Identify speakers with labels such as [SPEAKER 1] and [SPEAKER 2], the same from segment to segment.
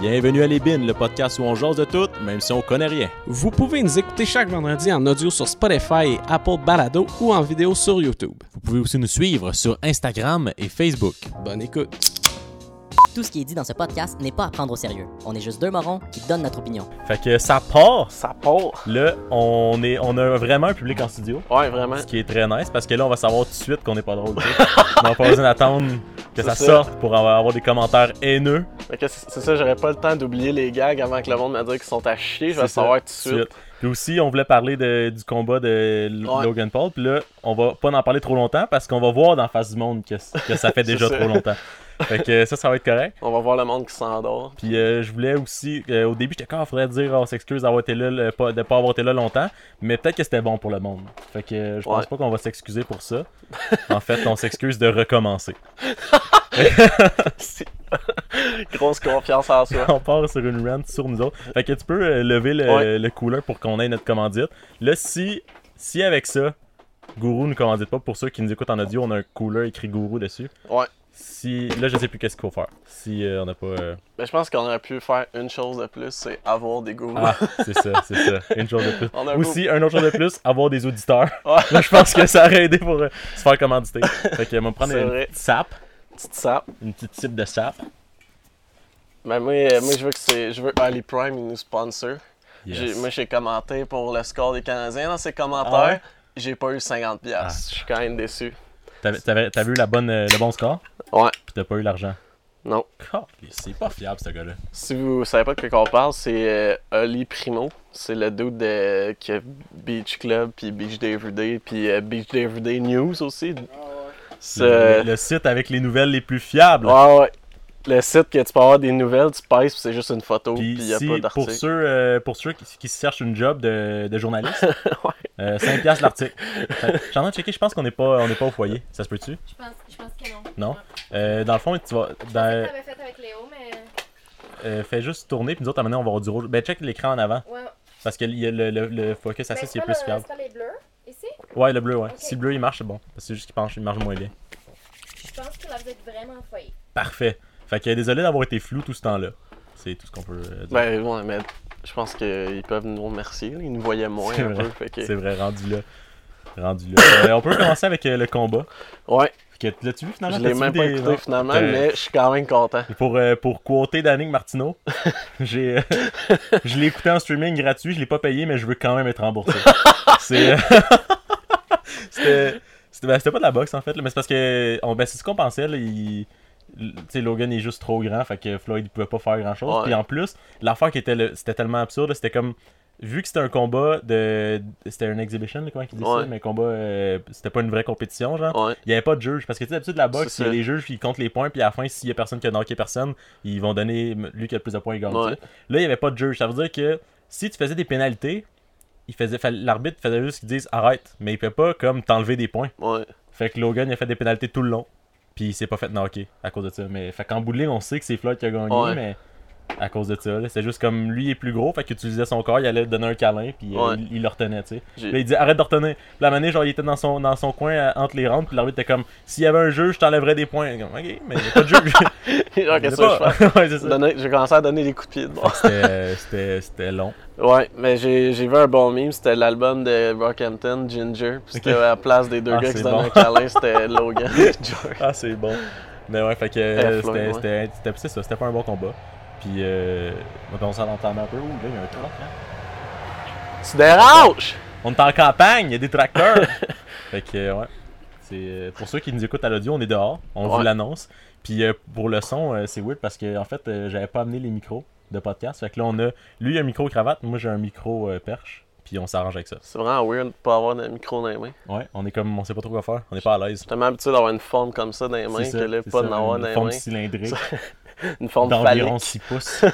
[SPEAKER 1] Bienvenue à Les Bines, le podcast où on jase de tout, même si on connaît rien.
[SPEAKER 2] Vous pouvez nous écouter chaque vendredi en audio sur Spotify et Apple Balado ou en vidéo sur YouTube.
[SPEAKER 1] Vous pouvez aussi nous suivre sur Instagram et Facebook.
[SPEAKER 2] Bonne écoute.
[SPEAKER 3] Tout ce qui est dit dans ce podcast n'est pas à prendre au sérieux. On est juste deux morons qui donnent notre opinion.
[SPEAKER 1] Fait que ça part!
[SPEAKER 4] Ça part.
[SPEAKER 1] Là, on, est, on a vraiment un public en studio,
[SPEAKER 4] Ouais, vraiment.
[SPEAKER 1] ce qui est très nice, parce que là, on va savoir tout de suite qu'on n'est pas drôle. tu sais. on n'a pas besoin d'attendre que
[SPEAKER 4] C'est
[SPEAKER 1] ça,
[SPEAKER 4] ça.
[SPEAKER 1] sorte pour avoir avoir des commentaires haineux.
[SPEAKER 4] Fait que c'est c'est ça, j'aurais pas le temps d'oublier les gags avant que le monde me dise qu'ils sont à chier. Je vais
[SPEAKER 1] C'est
[SPEAKER 4] le
[SPEAKER 1] ça,
[SPEAKER 4] savoir tout de suite.
[SPEAKER 1] Puis aussi, on voulait parler de- du combat de L-
[SPEAKER 4] Ouais.
[SPEAKER 1] Logan Paul. Puis là, on va pas en parler trop longtemps parce qu'on va voir dans la face du monde que, que ça fait déjà
[SPEAKER 4] ça.
[SPEAKER 1] trop longtemps. Fait que ça, ça va être correct.
[SPEAKER 4] On va voir le monde qui s'endort.
[SPEAKER 1] Puis euh, je voulais aussi, euh, au début, j'étais comme, il faudrait dire, ah, on s'excuse d'avoir été là, le- pas- de pas avoir été là longtemps, mais peut-être que c'était bon pour le monde. Fait que euh, je pense
[SPEAKER 4] Ouais.
[SPEAKER 1] pas qu'on va s'excuser pour ça. en fait, on s'excuse de recommencer.
[SPEAKER 4] Si. Grosse confiance en soi.
[SPEAKER 1] on part sur une rant sur nous autres. Fait que tu peux euh, lever le,
[SPEAKER 4] Ouais.
[SPEAKER 1] le cooler pour qu'on ait notre commandite. Là, si, si avec ça, Gourou ne commandite pas, pour ceux qui nous écoutent en audio, on a un cooler écrit Gourou dessus.
[SPEAKER 4] Ouais.
[SPEAKER 1] Si, là, je sais plus qu'est-ce qu'il faut faire. Si euh, on n'a pas. euh,
[SPEAKER 4] Mais je pense qu'on aurait pu faire une chose de plus, c'est avoir des goûts.
[SPEAKER 1] Ah, c'est ça, c'est ça. Une chose de plus.
[SPEAKER 4] On a un
[SPEAKER 1] Aussi, un autre chose de plus, avoir des auditeurs.
[SPEAKER 4] Ouais.
[SPEAKER 1] Là, je pense que ça aurait aidé pour euh, se faire commanditer. Fait que, on va me prendre
[SPEAKER 4] C'est
[SPEAKER 1] une
[SPEAKER 4] vrai.
[SPEAKER 1] petite sape,
[SPEAKER 4] Petite sape.
[SPEAKER 1] une petite type de sape.
[SPEAKER 4] Mais moi, euh, moi je veux que c'est. Je veux que Ali Prime il nous sponsor.
[SPEAKER 1] Yes.
[SPEAKER 4] J'ai- Moi j'ai commenté pour le score des Canadiens dans ses commentaires.
[SPEAKER 1] Ah ouais? Ah.
[SPEAKER 4] J'ai pas eu 50$. piastres. Je suis quand même déçu.
[SPEAKER 1] T'avais- T'avais t'avais eu la bonne, euh, le bon score,
[SPEAKER 4] Ouais.
[SPEAKER 1] puis t'as pas eu l'argent.
[SPEAKER 4] Non.
[SPEAKER 1] Caliste, C'est pas fiable, ce gars-là.
[SPEAKER 4] Si vous savez pas de quoi qu'on parle, c'est euh, Oli Primo. C'est le dude de, qui a Beach Club, puis Beach Day Everyday, puis euh, Beach Day Everyday News aussi.
[SPEAKER 1] Ah,
[SPEAKER 4] C'est-
[SPEAKER 1] Le, le site avec les nouvelles les plus fiables.
[SPEAKER 4] euh, Ouais, ouais. Le site que tu peux avoir des nouvelles, tu pèses, puis c'est juste une photo, puis
[SPEAKER 1] Puis
[SPEAKER 4] il n'y a
[SPEAKER 1] si,
[SPEAKER 4] pas
[SPEAKER 1] pour
[SPEAKER 4] d'article.
[SPEAKER 1] ceux, euh, pour ceux qui, qui se cherchent une job de, de journaliste, euh, 5$ piastres l'article. Fait que, Je suis en train de checker, je pense qu'on n'est pas, on n'est pas au foyer. Ça se peut-tu?
[SPEAKER 5] Je pense, je pense que non.
[SPEAKER 1] Non. Euh, dans le fond, tu vas.
[SPEAKER 5] Je
[SPEAKER 1] Dans,
[SPEAKER 5] l'avais fait avec Léo, mais.
[SPEAKER 1] euh, fais juste tourner, puis nous autres, à un moment donné, on va avoir du rouge. Ben, check l'écran en avant.
[SPEAKER 5] Ouais.
[SPEAKER 1] Parce que il y a le, le- le focus à
[SPEAKER 5] Ben,
[SPEAKER 1] 6 qui
[SPEAKER 5] c'est
[SPEAKER 1] est
[SPEAKER 5] pas
[SPEAKER 1] plus
[SPEAKER 5] le-
[SPEAKER 1] fiable.
[SPEAKER 5] c'est pas les bleus, ici.
[SPEAKER 1] Ouais, le bleu, ouais.
[SPEAKER 5] Ok.
[SPEAKER 1] Si le bleu, il marche, c'est bon. Parce que C'est juste qu'il penche, il marche moins bien.
[SPEAKER 5] Je pense que là, vous êtes vraiment foyer.
[SPEAKER 1] Parfait. Fait que euh, désolé d'avoir été flou tout ce temps-là. C'est tout ce qu'on peut euh, dire.
[SPEAKER 4] Ben, ouais, mais je pense qu'ils peuvent nous remercier. là. Ils nous voyaient moins
[SPEAKER 1] C'est
[SPEAKER 4] un
[SPEAKER 1] vrai.
[SPEAKER 4] peu. Fait que...
[SPEAKER 1] C'est vrai, rendu là. Rendu là. Euh, on peut commencer avec euh, le combat.
[SPEAKER 4] Ouais,
[SPEAKER 1] Fait que L'as-tu vu finalement?
[SPEAKER 4] je l'ai
[SPEAKER 1] T'as-tu
[SPEAKER 4] même
[SPEAKER 1] vu
[SPEAKER 4] pas
[SPEAKER 1] Ah, des- Ben,
[SPEAKER 4] écouté
[SPEAKER 1] non?
[SPEAKER 4] finalement,
[SPEAKER 1] T'as-
[SPEAKER 4] mais je suis quand même content.
[SPEAKER 1] Pour, euh, pour quoter Danning Martineau, j'ai, euh, je l'ai écouté en streaming gratuit, je l'ai pas payé, mais je veux quand même être remboursé. c'est, euh, c'était, c'était, ben, c'était pas de la boxe en fait, là, mais c'est parce que on- ben, c'est ce qu'on pensait. Là, il- tu sais, Logan est juste trop grand, fait que Floyd il pouvait pas faire grand chose.
[SPEAKER 4] Ouais.
[SPEAKER 1] Puis en plus, l'affaire qui était, le- c'était tellement absurde, c'était comme. Vu que c'était un combat de. C'était un exhibition, là, comment ils disent
[SPEAKER 4] Ouais.
[SPEAKER 1] ça, mais un combat. euh, c'était pas une vraie compétition, genre.
[SPEAKER 4] Ouais.
[SPEAKER 1] Il n'y avait pas de juge. Parce que tu sais, d'habitude, la boxe,
[SPEAKER 4] C'est
[SPEAKER 1] il y a
[SPEAKER 4] ça.
[SPEAKER 1] les juges, puis ils comptent les points, puis à la fin, s'il y a personne qui a knocké personne, ils vont donner m- lui qui a le plus de points, il gagne. tu sais.
[SPEAKER 4] Ouais.
[SPEAKER 1] Là, il n'y avait pas de juge. Ça veut dire que si tu faisais des pénalités, il faisait, fa- l'arbitre faisait juste qu'ils disent arrête, mais il peut pas comme t'enlever des points.
[SPEAKER 4] Ouais.
[SPEAKER 1] Fait que Logan, il a fait des pénalités tout le long, puis il s'est pas fait knocker à cause de ça. Mais fait qu'en bout de ligne, on sait que c'est Floyd qui a gagné,
[SPEAKER 4] Ouais.
[SPEAKER 1] mais à cause de ça, là, c'est juste comme lui il est plus gros, fait qu'il utilisait son corps, il allait donner un câlin, puis euh,
[SPEAKER 4] Ouais.
[SPEAKER 1] il, il le retenait, tu sais.
[SPEAKER 4] J'ai-
[SPEAKER 1] Là, il dit arrête de retenir. Puis la manée, genre, il était dans son, dans son coin euh, entre les rounds. Puis l'arbitre était comme s'il y avait un jeu, je t'enlèverais des points. Comme, ok, mais il n'y a pas de jeu.
[SPEAKER 4] Genre,
[SPEAKER 1] Je
[SPEAKER 4] qu'est-ce
[SPEAKER 1] sais
[SPEAKER 4] que je
[SPEAKER 1] pas.
[SPEAKER 4] fais?
[SPEAKER 1] Ouais, c'est ça.
[SPEAKER 4] Donner- J'ai commencé à donner des coups de pied de bord.
[SPEAKER 1] C'était, euh, C'était c'était long.
[SPEAKER 4] Ouais, mais j'ai j'ai vu un bon meme, c'était l'album de Rockhampton, Ginger. Puis c'était
[SPEAKER 1] Ok.
[SPEAKER 4] à la place des deux
[SPEAKER 1] Ah,
[SPEAKER 4] gars qui se
[SPEAKER 1] c'est bon.
[SPEAKER 4] donnent un câlin, c'était Logan et George.
[SPEAKER 1] Ah, c'est bon. Mais ouais, fait que euh,
[SPEAKER 4] Eh, Floyd, ouais.
[SPEAKER 1] c'était- c'était c'était- c'est ça. C'était pas un bon combat. Puis euh, on s'en entend un peu. Ouh, là, il y a un truc. hein.
[SPEAKER 4] Tu déranges!
[SPEAKER 1] On est en campagne, il y a des tracteurs. fait que, euh, ouais. C'est, euh, pour ceux qui nous écoutent à l'audio, on est dehors, on vous
[SPEAKER 4] Ouais.
[SPEAKER 1] l'annonce. Puis euh, pour le son, euh, c'est weird parce que en fait, euh, j'avais pas amené les micros de podcast. Fait que là, on a. Lui, il a un micro cravate, moi, j'ai un micro euh, perche. Puis on s'arrange avec ça.
[SPEAKER 4] C'est vraiment weird de pas avoir de micro dans les mains.
[SPEAKER 1] Ouais, on est comme. On sait pas trop quoi faire, on est pas à l'aise.
[SPEAKER 4] J'étais tellement habitué d'avoir une forme comme ça dans les mains
[SPEAKER 1] C'est
[SPEAKER 4] que
[SPEAKER 1] ça,
[SPEAKER 4] là,
[SPEAKER 1] c'est
[SPEAKER 4] pas
[SPEAKER 1] ça,
[SPEAKER 4] d'en avoir
[SPEAKER 1] une
[SPEAKER 4] dans les
[SPEAKER 1] forme
[SPEAKER 4] mains.
[SPEAKER 1] cylindrique
[SPEAKER 4] Une forme
[SPEAKER 1] d'environ
[SPEAKER 4] phallique.
[SPEAKER 1] 6 pouces.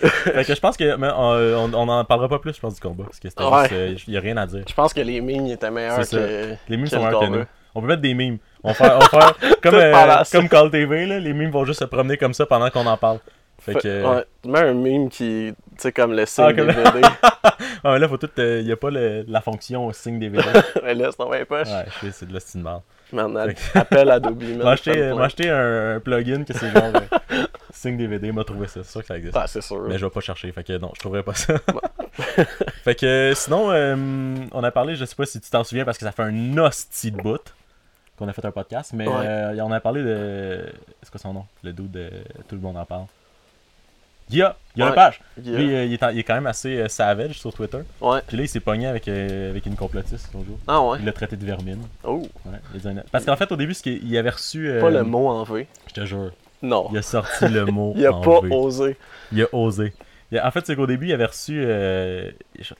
[SPEAKER 1] fait que je pense que. mais, euh, on, on en parlera pas plus, je pense, du combat. Parce que c'était
[SPEAKER 4] Ouais.
[SPEAKER 1] juste, euh, y a rien à dire.
[SPEAKER 4] Je pense que les mimes étaient meilleurs
[SPEAKER 1] C'est ça.
[SPEAKER 4] que.
[SPEAKER 1] Les mimes
[SPEAKER 4] Quel
[SPEAKER 1] sont meilleurs que
[SPEAKER 4] corps,
[SPEAKER 1] nous.
[SPEAKER 4] eux.
[SPEAKER 1] On peut mettre des mimes. On va faire, on va faire comme,
[SPEAKER 4] Tout
[SPEAKER 1] euh,
[SPEAKER 4] palace.
[SPEAKER 1] comme Call TV, là, les mimes vont juste se promener comme ça pendant qu'on en parle. Fait que.
[SPEAKER 4] Ouais, mets un meme qui. Tu sais, comme le signe
[SPEAKER 1] Ah, comme-
[SPEAKER 4] des BD.
[SPEAKER 1] Ah, mais là, faut tout. Il n'y a pas le- la fonction au signe des vidéos.
[SPEAKER 4] mais là, c'est dans mes poches.
[SPEAKER 1] ouais, je sais, c'est de l'hostie de marde.
[SPEAKER 4] Man, a- appelle Adobe. man,
[SPEAKER 1] M'a acheté, euh,
[SPEAKER 4] fais le
[SPEAKER 1] m'a
[SPEAKER 4] point.
[SPEAKER 1] acheté un, un plugin que c'est genre euh, signe DVD, m'a trouvé ça, c'est sûr que ça existe.
[SPEAKER 4] Ah, c'est sûr.
[SPEAKER 1] Mais je vais pas chercher, fait que non, je trouverai pas ça. fait que euh, sinon, euh, on a parlé, je sais pas si tu t'en souviens parce que ça fait un hostie de bout qu'on a fait un podcast, mais
[SPEAKER 4] Ouais.
[SPEAKER 1] euh, on a parlé de. C'est quoi son nom Le dude de Tout le monde en parle. Guilla, Guilla
[SPEAKER 4] Ouais.
[SPEAKER 1] Lepage.
[SPEAKER 4] Yeah.
[SPEAKER 1] Lui, euh, il, est en- il est quand même assez euh, savage sur Twitter.
[SPEAKER 4] Ouais.
[SPEAKER 1] Puis là, il s'est pogné avec, euh, avec une complotiste l'autre jour.
[SPEAKER 4] Ah ouais.
[SPEAKER 1] Il l'a traité de vermine.
[SPEAKER 4] Oh,
[SPEAKER 1] Ouais, il a dit un- Parce qu'en fait, au début, ce qu'il il avait reçu. euh,
[SPEAKER 4] pas le mot en V.
[SPEAKER 1] Je te jure.
[SPEAKER 4] Non.
[SPEAKER 1] Il a sorti le mot.
[SPEAKER 4] Il a
[SPEAKER 1] en
[SPEAKER 4] pas
[SPEAKER 1] V.
[SPEAKER 4] osé.
[SPEAKER 1] Il a osé. Il a- en fait, c'est qu'au début, il avait reçu, euh,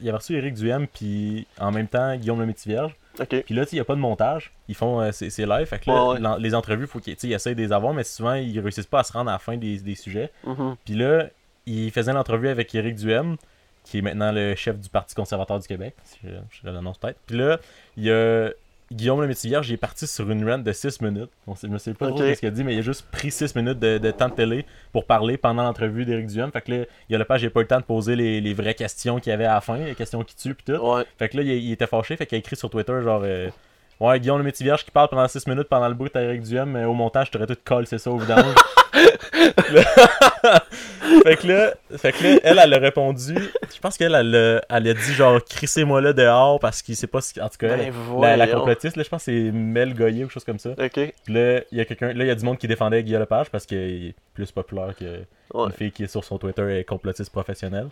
[SPEAKER 1] il avait reçu Eric Duhem, puis en même temps Guillaume le Métivierge.
[SPEAKER 4] Ok.
[SPEAKER 1] Puis là, tu sais, il n'y a pas de montage. Ils font euh, c'est c'est live. Fait que là,
[SPEAKER 4] Ouais, ouais.
[SPEAKER 1] l'en- les entrevues, faut qu'ils tu sais, ils essayent de les avoir, mais souvent, ils réussissent pas à se rendre à la fin des, des sujets.
[SPEAKER 4] Mhm.
[SPEAKER 1] Puis là, il faisait l'entrevue avec Éric Duhem, qui est maintenant le chef du Parti conservateur du Québec, si je, je l'annonce peut-être. Puis là, il y a Guillaume Le Métivier, j'ai parti sur une run de 6 minutes. On sait- je me sais pas trop
[SPEAKER 4] Ok.
[SPEAKER 1] de ce qu'il a dit, mais il a juste pris 6 minutes de, de temps de télé pour parler pendant l'entrevue d'Éric Duhem. Fait que là, il y a le page, j'ai pas eu le temps de poser les, les vraies questions qu'il y avait à la fin, les questions qui tuent, puis tout.
[SPEAKER 4] Ouais.
[SPEAKER 1] Fait que là, il, il était fâché, fait qu'il a écrit sur Twitter genre. euh, Ouais, Guillaume le Métivierge qui parle pendant 6 minutes pendant le bout à Eric Duhem, mais au montage, je t'aurais tout colle, c'est ça, au vidange. Là- fait, que là, fait que là, elle, elle a répondu. Je pense qu'elle, elle, a- elle a dit genre, crissez-moi là dehors parce qu'il sait pas ce. En tout cas,
[SPEAKER 4] Ben,
[SPEAKER 1] elle- la,
[SPEAKER 4] voyons.
[SPEAKER 1] la complotiste, là, je pense que c'est Mel Goyer ou quelque chose comme ça.
[SPEAKER 4] Ok.
[SPEAKER 1] Puis là, il y a quelqu'un, là, il y a du monde qui défendait Guillaume Lepage parce qu'il est plus populaire qu'une
[SPEAKER 4] Ouais.
[SPEAKER 1] fille qui est sur son Twitter et complotiste professionnelle.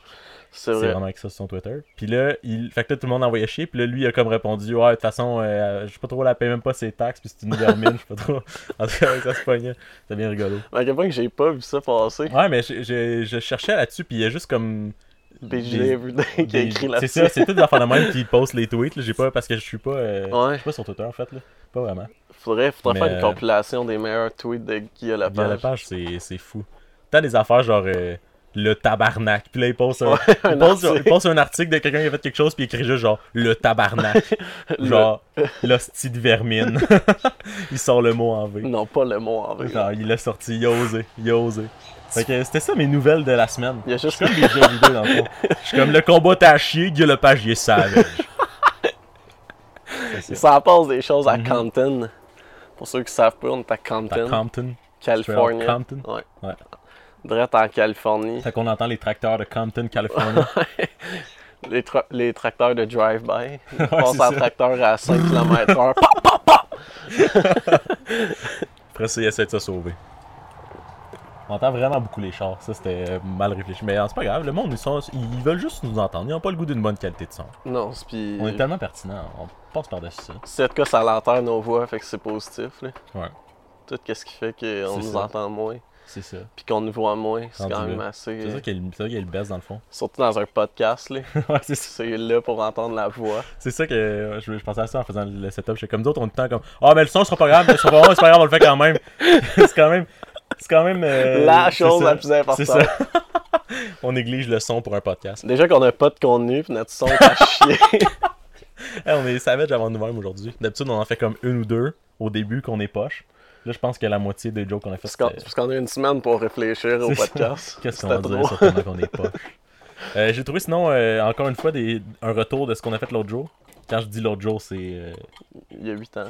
[SPEAKER 4] C'est
[SPEAKER 1] C'est
[SPEAKER 4] vrai.
[SPEAKER 1] vraiment avec ça sur son Twitter. Puis là, il... fait que là, tout le monde envoyait chier. Puis là, lui, il a comme répondu Ouais, de toute façon, euh, je sais pas trop, la paye même pas ses taxes. Puis c'est une vermine, je sais pas trop. En tout cas, ça se pognait. C'était bien rigolo.
[SPEAKER 4] Mais À quel point que j'ai pas vu ça passer.
[SPEAKER 1] Ouais, mais je, je- je cherchais là-dessus. Puis il y a juste comme.
[SPEAKER 4] BJ
[SPEAKER 1] des-
[SPEAKER 4] Everyday qui a
[SPEAKER 1] des-
[SPEAKER 4] écrit
[SPEAKER 1] C'est
[SPEAKER 4] là-dessus.
[SPEAKER 1] ça, c'est tout des enfants de même qui postent les tweets. là. J'ai pas, parce que je suis pas. euh, Je
[SPEAKER 4] Ouais.
[SPEAKER 1] suis pas sur Twitter, en fait. Là. Pas vraiment.
[SPEAKER 4] Faudrait, faudrait
[SPEAKER 1] Mais,
[SPEAKER 4] faire une
[SPEAKER 1] euh,
[SPEAKER 4] compilation des meilleurs tweets de Guy Lepage.
[SPEAKER 1] Guillaume Lepage, c'est c'est fou. T'as des affaires genre. euh, Le tabarnak. Puis là, il poste un,
[SPEAKER 4] un
[SPEAKER 1] il poste-
[SPEAKER 4] article.
[SPEAKER 1] il poste un article de quelqu'un qui a fait quelque chose, puis il écrit juste genre le tabarnak. Genre, l'hostie de vermine. il sort le mot en
[SPEAKER 4] Le-
[SPEAKER 1] V.
[SPEAKER 4] Non, pas le mot en vrai.
[SPEAKER 1] Genre, il l'a sorti, il a osé, il a osé. Fait que c'était ça mes nouvelles de la semaine.
[SPEAKER 4] Il y a juste
[SPEAKER 1] Comme des jeux vidéo dans le fond. Je suis comme le combat t'as chier, Guy Lepage il est savage. C'est ça.
[SPEAKER 4] Ça passe des choses à
[SPEAKER 1] Mhm.
[SPEAKER 4] Compton. Pour ceux qui savent pas, on est à
[SPEAKER 1] T'as
[SPEAKER 4] Compton,
[SPEAKER 1] Compton.
[SPEAKER 4] Californie.
[SPEAKER 1] Straight up Compton.
[SPEAKER 4] Ouais.
[SPEAKER 1] Ouais.
[SPEAKER 4] Direct en Californie.
[SPEAKER 1] Fait qu'on entend les tracteurs de Compton, Californie.
[SPEAKER 4] Les, tra- les tracteurs de drive-by. Ils passent
[SPEAKER 1] c'est
[SPEAKER 4] en
[SPEAKER 1] ça.
[SPEAKER 4] tracteur à 5 km/h. Pop!
[SPEAKER 1] Après ça, il essaie de se sauver. On entend vraiment beaucoup les chars, ça c'était euh, mal réfléchi. Mais euh, c'est pas grave, le monde, ils, sont- ils veulent juste nous entendre. Ils n'ont pas le goût d'une bonne qualité de son.
[SPEAKER 4] Non, c'est pis.
[SPEAKER 1] On est tellement pertinent, on passe par-dessus ça.
[SPEAKER 4] C'est de quoi ça l'enterre nos voix, fait que c'est positif. Là.
[SPEAKER 1] Ouais,
[SPEAKER 4] Tout ce qui fait qu'on
[SPEAKER 1] C'est
[SPEAKER 4] nous
[SPEAKER 1] ça.
[SPEAKER 4] entend moins,
[SPEAKER 1] c'est ça.
[SPEAKER 4] puis qu'on nous voit moins, c'est
[SPEAKER 1] Rendu
[SPEAKER 4] quand même
[SPEAKER 1] là.
[SPEAKER 4] assez.
[SPEAKER 1] C'est ça qu'il y a le best dans le fond.
[SPEAKER 4] Surtout dans un podcast, là.
[SPEAKER 1] ouais, c'est ça.
[SPEAKER 4] c'est là pour entendre la voix.
[SPEAKER 1] C'est ça que euh, je, je pensais à ça en faisant le setup. J'étais comme d'autres, on est tout le temps comme Ah, mais le son sera pas grave, mais le son sera pas bon, c'est pas grave, on le fait quand même. c'est quand même. C'est quand même. euh,
[SPEAKER 4] la
[SPEAKER 1] c'est
[SPEAKER 4] chose
[SPEAKER 1] ça.
[SPEAKER 4] la plus importante.
[SPEAKER 1] C'est ça. on néglige le son pour un podcast.
[SPEAKER 4] Déjà qu'on n'a pas de contenu, puis notre son est à chier.
[SPEAKER 1] Hey, Eh, on est savage avant nous-mêmes aujourd'hui. D'habitude, on en fait comme une ou deux au début qu'on est poche. Là, je pense que la moitié des jokes qu'on a fait,
[SPEAKER 4] parce qu'on
[SPEAKER 1] c'était.
[SPEAKER 4] parce qu'on a une semaine pour réfléchir au
[SPEAKER 1] C'est ça.
[SPEAKER 4] podcast.
[SPEAKER 1] Qu'est-ce qu'on
[SPEAKER 4] C'était
[SPEAKER 1] va dire
[SPEAKER 4] drôle.
[SPEAKER 1] sur comment qu'on est poche? Euh, J'ai trouvé sinon, euh, encore une fois, des, un retour de ce qu'on a fait l'autre jour. Quand je dis l'autre jour, c'est. euh,
[SPEAKER 4] Il y a 8 ans.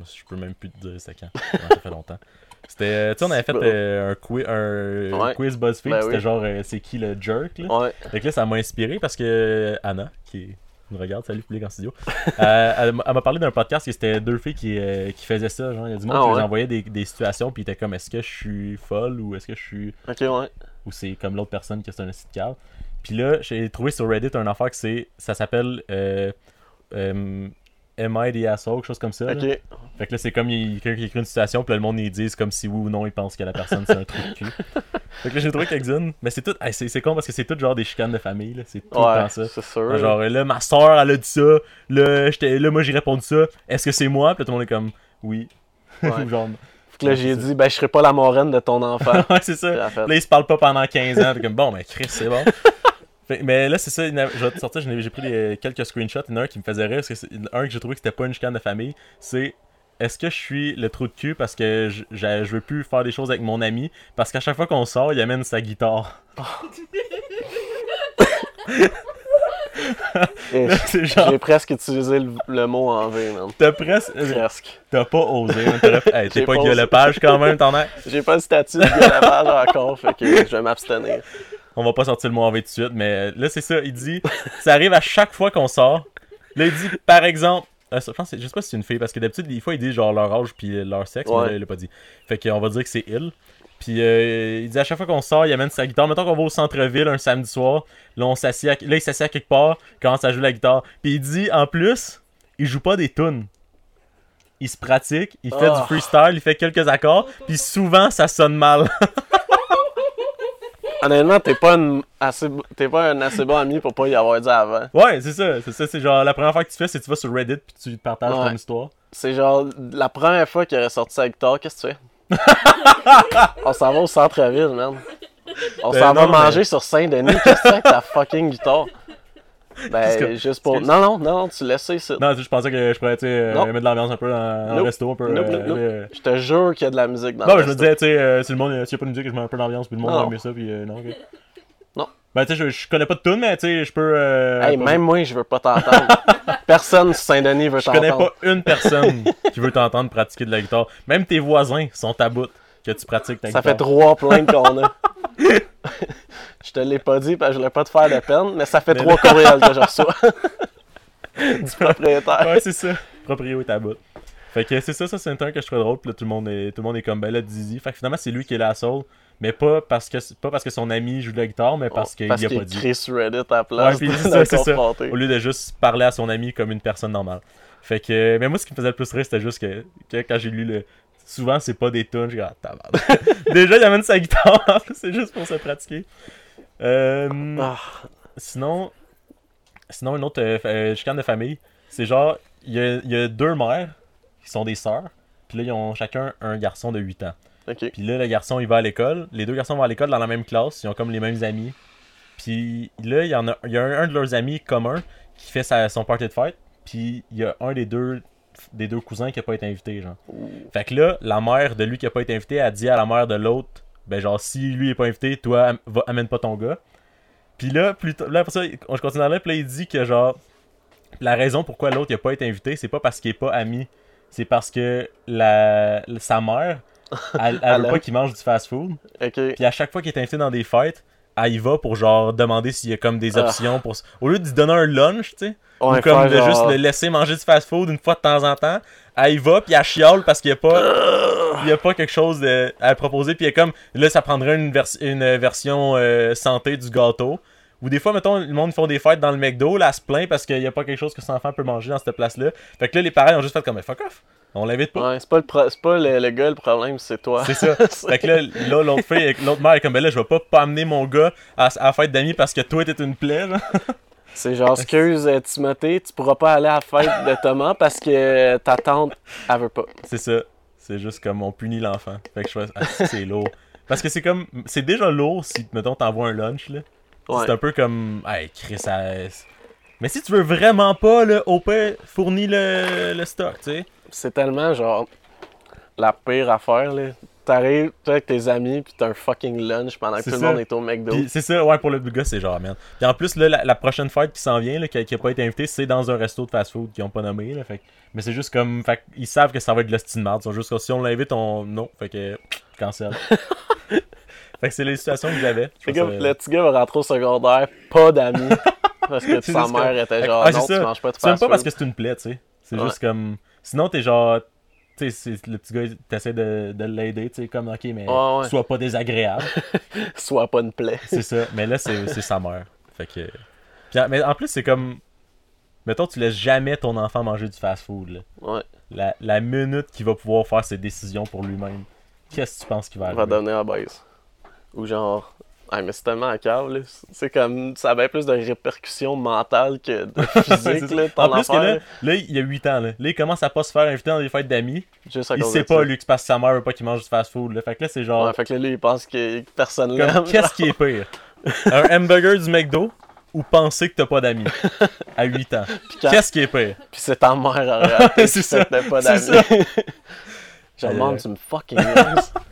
[SPEAKER 1] Je peux même plus te dire c'est quand. Ouais, ça fait longtemps. C'était, euh, tu sais, on avait fait
[SPEAKER 4] Bon.
[SPEAKER 1] euh, un, quiz, un
[SPEAKER 4] Ouais.
[SPEAKER 1] quiz BuzzFeed.
[SPEAKER 4] Ben
[SPEAKER 1] c'était
[SPEAKER 4] oui.
[SPEAKER 1] genre, euh, c'est qui le jerk? Là?
[SPEAKER 4] Ouais.
[SPEAKER 1] Fait que là, ça m'a inspiré parce que Anna, qui nous regarde, salut public en studio, euh, elle, m'a- elle m'a parlé d'un podcast qui c'était deux filles qui, euh, qui faisaient ça. Genre, il y a du monde
[SPEAKER 4] Ah
[SPEAKER 1] qui
[SPEAKER 4] ouais.
[SPEAKER 1] les envoyait des, des situations, puis ils étaient comme, est-ce que je suis folle ou est-ce que je suis
[SPEAKER 4] Ok, ouais.
[SPEAKER 1] ou c'est comme l'autre personne qui est un site cave. Puis là, j'ai trouvé sur Reddit un affaire que c'est. Ça s'appelle. Euh, euh, Am I the asshole, quelque chose comme ça. là.
[SPEAKER 4] Ok.
[SPEAKER 1] Fait que là, c'est comme il- quelqu'un qui écrit une situation, puis là, le monde, ils disent comme si oui ou non, ils pensent que la personne, c'est un truc de cul. Fait que là, j'ai trouvé quelques-unes. Mais c'est tout. hey, c'est c'est con parce que c'est tout genre des chicanes de famille, là. C'est tout le
[SPEAKER 4] Ouais,
[SPEAKER 1] temps ça.
[SPEAKER 4] c'est sûr.
[SPEAKER 1] Genre, là, ma soeur, elle a dit ça. Là, j'étais- là moi, j'ai répondu ça. Est-ce que c'est moi? Puis là, tout le monde est comme oui.
[SPEAKER 4] Ouais.
[SPEAKER 1] Ou genre,
[SPEAKER 4] Fait que là, j'ai dit, ben, je serai pas la moraine de ton enfant.
[SPEAKER 1] ouais, c'est ça.
[SPEAKER 4] Puis en fait-
[SPEAKER 1] Là, ils se parlent pas pendant 15 ans. Fait comme, bon, mais Chris, c'est bon. Fait- mais là, c'est ça. il y en a- Je vais te sortir, j'en ai- j'ai pris des- quelques screenshots. Il y en a un qui me faisait rire. Parce que c'est- un que j'ai trouvé que c'était pas une chicane de famille. C'est. Est-ce que je suis le trou de cul parce que je, je- je veux plus faire des choses avec mon ami parce qu'à chaque fois qu'on sort, il amène sa guitare.
[SPEAKER 4] Eh,
[SPEAKER 1] Là, c'est genre-
[SPEAKER 4] J'ai presque utilisé le, le mot en V, man.
[SPEAKER 1] T'as presque.
[SPEAKER 4] Presque.
[SPEAKER 1] T'as pas osé, man. T'as la- Hey, T'es
[SPEAKER 4] J'ai
[SPEAKER 1] pas
[SPEAKER 4] pas
[SPEAKER 1] Guillaume
[SPEAKER 4] osé.
[SPEAKER 1] Lepage quand même, t'en as.
[SPEAKER 4] J'ai pas le statut de gueulavage encore, fait que je vais m'abstenir.
[SPEAKER 1] On va pas sortir le mot en V tout de suite, mais euh, là, c'est ça. Il dit. Ça arrive à chaque fois qu'on sort. Là, il dit, par exemple. euh, ça, je, pense que c'est- je sais pas si c'est une fille, parce que d'habitude, des fois, il dit genre leur âge puis euh, leur sexe, mais
[SPEAKER 4] Ouais.
[SPEAKER 1] là, il l'a pas dit. Fait qu'on va dire que c'est il. Puis euh, il dit à chaque fois qu'on sort, il amène sa guitare. Mettons qu'on va au centre-ville un samedi soir. Là, on s'assied à- là, il s'assied à quelque part, commence à jouer la guitare. Puis il dit, en plus, il joue pas des tunes. Il se pratique, il fait
[SPEAKER 4] Ah.
[SPEAKER 1] du freestyle, il fait quelques accords, puis souvent ça sonne mal.
[SPEAKER 4] Honnêtement, t'es pas, une assez, t'es pas un assez bon ami pour pas y avoir dit avant.
[SPEAKER 1] Ouais, c'est ça. C'est ça. C'est genre la première fois que tu fais, c'est que tu vas sur Reddit puis tu partages
[SPEAKER 4] Ouais.
[SPEAKER 1] ton histoire.
[SPEAKER 4] C'est genre la première fois qu'il aurait sorti sa guitare, qu'est-ce que tu fais? On s'en va au centre-ville, man. On
[SPEAKER 1] Ben
[SPEAKER 4] s'en va
[SPEAKER 1] non,
[SPEAKER 4] manger
[SPEAKER 1] mais-
[SPEAKER 4] sur Saint-Denis, qu'est-ce que tu fais avec ta fucking guitare?
[SPEAKER 1] Qu'est-ce que-
[SPEAKER 4] Ben, juste pour.
[SPEAKER 1] excuse.
[SPEAKER 4] Non, non, non, non, tu laisses ça.
[SPEAKER 1] Non, tu sais, je pensais que je pourrais tu sais, euh,
[SPEAKER 4] Non.
[SPEAKER 1] mettre de l'ambiance un peu dans dans le
[SPEAKER 4] Nope.
[SPEAKER 1] resto, un peu.
[SPEAKER 4] Nope,
[SPEAKER 1] euh,
[SPEAKER 4] nope, nope.
[SPEAKER 1] euh,
[SPEAKER 4] Je te jure qu'il y a de la musique dans
[SPEAKER 1] Non,
[SPEAKER 4] le
[SPEAKER 1] mais je me
[SPEAKER 4] resto.
[SPEAKER 1] disais, tu sais, euh, si le monde, euh, s'il y a pas de musique, je mets un peu d'ambiance, puis le monde
[SPEAKER 4] Non.
[SPEAKER 1] va aimer ça, puis euh, non, ok.
[SPEAKER 4] Non.
[SPEAKER 1] Ben, tu sais, je, je connais pas de tune, mais tu sais, je peux. euh,
[SPEAKER 4] Hey,
[SPEAKER 1] pas-
[SPEAKER 4] même moi, je veux pas t'entendre. Personne sur Saint-Denis veut
[SPEAKER 1] Je connais
[SPEAKER 4] t'entendre.
[SPEAKER 1] pas une personne qui veut t'entendre pratiquer de la guitare. Même tes voisins sont à bout que tu pratiques ta
[SPEAKER 4] Ça
[SPEAKER 1] guitare.
[SPEAKER 4] fait trois plaintes qu'on a. je te l'ai pas dit parce que je voulais pas te faire de peine, mais ça fait
[SPEAKER 1] Mais
[SPEAKER 4] trois courriels que je reçois du propriétaire.
[SPEAKER 1] Ouais, c'est ça. Proprio est à bout. Fait que c'est ça, ça c'est un temps que je trouve drôle. Puis là, tout le monde est, tout le monde est comme ben là, Dizzy. Fait que finalement, c'est lui qui est la soul. Mais pas parce que, pas parce que son ami joue de la guitare, mais parce qu'il y a pas dit.
[SPEAKER 4] écrit sur Reddit à la place
[SPEAKER 1] Ouais, puis
[SPEAKER 4] de
[SPEAKER 1] c'est
[SPEAKER 4] de
[SPEAKER 1] ça, c'est ça.
[SPEAKER 4] confronter.
[SPEAKER 1] Au lieu de juste parler à son ami comme une personne normale. Fait que, mais moi, ce qui me faisait le plus rire, c'était juste que, que quand j'ai lu le. Souvent, c'est pas des tunes. J'ai dit, ah, tabarnak. Déjà, il amène sa guitare. en plus, c'est juste pour se pratiquer. Euh,
[SPEAKER 4] Ah,
[SPEAKER 1] Sinon, sinon une autre euh, fa- euh, chicane de famille, c'est genre, il y a, il y a deux mères qui sont des sœurs, puis là, ils ont chacun un garçon de 8 ans.
[SPEAKER 4] ok.
[SPEAKER 1] Puis là, le garçon, il va à l'école. Les deux garçons vont à l'école dans la même classe, ils ont comme les mêmes amis. Puis là, il y, en a, il y a un, un de leurs amis commun qui fait sa- son party de fête, puis il y a un des deux des deux cousins qui a pas été invité, genre. Fait que là, la mère de lui qui a pas été invité, a dit à la mère de l'autre, ben genre, si lui est pas invité, toi, am- va- amène pas ton gars. Puis là, plus tard- là, après ça, il- je continue dans là, puis là, il dit que genre, la raison pourquoi l'autre il a pas été invité, c'est pas parce qu'il est pas ami, c'est parce que la, sa mère, elle, elle veut
[SPEAKER 4] Elle
[SPEAKER 1] pas
[SPEAKER 4] aime.
[SPEAKER 1] qu'il mange du fast-food.
[SPEAKER 4] Ok.
[SPEAKER 1] Puis à chaque fois qu'il est invité dans des fêtes, elle y va pour genre demander s'il y a comme des
[SPEAKER 4] Ah.
[SPEAKER 1] options pour s- au lieu de lui donner un lunch, tu sais,
[SPEAKER 4] Ouais,
[SPEAKER 1] ou comme
[SPEAKER 4] faire
[SPEAKER 1] de juste
[SPEAKER 4] genre-
[SPEAKER 1] le laisser manger du fast-food une fois de temps en temps, elle y va puis elle chiale parce qu'il y a pas
[SPEAKER 4] Ah.
[SPEAKER 1] il y a pas quelque chose de- à proposer puis elle est comme là ça prendrait une, vers- une version euh, santé du gâteau. Ou des fois, mettons, le monde font des fêtes dans le McDo, là, elle se plaint parce qu'il n'y a pas quelque chose que son enfant peut manger dans cette place-là. Fait que là, les parents ont juste fait comme, Mais fuck off, on l'invite pas.
[SPEAKER 4] Ouais, c'est pas, le, pro- c'est pas le, le gars le problème, c'est toi.
[SPEAKER 1] C'est ça. Fait que là, là, l'autre fille, l'autre mère est comme, ben là, je vais pas pas amener mon gars à, à la fête d'amis parce que toi, t'es une plaie, genre.
[SPEAKER 4] C'est genre, excuse euh, Timothée, tu pourras pas aller à la fête de Thomas parce que euh, ta tante, elle veut pas.
[SPEAKER 1] C'est ça. C'est juste comme, on punit l'enfant. Fait que je fais, ah, c'est lourd. Parce que c'est comme, c'est déjà lourd si, mettons, t'envoies un lunch, là.
[SPEAKER 4] Ouais.
[SPEAKER 1] C'est un peu comme, hey, Chris, ça... Mais si tu veux vraiment pas, là, au pire, fournis le, le stock, tu sais.
[SPEAKER 4] C'est tellement genre la pire affaire là. T'arrives toi avec tes amis puis t'as un fucking lunch pendant que
[SPEAKER 1] C'est
[SPEAKER 4] tout le
[SPEAKER 1] ça.
[SPEAKER 4] monde est au McDo.
[SPEAKER 1] Puis c'est ça, ouais, pour le gars, c'est genre, man. Puis en plus, là, la, la prochaine fête qui s'en vient, là, qui, a- qui a pas été invitée, c'est dans un resto de fast-food qu'ils ont pas nommé, là. Fait que- mais c'est juste comme, fait ils savent que ça va être de l'hostie de marde. Ils sont juste comme, si on l'invite, on. Non. Fait que, cancel. fait que c'est les situations que j'avais. Je
[SPEAKER 4] Fait que
[SPEAKER 1] pense que-
[SPEAKER 4] le petit gars va rentrer au secondaire, pas d'amis. parce que
[SPEAKER 1] C'est
[SPEAKER 4] sa
[SPEAKER 1] juste comme-
[SPEAKER 4] mère était
[SPEAKER 1] Fait que-
[SPEAKER 4] genre
[SPEAKER 1] ah, c'est
[SPEAKER 4] non, tu
[SPEAKER 1] ça.
[SPEAKER 4] manges pas de
[SPEAKER 1] C'est même
[SPEAKER 4] fast
[SPEAKER 1] pas
[SPEAKER 4] food.
[SPEAKER 1] parce que c'est une plaie, tu sais. C'est
[SPEAKER 4] Ouais.
[SPEAKER 1] juste comme. Sinon, t'es genre. Tu sais, c'est- le petit gars, il- t'essaies de, de l'aider, tu sais, comme, ok, mais
[SPEAKER 4] Ouais, ouais.
[SPEAKER 1] sois pas désagréable.
[SPEAKER 4] Sois pas une plaie.
[SPEAKER 1] C'est ça. Mais là, c'est c'est sa mère. Fait que. Puis en- mais en plus, c'est comme. Mettons, tu laisses jamais ton enfant manger du fast-food. là.
[SPEAKER 4] Ouais.
[SPEAKER 1] La, la minute qu'il va pouvoir faire ses décisions pour lui-même, qu'est-ce que tu penses qu'il
[SPEAKER 4] Il
[SPEAKER 1] va arriver?
[SPEAKER 4] va donner la baisse. Ou genre. Ah, mais c'est tellement à cave, là. C'est comme. Ça a bien plus de répercussions mentales que de
[SPEAKER 1] Ouais,
[SPEAKER 4] physique,
[SPEAKER 1] c'est
[SPEAKER 4] là.
[SPEAKER 1] ça.
[SPEAKER 4] Ton
[SPEAKER 1] en plus que
[SPEAKER 4] affaire,
[SPEAKER 1] là, là, il y a 8 ans. Là. Là, il commence à pas se faire inviter dans des fêtes d'amis.
[SPEAKER 4] juste à
[SPEAKER 1] Il
[SPEAKER 4] cause
[SPEAKER 1] sait
[SPEAKER 4] de
[SPEAKER 1] pas,
[SPEAKER 4] ça.
[SPEAKER 1] lui, que c'est parce que sa mère veut pas qu'il mange du fast-food. là. Fait que là, c'est genre.
[SPEAKER 4] Ouais, fait que là, lui, il pense que personne
[SPEAKER 1] Comme,
[SPEAKER 4] l'aime.
[SPEAKER 1] qu'est-ce qui est pire? Un hamburger du McDo ou penser que t'as pas d'amis à 8 ans?
[SPEAKER 4] quand-
[SPEAKER 1] Qu'est-ce qui est pire?
[SPEAKER 4] Puis c'est ta mère en réalité.
[SPEAKER 1] C'est
[SPEAKER 4] c'est
[SPEAKER 1] ça,
[SPEAKER 4] ça. pas
[SPEAKER 1] c'est
[SPEAKER 4] d'amis. Je
[SPEAKER 1] Euh.
[SPEAKER 4] demande, tu me fucking niaises.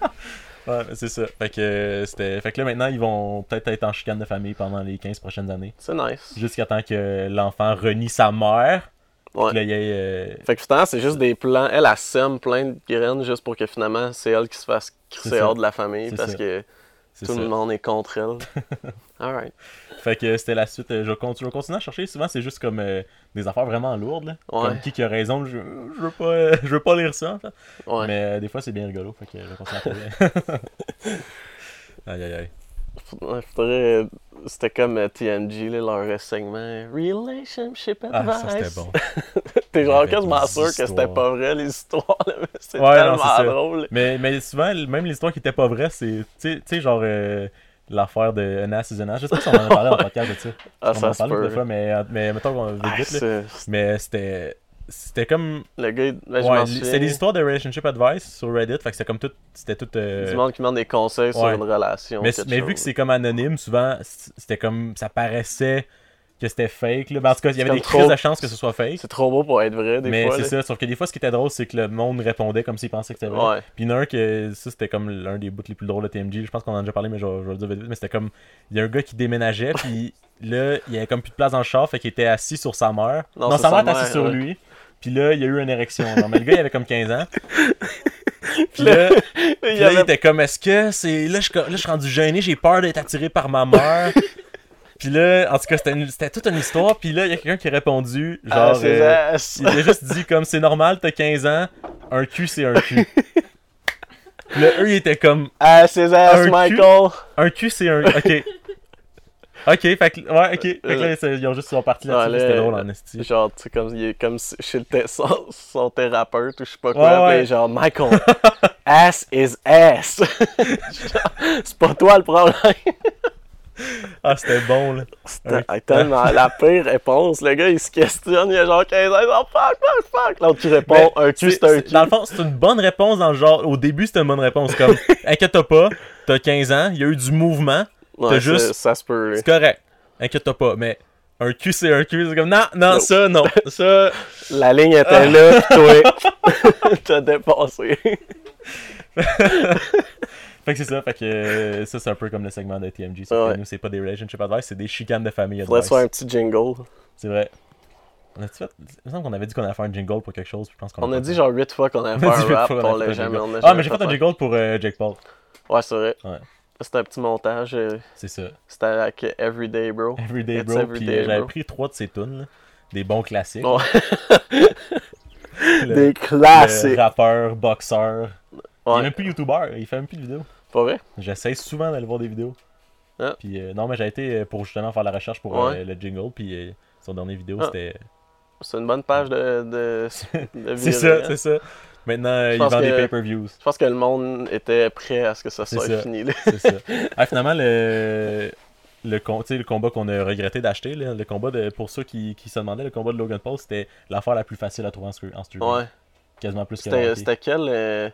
[SPEAKER 1] Ouais, mais c'est ça. Fait que, euh, c'était... fait que là, maintenant, ils vont peut-être être en chicane de famille pendant les 15 prochaines années.
[SPEAKER 4] C'est nice.
[SPEAKER 1] Jusqu'à temps que l'enfant renie sa mère.
[SPEAKER 4] Ouais.
[SPEAKER 1] Puis là, il y ait, euh,
[SPEAKER 4] Fait que finalement, c'est juste des plans. Elle, elle sème plein de graines juste pour que finalement, c'est elle qui se fasse
[SPEAKER 1] C'est
[SPEAKER 4] crisser
[SPEAKER 1] ça.
[SPEAKER 4] hors de la famille
[SPEAKER 1] C'est
[SPEAKER 4] parce
[SPEAKER 1] ça.
[SPEAKER 4] que
[SPEAKER 1] c'est
[SPEAKER 4] tout
[SPEAKER 1] ça.
[SPEAKER 4] le monde est contre elle. Alright.
[SPEAKER 1] Fait que c'était la suite. Euh, Je, con- je continue à chercher. Souvent, c'est juste comme euh, des affaires vraiment lourdes. là.
[SPEAKER 4] Ouais.
[SPEAKER 1] Comme qui qui a raison. Je, je veux, pas, euh, je veux pas lire ça. en fait.
[SPEAKER 4] Ouais.
[SPEAKER 1] Mais euh, des fois, c'est bien rigolo. Fait que je continue à trouver. aïe, aïe, aïe.
[SPEAKER 4] Ouais, faudrait- C'était comme euh, TNG, là, leur euh, segment Relationship Advice.
[SPEAKER 1] Ah, ça, c'était bon.
[SPEAKER 4] T'es genre
[SPEAKER 1] Avec
[SPEAKER 4] quasiment
[SPEAKER 1] des
[SPEAKER 4] sûr que c'était
[SPEAKER 1] histoires.
[SPEAKER 4] pas vrai, les histoires, là, mais c'est
[SPEAKER 1] Ouais, non,
[SPEAKER 4] tellement
[SPEAKER 1] c'est ça.
[SPEAKER 4] drôle.
[SPEAKER 1] Mais, mais souvent, même l'histoire qui était pas vraie, c'est. Tu sais- tu sais, genre. euh, L'affaire de Nas et Je sais pas si on en a parlé en podcast de ça.
[SPEAKER 4] Ah,
[SPEAKER 1] on en
[SPEAKER 4] ça
[SPEAKER 1] a
[SPEAKER 4] se
[SPEAKER 1] parlé
[SPEAKER 4] peut.
[SPEAKER 1] deux fois, mais, euh, mais mettons qu'on vite,
[SPEAKER 4] Ah,
[SPEAKER 1] vite, là.
[SPEAKER 4] c'est-
[SPEAKER 1] Mais c'était. C'était comme.
[SPEAKER 4] Le gars, il- ben, je
[SPEAKER 1] ouais,
[SPEAKER 4] m'en
[SPEAKER 1] li-
[SPEAKER 4] souviens,
[SPEAKER 1] c'était des histoires de relationship advice sur Reddit. Fait que c'était comme tout. C'était tout. euh,
[SPEAKER 4] Du monde qui demande des conseils sur
[SPEAKER 1] ouais.
[SPEAKER 4] une relation.
[SPEAKER 1] mais
[SPEAKER 4] quelque
[SPEAKER 1] mais vu
[SPEAKER 4] chose.
[SPEAKER 1] que c'est comme anonyme, souvent, c- c'était comme. Ça paraissait que c'était fake. Là. Ben, en tout cas, il y
[SPEAKER 4] C'est
[SPEAKER 1] avait
[SPEAKER 4] comme
[SPEAKER 1] des
[SPEAKER 4] trop-
[SPEAKER 1] crises de chance que ce soit fake.
[SPEAKER 4] C'est trop beau pour être vrai, des
[SPEAKER 1] Mais
[SPEAKER 4] fois.
[SPEAKER 1] c'est
[SPEAKER 4] là.
[SPEAKER 1] ça. Sauf que des fois, ce qui était drôle, c'est que le monde répondait comme s'il pensait que c'était vrai.
[SPEAKER 4] Ouais.
[SPEAKER 1] Puis il y en a un que. Ça, c'était comme l'un des bouts les plus drôles de TMG. Je pense qu'on en a déjà parlé, mais je vais, je vais le dire vite, vite. Mais c'était comme. Il y a un gars qui déménageait, puis là, il y avait comme plus de place dans le char, fait qu'il était assis sur sa mère.
[SPEAKER 4] Non,
[SPEAKER 1] Non,
[SPEAKER 4] sur sa
[SPEAKER 1] sa mère était assise
[SPEAKER 4] mère,
[SPEAKER 1] sur
[SPEAKER 4] ouais.
[SPEAKER 1] lui. Puis là, il y a eu une érection. genre. mais le gars, il avait comme 15 ans. Puis là,
[SPEAKER 4] Il
[SPEAKER 1] puis
[SPEAKER 4] y
[SPEAKER 1] là,
[SPEAKER 4] avait-
[SPEAKER 1] il était comme, est-ce que c'est. Là, je, là, je suis rendu gêné, j'ai peur d'être attiré par ma mère. puis là, en tout cas, c'était, une- c'était toute une histoire. Puis là, il y a quelqu'un qui a répondu, genre.
[SPEAKER 4] Ah, c'est
[SPEAKER 1] euh,
[SPEAKER 4] ass.
[SPEAKER 1] il a juste dit, comme, c'est normal, t'as 15 ans, un cul, c'est un cul. Puis là, eux, ils étaient comme,
[SPEAKER 4] Ah, c'est ass,
[SPEAKER 1] un cul.
[SPEAKER 4] Michael.
[SPEAKER 1] un cul, c'est un. Ok. Ok, fait que, ouais, ok. Fait que là, c'est- ils ont juste ils sont partis là-dessus,
[SPEAKER 4] Ouais,
[SPEAKER 1] mais c'était
[SPEAKER 4] là,
[SPEAKER 1] drôle en esti.
[SPEAKER 4] Genre, tu sais, comme, il est comme si- chez le thé- son, son thérapeute ou je sais pas quoi,
[SPEAKER 1] Ouais, ouais.
[SPEAKER 4] mais genre, Michael, ass is ass. Genre, c'est pas toi le problème.
[SPEAKER 1] Ah, c'était bon, là.
[SPEAKER 4] C'était hey, tellement la pire réponse. Le gars, il se questionne, il a genre 15 ans, il dit, oh, fuck, fuck, fuck. L'autre qui répond,
[SPEAKER 1] Mais
[SPEAKER 4] un cul,
[SPEAKER 1] c'est-
[SPEAKER 4] c'est un
[SPEAKER 1] c'est-
[SPEAKER 4] cul.
[SPEAKER 1] Dans le fond, c'est une bonne réponse dans le genre. Au début, c'était une bonne réponse. Comme, inquiète-toi pas, t'as 15 ans, il y a eu du mouvement,
[SPEAKER 4] Ouais,
[SPEAKER 1] t'as
[SPEAKER 4] ça-
[SPEAKER 1] juste-
[SPEAKER 4] Ça se peut. là.
[SPEAKER 1] c'est correct. Inquiète-toi pas, mais un cul, c'est un cul. C'est comme, non, non,
[SPEAKER 4] Non.
[SPEAKER 1] ça, non. Ça.
[SPEAKER 4] La ligne était là,
[SPEAKER 1] Ah.
[SPEAKER 4] pis toi, t'as dépassé.
[SPEAKER 1] Fait que c'est ça, fait que euh, ça, c'est un peu comme le segment de TMG. sauf que
[SPEAKER 4] Ouais.
[SPEAKER 1] nous, c'est pas des relationship advice, c'est des chicanes de famille
[SPEAKER 4] Faudrait se
[SPEAKER 1] advice.
[SPEAKER 4] faire un petit jingle.
[SPEAKER 1] C'est vrai. On a-tu fait. Il me semble qu'on avait dit qu'on allait faire un jingle pour quelque chose, puis je pense qu'on
[SPEAKER 4] On
[SPEAKER 1] l'a
[SPEAKER 4] a
[SPEAKER 1] pas
[SPEAKER 4] dit
[SPEAKER 1] fait.
[SPEAKER 4] genre 8 fois qu'on allait
[SPEAKER 1] On a
[SPEAKER 4] faire
[SPEAKER 1] dit
[SPEAKER 4] un
[SPEAKER 1] huit
[SPEAKER 4] rap,
[SPEAKER 1] fois
[SPEAKER 4] pis
[SPEAKER 1] qu'on
[SPEAKER 4] on
[SPEAKER 1] allait
[SPEAKER 4] l'a
[SPEAKER 1] faire un
[SPEAKER 4] jamais. on
[SPEAKER 1] jingle.
[SPEAKER 4] l'a
[SPEAKER 1] Ah,
[SPEAKER 4] jamais
[SPEAKER 1] mais j'ai fait un jingle pour euh, Jake Paul.
[SPEAKER 4] Ouais, c'est vrai.
[SPEAKER 1] Ouais.
[SPEAKER 4] C'était un petit montage. euh,
[SPEAKER 1] C'est ça.
[SPEAKER 4] C'était avec Everyday Bro.
[SPEAKER 1] Everyday
[SPEAKER 4] It's
[SPEAKER 1] Bro,
[SPEAKER 4] Everyday
[SPEAKER 1] puis euh, j'avais
[SPEAKER 4] Bro.
[SPEAKER 1] pris trois de ses tunes, là. des bons classiques.
[SPEAKER 4] Bon.
[SPEAKER 1] Le-
[SPEAKER 4] Des
[SPEAKER 1] Le
[SPEAKER 4] classiques.
[SPEAKER 1] rappeur, boxeur. Il est
[SPEAKER 4] ah, Ouais.
[SPEAKER 1] même plus youtubeur, il fait même plus de vidéos.
[SPEAKER 4] Pas vrai?
[SPEAKER 1] J'essaie souvent d'aller voir des vidéos.
[SPEAKER 4] Ah.
[SPEAKER 1] Puis euh, non, mais j'ai été euh, pour justement faire la recherche pour
[SPEAKER 4] Ouais.
[SPEAKER 1] euh, le jingle, puis euh, son dernier vidéo
[SPEAKER 4] Ah.
[SPEAKER 1] c'était.
[SPEAKER 4] C'est une bonne page de, de, de
[SPEAKER 1] C'est
[SPEAKER 4] virer,
[SPEAKER 1] ça,
[SPEAKER 4] hein.
[SPEAKER 1] c'est ça. Maintenant, euh,
[SPEAKER 4] Je
[SPEAKER 1] il
[SPEAKER 4] pense
[SPEAKER 1] vend des
[SPEAKER 4] que-
[SPEAKER 1] pay-per-views.
[SPEAKER 4] Je pense que le monde était prêt à ce que ça
[SPEAKER 1] C'est
[SPEAKER 4] soit
[SPEAKER 1] ça.
[SPEAKER 4] fini. là.
[SPEAKER 1] C'est ça. Ah, finalement, le, le, com- tu sais, le combat qu'on a regretté d'acheter, là, le combat de, pour ceux qui, qui se demandaient, le combat de Logan Paul, c'était l'affaire la plus facile à trouver en, stru- en streaming.
[SPEAKER 4] Ouais.
[SPEAKER 1] Quasiment plus que le
[SPEAKER 4] C'était
[SPEAKER 1] hockey.
[SPEAKER 4] c'était quel. euh,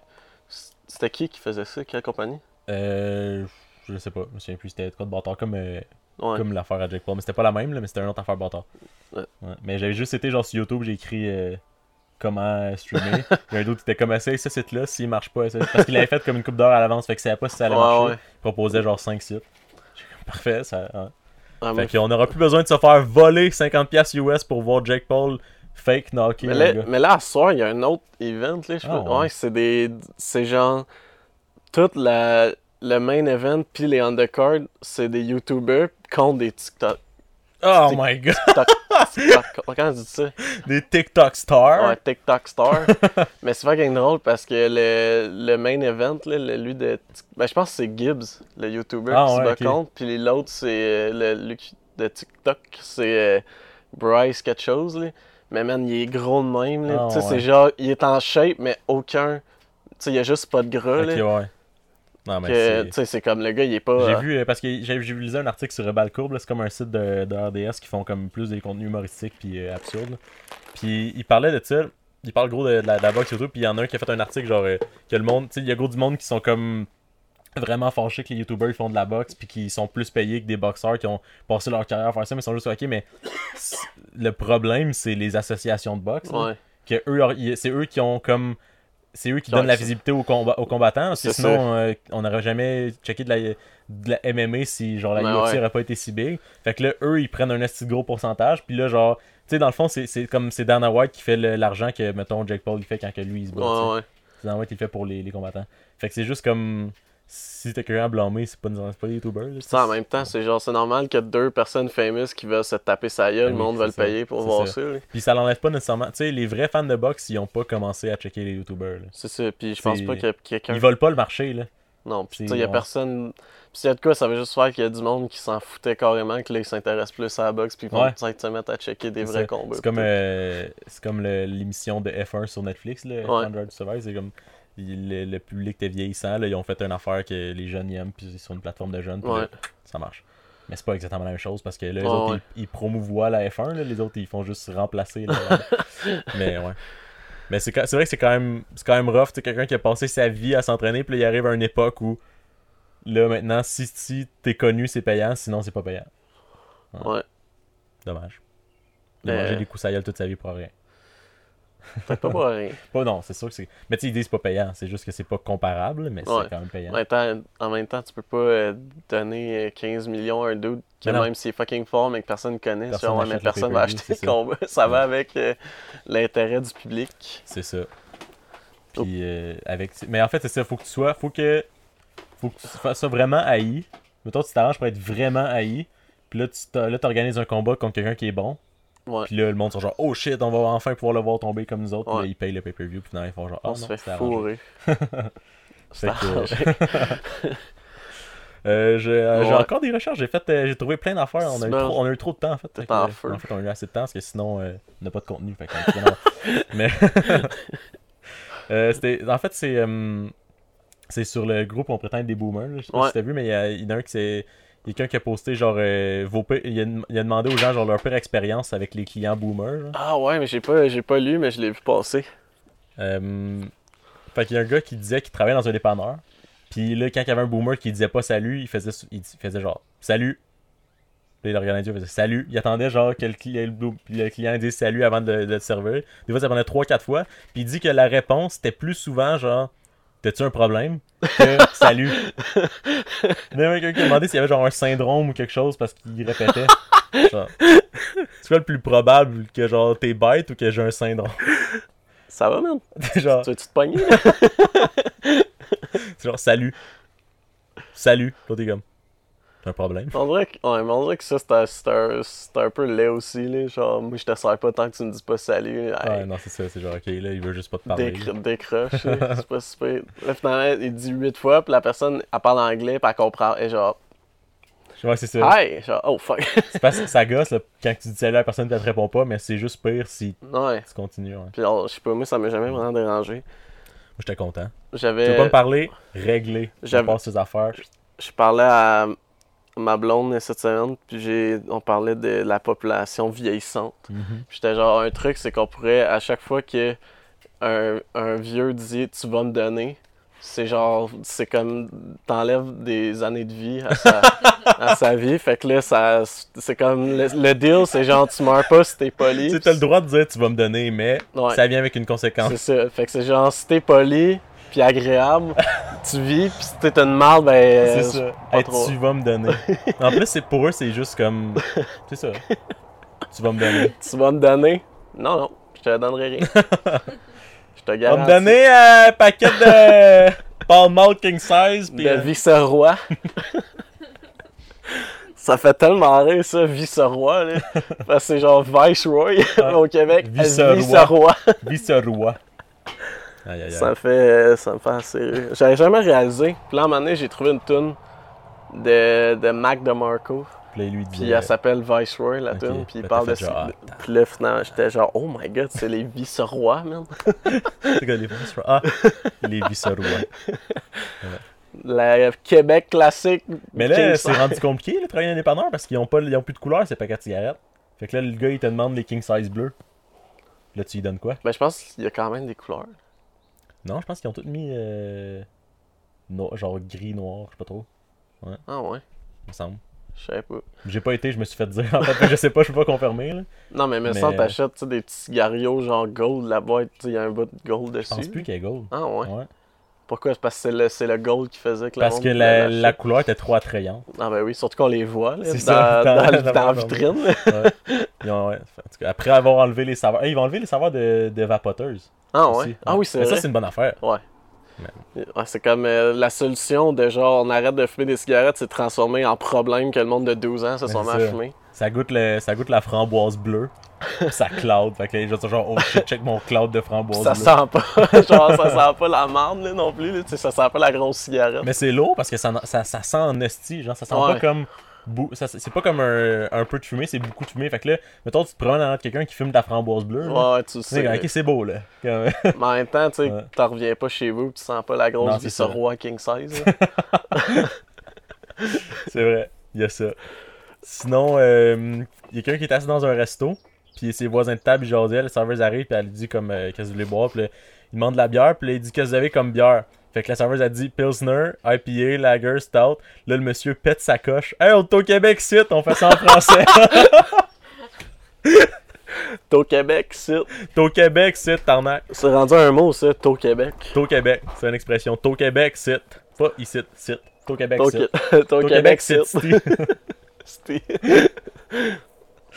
[SPEAKER 4] C'était qui qui faisait ça? Quelle compagnie?
[SPEAKER 1] Euh, je sais pas, je me souviens plus, c'était de quoi de bâtard comme, euh,
[SPEAKER 4] Ouais.
[SPEAKER 1] comme l'affaire à Jake Paul. Mais c'était pas la même, là, mais c'était une autre affaire bâtard.
[SPEAKER 4] Ouais.
[SPEAKER 1] Mais j'avais juste été genre sur YouTube, j'ai écrit euh, comment euh, streamer. Il y a un d'autre qui était comme essaye ce site-là, s'il marche pas, essaye. Parce qu'il l'avait fait comme une coupe d'heure à l'avance, fait que savait pas si ça allait marcher.
[SPEAKER 4] Ouais, ouais.
[SPEAKER 1] Il proposait genre 5 sites. J'ai comme, Parfait, ça. ouais.
[SPEAKER 4] Ah, mais
[SPEAKER 1] Fait qu'on aura plus besoin de se faire voler 50$ US pour voir Jake Paul fake knocker
[SPEAKER 4] Mais
[SPEAKER 1] le
[SPEAKER 4] là,
[SPEAKER 1] gars.
[SPEAKER 4] mais là, à ce soir, il y a un autre event. Là, je
[SPEAKER 1] Ah,
[SPEAKER 4] pense. ouais,
[SPEAKER 1] ouais.
[SPEAKER 4] c'est des. C'est genre. Toute la. Le main event puis les undercards, c'est des YouTubers contre des TikTok.
[SPEAKER 1] Oh my god!
[SPEAKER 4] TikTok, TikTok comment on dit ça?
[SPEAKER 1] Des TikTok stars!
[SPEAKER 4] Ouais, TikTok star. Mais c'est fucking drôle parce que le, le main event, là, le- lui de. Tik- Ben, je pense que c'est Gibbs, le YouTuber
[SPEAKER 1] Ah,
[SPEAKER 4] qui se
[SPEAKER 1] ouais,
[SPEAKER 4] bat
[SPEAKER 1] ok.
[SPEAKER 4] contre. Puis l'autre, c'est. euh, Le, lui qui- de TikTok, c'est euh, Bryce quelque chose. Là. Mais man, il est gros de même. là.
[SPEAKER 1] Ah,
[SPEAKER 4] tu sais,
[SPEAKER 1] ouais.
[SPEAKER 4] c'est genre. Il est en shape, mais aucun. Tu sais, il y a juste pas de gras.
[SPEAKER 1] Ok,
[SPEAKER 4] là,
[SPEAKER 1] ouais. Non, mais
[SPEAKER 4] que,
[SPEAKER 1] c'est-
[SPEAKER 4] Tu sais, c'est comme le gars, il est pas.
[SPEAKER 1] J'ai
[SPEAKER 4] euh,
[SPEAKER 1] vu, euh, parce que j'ai j'ai lu un article sur Rebal Courbe, là, c'est comme un site de, de RDS qui font comme plus des contenus humoristiques puis euh, absurdes. là. Puis il parlait de ça, il parle gros de, de la, de la boxe YouTube, puis il y en a un qui a fait un article genre euh, que le monde, tu sais, il y a gros du monde qui sont comme vraiment fâchés que les youtubeurs ils font de la boxe puis qui sont plus payés que des boxeurs qui ont passé leur carrière à faire ça mais ils sont juste ok mais c'est- le problème c'est les associations de boxe là
[SPEAKER 4] Ouais.
[SPEAKER 1] que eux, or- y- c'est eux qui ont comme c'est eux qui
[SPEAKER 4] Ouais,
[SPEAKER 1] donnent la
[SPEAKER 4] c'est-
[SPEAKER 1] visibilité aux, comba- aux combattants. Parce que
[SPEAKER 4] C'est
[SPEAKER 1] sinon, euh, on n'aurait jamais checké de la, de la MMA si genre la
[SPEAKER 4] Ben
[SPEAKER 1] UFC
[SPEAKER 4] ouais.
[SPEAKER 1] aurait pas été si big. Fait que là, eux, ils prennent un assez gros pourcentage. Puis là, genre, tu sais, dans le fond, c'est c'est comme c'est Dana White qui fait le- l'argent que, mettons, Jake Paul il fait quand que lui, il se bat. tu sais.
[SPEAKER 4] Ouais, ouais.
[SPEAKER 1] C'est Dana White qui le fait pour les, les combattants. Fait que c'est juste comme. Si t'as quelqu'un à blâmer, c'est pas, c'est pas des youtubers. là,
[SPEAKER 4] Ça, en même temps, c'est genre, c'est normal que deux personnes fameuses qui veulent se taper sa gueule,
[SPEAKER 1] Ben
[SPEAKER 4] le
[SPEAKER 1] oui,
[SPEAKER 4] monde
[SPEAKER 1] c'est
[SPEAKER 4] va le
[SPEAKER 1] ça.
[SPEAKER 4] payer pour
[SPEAKER 1] C'est
[SPEAKER 4] voir
[SPEAKER 1] ça.
[SPEAKER 4] ça. là.
[SPEAKER 1] Puis ça l'enlève pas nécessairement. Tu sais, les vrais fans de boxe, ils ont pas commencé à checker les youtubers. là.
[SPEAKER 4] C'est ça. Puis je pense
[SPEAKER 1] C'est-
[SPEAKER 4] pas que quelqu'un.
[SPEAKER 1] Ils volent pas le marché, là.
[SPEAKER 4] Non, puis
[SPEAKER 1] C'est-
[SPEAKER 4] tu sais, y a
[SPEAKER 1] ouais.
[SPEAKER 4] personne. Puis s'il y a de quoi, ça veut juste faire qu'il y a du monde qui s'en foutait carrément, que là, ils s'intéressent plus à la boxe, puis ils vont
[SPEAKER 1] Ouais.
[SPEAKER 4] peut-être se mettre à checker des
[SPEAKER 1] C'est
[SPEAKER 4] vrais
[SPEAKER 1] ça.
[SPEAKER 4] combats.
[SPEAKER 1] C'est comme,
[SPEAKER 4] plutôt.
[SPEAKER 1] euh, c'est comme le- l'émission de F1 sur Netflix, le Android Survivor. C'est comme il- le, le public était vieillissant, là, ils ont fait une affaire que les jeunes y aiment, puis c'est sur une plateforme de jeunes, puis
[SPEAKER 4] Ouais.
[SPEAKER 1] là, ça marche. Mais c'est pas exactement la même chose parce que là, les
[SPEAKER 4] Ouais,
[SPEAKER 1] autres
[SPEAKER 4] ouais.
[SPEAKER 1] ils, ils promouvoient la F1, là, les autres ils font juste remplacer. là, la- Mais ouais. Mais c'est, quand- c'est vrai que c'est quand même, c'est quand même rough. tu sais, quelqu'un qui a passé sa vie à s'entraîner, puis là, il arrive à une époque où là maintenant, si, si t'es connu, c'est payant, sinon c'est pas payant.
[SPEAKER 4] Ouais.
[SPEAKER 1] Dommage. De
[SPEAKER 4] Euh.
[SPEAKER 1] manger des coups à gueule toute sa vie pour rien. euh,
[SPEAKER 4] Peut-être pas pour rien.
[SPEAKER 1] Pas non, c'est sûr que c'est. Mais tu sais, ils disent pas payant, c'est juste que c'est pas comparable, mais
[SPEAKER 4] Ouais.
[SPEAKER 1] c'est quand même payant.
[SPEAKER 4] En même temps, en même temps, tu peux pas euh, donner euh, 15 millions à un dude que
[SPEAKER 1] Mais non.
[SPEAKER 4] même s'il est fucking fort mais que personne ne connaît,
[SPEAKER 1] Personne
[SPEAKER 4] genre, ouais,
[SPEAKER 1] n'achète
[SPEAKER 4] mais
[SPEAKER 1] le
[SPEAKER 4] personne va
[SPEAKER 1] pay-per-view,
[SPEAKER 4] acheter
[SPEAKER 1] c'est
[SPEAKER 4] le combat. Ça va avec euh, l'intérêt du public.
[SPEAKER 1] C'est ça.
[SPEAKER 4] Oh.
[SPEAKER 1] Puis euh, avec. Mais en fait, c'est ça, faut que tu sois. Faut que. Faut que tu fasses ça vraiment haï. Mettons, tu t'arranges pour être vraiment haï. Puis là, tu t'a- là, t'organises un combat contre quelqu'un qui est bon.
[SPEAKER 4] Ouais.
[SPEAKER 1] Puis là, le monde sont genre, oh shit, on va enfin pouvoir le voir tomber comme nous autres. Puis
[SPEAKER 4] Ouais.
[SPEAKER 1] là, ils payent le pay-per-view. Puis finalement, ils font genre, oh
[SPEAKER 4] On
[SPEAKER 1] non,
[SPEAKER 4] se fait
[SPEAKER 1] c'était arrangé.
[SPEAKER 4] fourrer.
[SPEAKER 1] Fait
[SPEAKER 4] C'est
[SPEAKER 1] que-
[SPEAKER 4] arrangé.
[SPEAKER 1] Euh, j'ai euh, j'ai
[SPEAKER 4] Ouais.
[SPEAKER 1] encore des recherches, j'ai fait, euh, j'ai trouvé plein d'affaires, on, a eu
[SPEAKER 4] C'est bon.
[SPEAKER 1] trop- on a eu trop de temps en fait.
[SPEAKER 4] T'es
[SPEAKER 1] Fait que,
[SPEAKER 4] en
[SPEAKER 1] euh,
[SPEAKER 4] feu.
[SPEAKER 1] En fait, on a eu assez de temps parce que sinon, euh, on n'a pas de contenu. fait qu'on est finalement- Mais Euh, c'était- en fait, c'est euh, c'est sur le groupe on prétend être des boomers. là. Je sais pas
[SPEAKER 4] Ouais.
[SPEAKER 1] si t'as vu, mais il y, a- il y en a un qui c'est il y a quelqu'un qui a posté genre euh, vos pires- il, a, il a demandé aux gens genre leur pire expérience avec les clients boomers. genre.
[SPEAKER 4] Ah ouais, mais j'ai pas, j'ai pas lu, mais je l'ai vu passer.
[SPEAKER 1] Euh, fait qu'il y a un gars qui disait qu'il travaillait dans un dépanneur. Puis là, quand il y avait un boomer qui disait pas salut, il faisait, il dis- faisait genre salut. Puis là, il regardait Dieu, il faisait salut. Il attendait genre que le, cli- le blo- le client dise salut avant de, de le servir. Des fois, ça prenait 3-4 fois. Puis il dit que la réponse était plus souvent genre T'as-tu un problème que salut. Il y avait quelqu'un qui a demandé s'il y avait genre un syndrome ou quelque chose parce qu'il répétait. Genre, c'est quoi le plus probable que genre t'es bête ou que j'ai un syndrome
[SPEAKER 4] Ça va, man?
[SPEAKER 1] genre,
[SPEAKER 4] Tu veux-tu te pogner?
[SPEAKER 1] C'est genre salut. Salut. L'autre est comme. T'as un problème.
[SPEAKER 4] on, dirait que, ouais, mais on dirait que ça, c'est un, c'est un- c'est un peu laid aussi. Là. Genre, moi, je te sers pas tant que tu me dis pas salut. là.
[SPEAKER 1] Ouais,
[SPEAKER 4] Hey,
[SPEAKER 1] non, c'est ça. C'est genre, ok, là, il veut juste pas te parler.
[SPEAKER 4] décro- décroche. là. c'est pas super. Là, finalement, il dit huit fois, puis la personne, elle parle anglais, puis elle comprend. Et genre,
[SPEAKER 1] Ouais, c'est ça.
[SPEAKER 4] hey! Genre, oh fuck!
[SPEAKER 1] C'est parce que ça gosse là, quand tu dis salut à la personne, elle te répond pas, mais c'est juste pire si
[SPEAKER 4] ouais.
[SPEAKER 1] tu continues. ouais. Moi,
[SPEAKER 4] Puis, alors, je sais pas, moi, ça m'a jamais vraiment dérangé.
[SPEAKER 1] j'étais content. Tu veux pas
[SPEAKER 4] J'avais.
[SPEAKER 1] me parler Réglé. Je
[SPEAKER 4] Euh, j'avais-
[SPEAKER 1] passe tes affaires.
[SPEAKER 4] Je parlais à ma blonde cette semaine, puis j'ai, on parlait de la population vieillissante.
[SPEAKER 1] Mhm.
[SPEAKER 4] Puis J'étais genre, un truc, c'est qu'on pourrait, à chaque fois que un, un vieux dit tu vas me donner, c'est genre, c'est comme, t'enlèves des années de vie à sa, à sa vie. Fait que là, ça, c'est comme, le, le deal, c'est genre, tu meurs pas si t'es poli.
[SPEAKER 1] Tu sais, t'as le droit de dire tu vas me donner, mais
[SPEAKER 4] Ouais.
[SPEAKER 1] ça hein. vient avec une
[SPEAKER 4] C'est
[SPEAKER 1] conséquence.
[SPEAKER 4] ça. Fait que c'est genre, si t'es poli, puis agréable, tu vis, puis si t'es une marde, ben.
[SPEAKER 1] C'est
[SPEAKER 4] euh,
[SPEAKER 1] ça.
[SPEAKER 4] pas
[SPEAKER 1] Hey,
[SPEAKER 4] trop.
[SPEAKER 1] tu vas me donner. en plus, c'est pour eux, c'est juste comme. C'est ça. Tu vas me donner.
[SPEAKER 4] Tu vas me donner? Non, non, je te donnerai rien. je te
[SPEAKER 1] On va me
[SPEAKER 4] garantis.
[SPEAKER 1] donner un paquet de Paul Mall King Size. puis,
[SPEAKER 4] De
[SPEAKER 1] euh,
[SPEAKER 4] Vice-Roi. ça fait tellement rire, ça, Vice-Roi, là. Parce que c'est genre Vice-Roy
[SPEAKER 1] Ah,
[SPEAKER 4] au Québec.
[SPEAKER 1] Vice-Roi.
[SPEAKER 4] Vice-Roi.
[SPEAKER 1] Vice-roi. Aïe, aïe,
[SPEAKER 4] Ça
[SPEAKER 1] aïe.
[SPEAKER 4] me fait, ça me fait assez rire. J'avais jamais réalisé. Puis là, à un moment donné, j'ai trouvé une tune de, de Mac DeMarco.
[SPEAKER 1] Puis là, lui dit.
[SPEAKER 4] Puis elle s'appelle Viceroy, la
[SPEAKER 1] Ok.
[SPEAKER 4] tune. Puis il
[SPEAKER 1] Là,
[SPEAKER 4] parle
[SPEAKER 1] t'as
[SPEAKER 4] de...
[SPEAKER 1] fait genre, ah, t'as-
[SPEAKER 4] Puis là, finalement, j'étais genre, oh my god, c'est les Vice-Rois, man.
[SPEAKER 1] les vice-rois. Ah, les vice-rois.
[SPEAKER 4] La Québec classique.
[SPEAKER 1] Mais là,
[SPEAKER 4] King
[SPEAKER 1] c'est
[SPEAKER 4] size.
[SPEAKER 1] rendu compliqué, le travail indépendant, parce qu'ils ont, pas, ils ont plus de couleur, ces paquets de cigarettes. Fait que là, le gars, il te demande les king size bleus. Là, tu lui donnes quoi
[SPEAKER 4] Ben, je pense qu'il y a quand même des couleurs.
[SPEAKER 1] Non, je pense qu'ils ont tous mis. euh, no- genre gris, noir, je sais pas trop,
[SPEAKER 4] Ah ouais.
[SPEAKER 1] il me semble.
[SPEAKER 4] Je savais pas.
[SPEAKER 1] J'ai pas été, je me suis fait dire. En fait, je sais pas, je peux pas confirmer. Là.
[SPEAKER 4] Non, mais mais
[SPEAKER 1] Mais-
[SPEAKER 4] ça, t'achètes tu sais, des petits cigarios genre gold, la boîte, tu sais, il y a un bout de gold
[SPEAKER 1] Je pense
[SPEAKER 4] dessus.
[SPEAKER 1] plus qu'il y ait gold.
[SPEAKER 4] Ah ouais.
[SPEAKER 1] Ouais.
[SPEAKER 4] Pourquoi C'est parce que c'est le, c'est le gold qui faisait que le
[SPEAKER 1] Parce
[SPEAKER 4] monde
[SPEAKER 1] que
[SPEAKER 4] voulait
[SPEAKER 1] la,
[SPEAKER 4] l'acheter.
[SPEAKER 1] la couleur était trop attrayante.
[SPEAKER 4] Ah ben oui, surtout qu'on les voit là, dans,
[SPEAKER 1] C'est ça,
[SPEAKER 4] dans, le-
[SPEAKER 1] dans- dans-
[SPEAKER 4] dans la
[SPEAKER 1] dans-
[SPEAKER 4] vitrine.
[SPEAKER 1] Ouais. Ils ont- ouais. En tout cas, après avoir enlevé les saveurs. Eh, ils vont enlever les saveurs de, de vapoteuses.
[SPEAKER 4] Ah
[SPEAKER 1] aussi.
[SPEAKER 4] ouais. Ah oui,
[SPEAKER 1] Mais
[SPEAKER 4] c'est
[SPEAKER 1] Ça,
[SPEAKER 4] vrai.
[SPEAKER 1] c'est une bonne affaire.
[SPEAKER 4] Ouais, c'est comme euh, la solution de genre on arrête de fumer des cigarettes, c'est transformé en problème que le monde de 12 ans se
[SPEAKER 1] Ben,
[SPEAKER 4] sont mis
[SPEAKER 1] c'est
[SPEAKER 4] à
[SPEAKER 1] ça.
[SPEAKER 4] fumer.
[SPEAKER 1] Ça goûte, le, ça goûte la framboise bleue. Puis ça cloud. Fait que les gens sont genre, oh shit, check mon cloud de framboise
[SPEAKER 4] Ça
[SPEAKER 1] bleue.
[SPEAKER 4] sent pas, genre ça sent pas la marde là, non plus, là, tu sais, ça sent pas la grosse cigarette.
[SPEAKER 1] Mais c'est lourd parce que ça, ça, ça sent en hostie. Genre, ça sent pas
[SPEAKER 4] Ouais.
[SPEAKER 1] comme. bou- ça- C'est pas comme un, un peu de fumée, c'est beaucoup de fumée. Fait que là, mettons, tu te promènes dans quelqu'un qui fume de la framboise bleue. là.
[SPEAKER 4] Ouais, ouais, tu le
[SPEAKER 1] Tu sais,
[SPEAKER 4] sais.
[SPEAKER 1] comme,
[SPEAKER 4] là.
[SPEAKER 1] ok, c'est beau là. Comme-
[SPEAKER 4] Mais en même temps, tu sais,
[SPEAKER 1] Ouais.
[SPEAKER 4] t'en reviens pas chez vous, tu sens pas la
[SPEAKER 1] Non,
[SPEAKER 4] grosse
[SPEAKER 1] c'est ça.
[SPEAKER 4] vice-roi king size. là.
[SPEAKER 1] C'est vrai, il y a ça. Sinon, euh, il y a quelqu'un qui est assis dans un resto, puis ses voisins de table, ils jasaient, le serveuse arrive, puis elle lui dit comme, euh, qu'est-ce que vous voulez boire, puis là, il demande de la bière, puis là, il dit, qu'est-ce que vous avez comme bière? Fait que la serveuse a dit Pilsner, IPA, Lager, Stout. Là, le monsieur pète sa coche. Hey, on est au Québec, suite, on fait ça en français.
[SPEAKER 4] T'es au Québec, c'est.
[SPEAKER 1] T'es au Québec, suite, tarnac.
[SPEAKER 4] C'est rendu un mot, ça, t'es au Québec.
[SPEAKER 1] T'es au Québec, c'est une expression. T'es au Québec, suite. Pas ici, suite. T'es au Québec,
[SPEAKER 4] T'es au,
[SPEAKER 1] suite.
[SPEAKER 4] Qué- t'es au
[SPEAKER 1] T'es
[SPEAKER 4] Québec, c'est.
[SPEAKER 1] suite.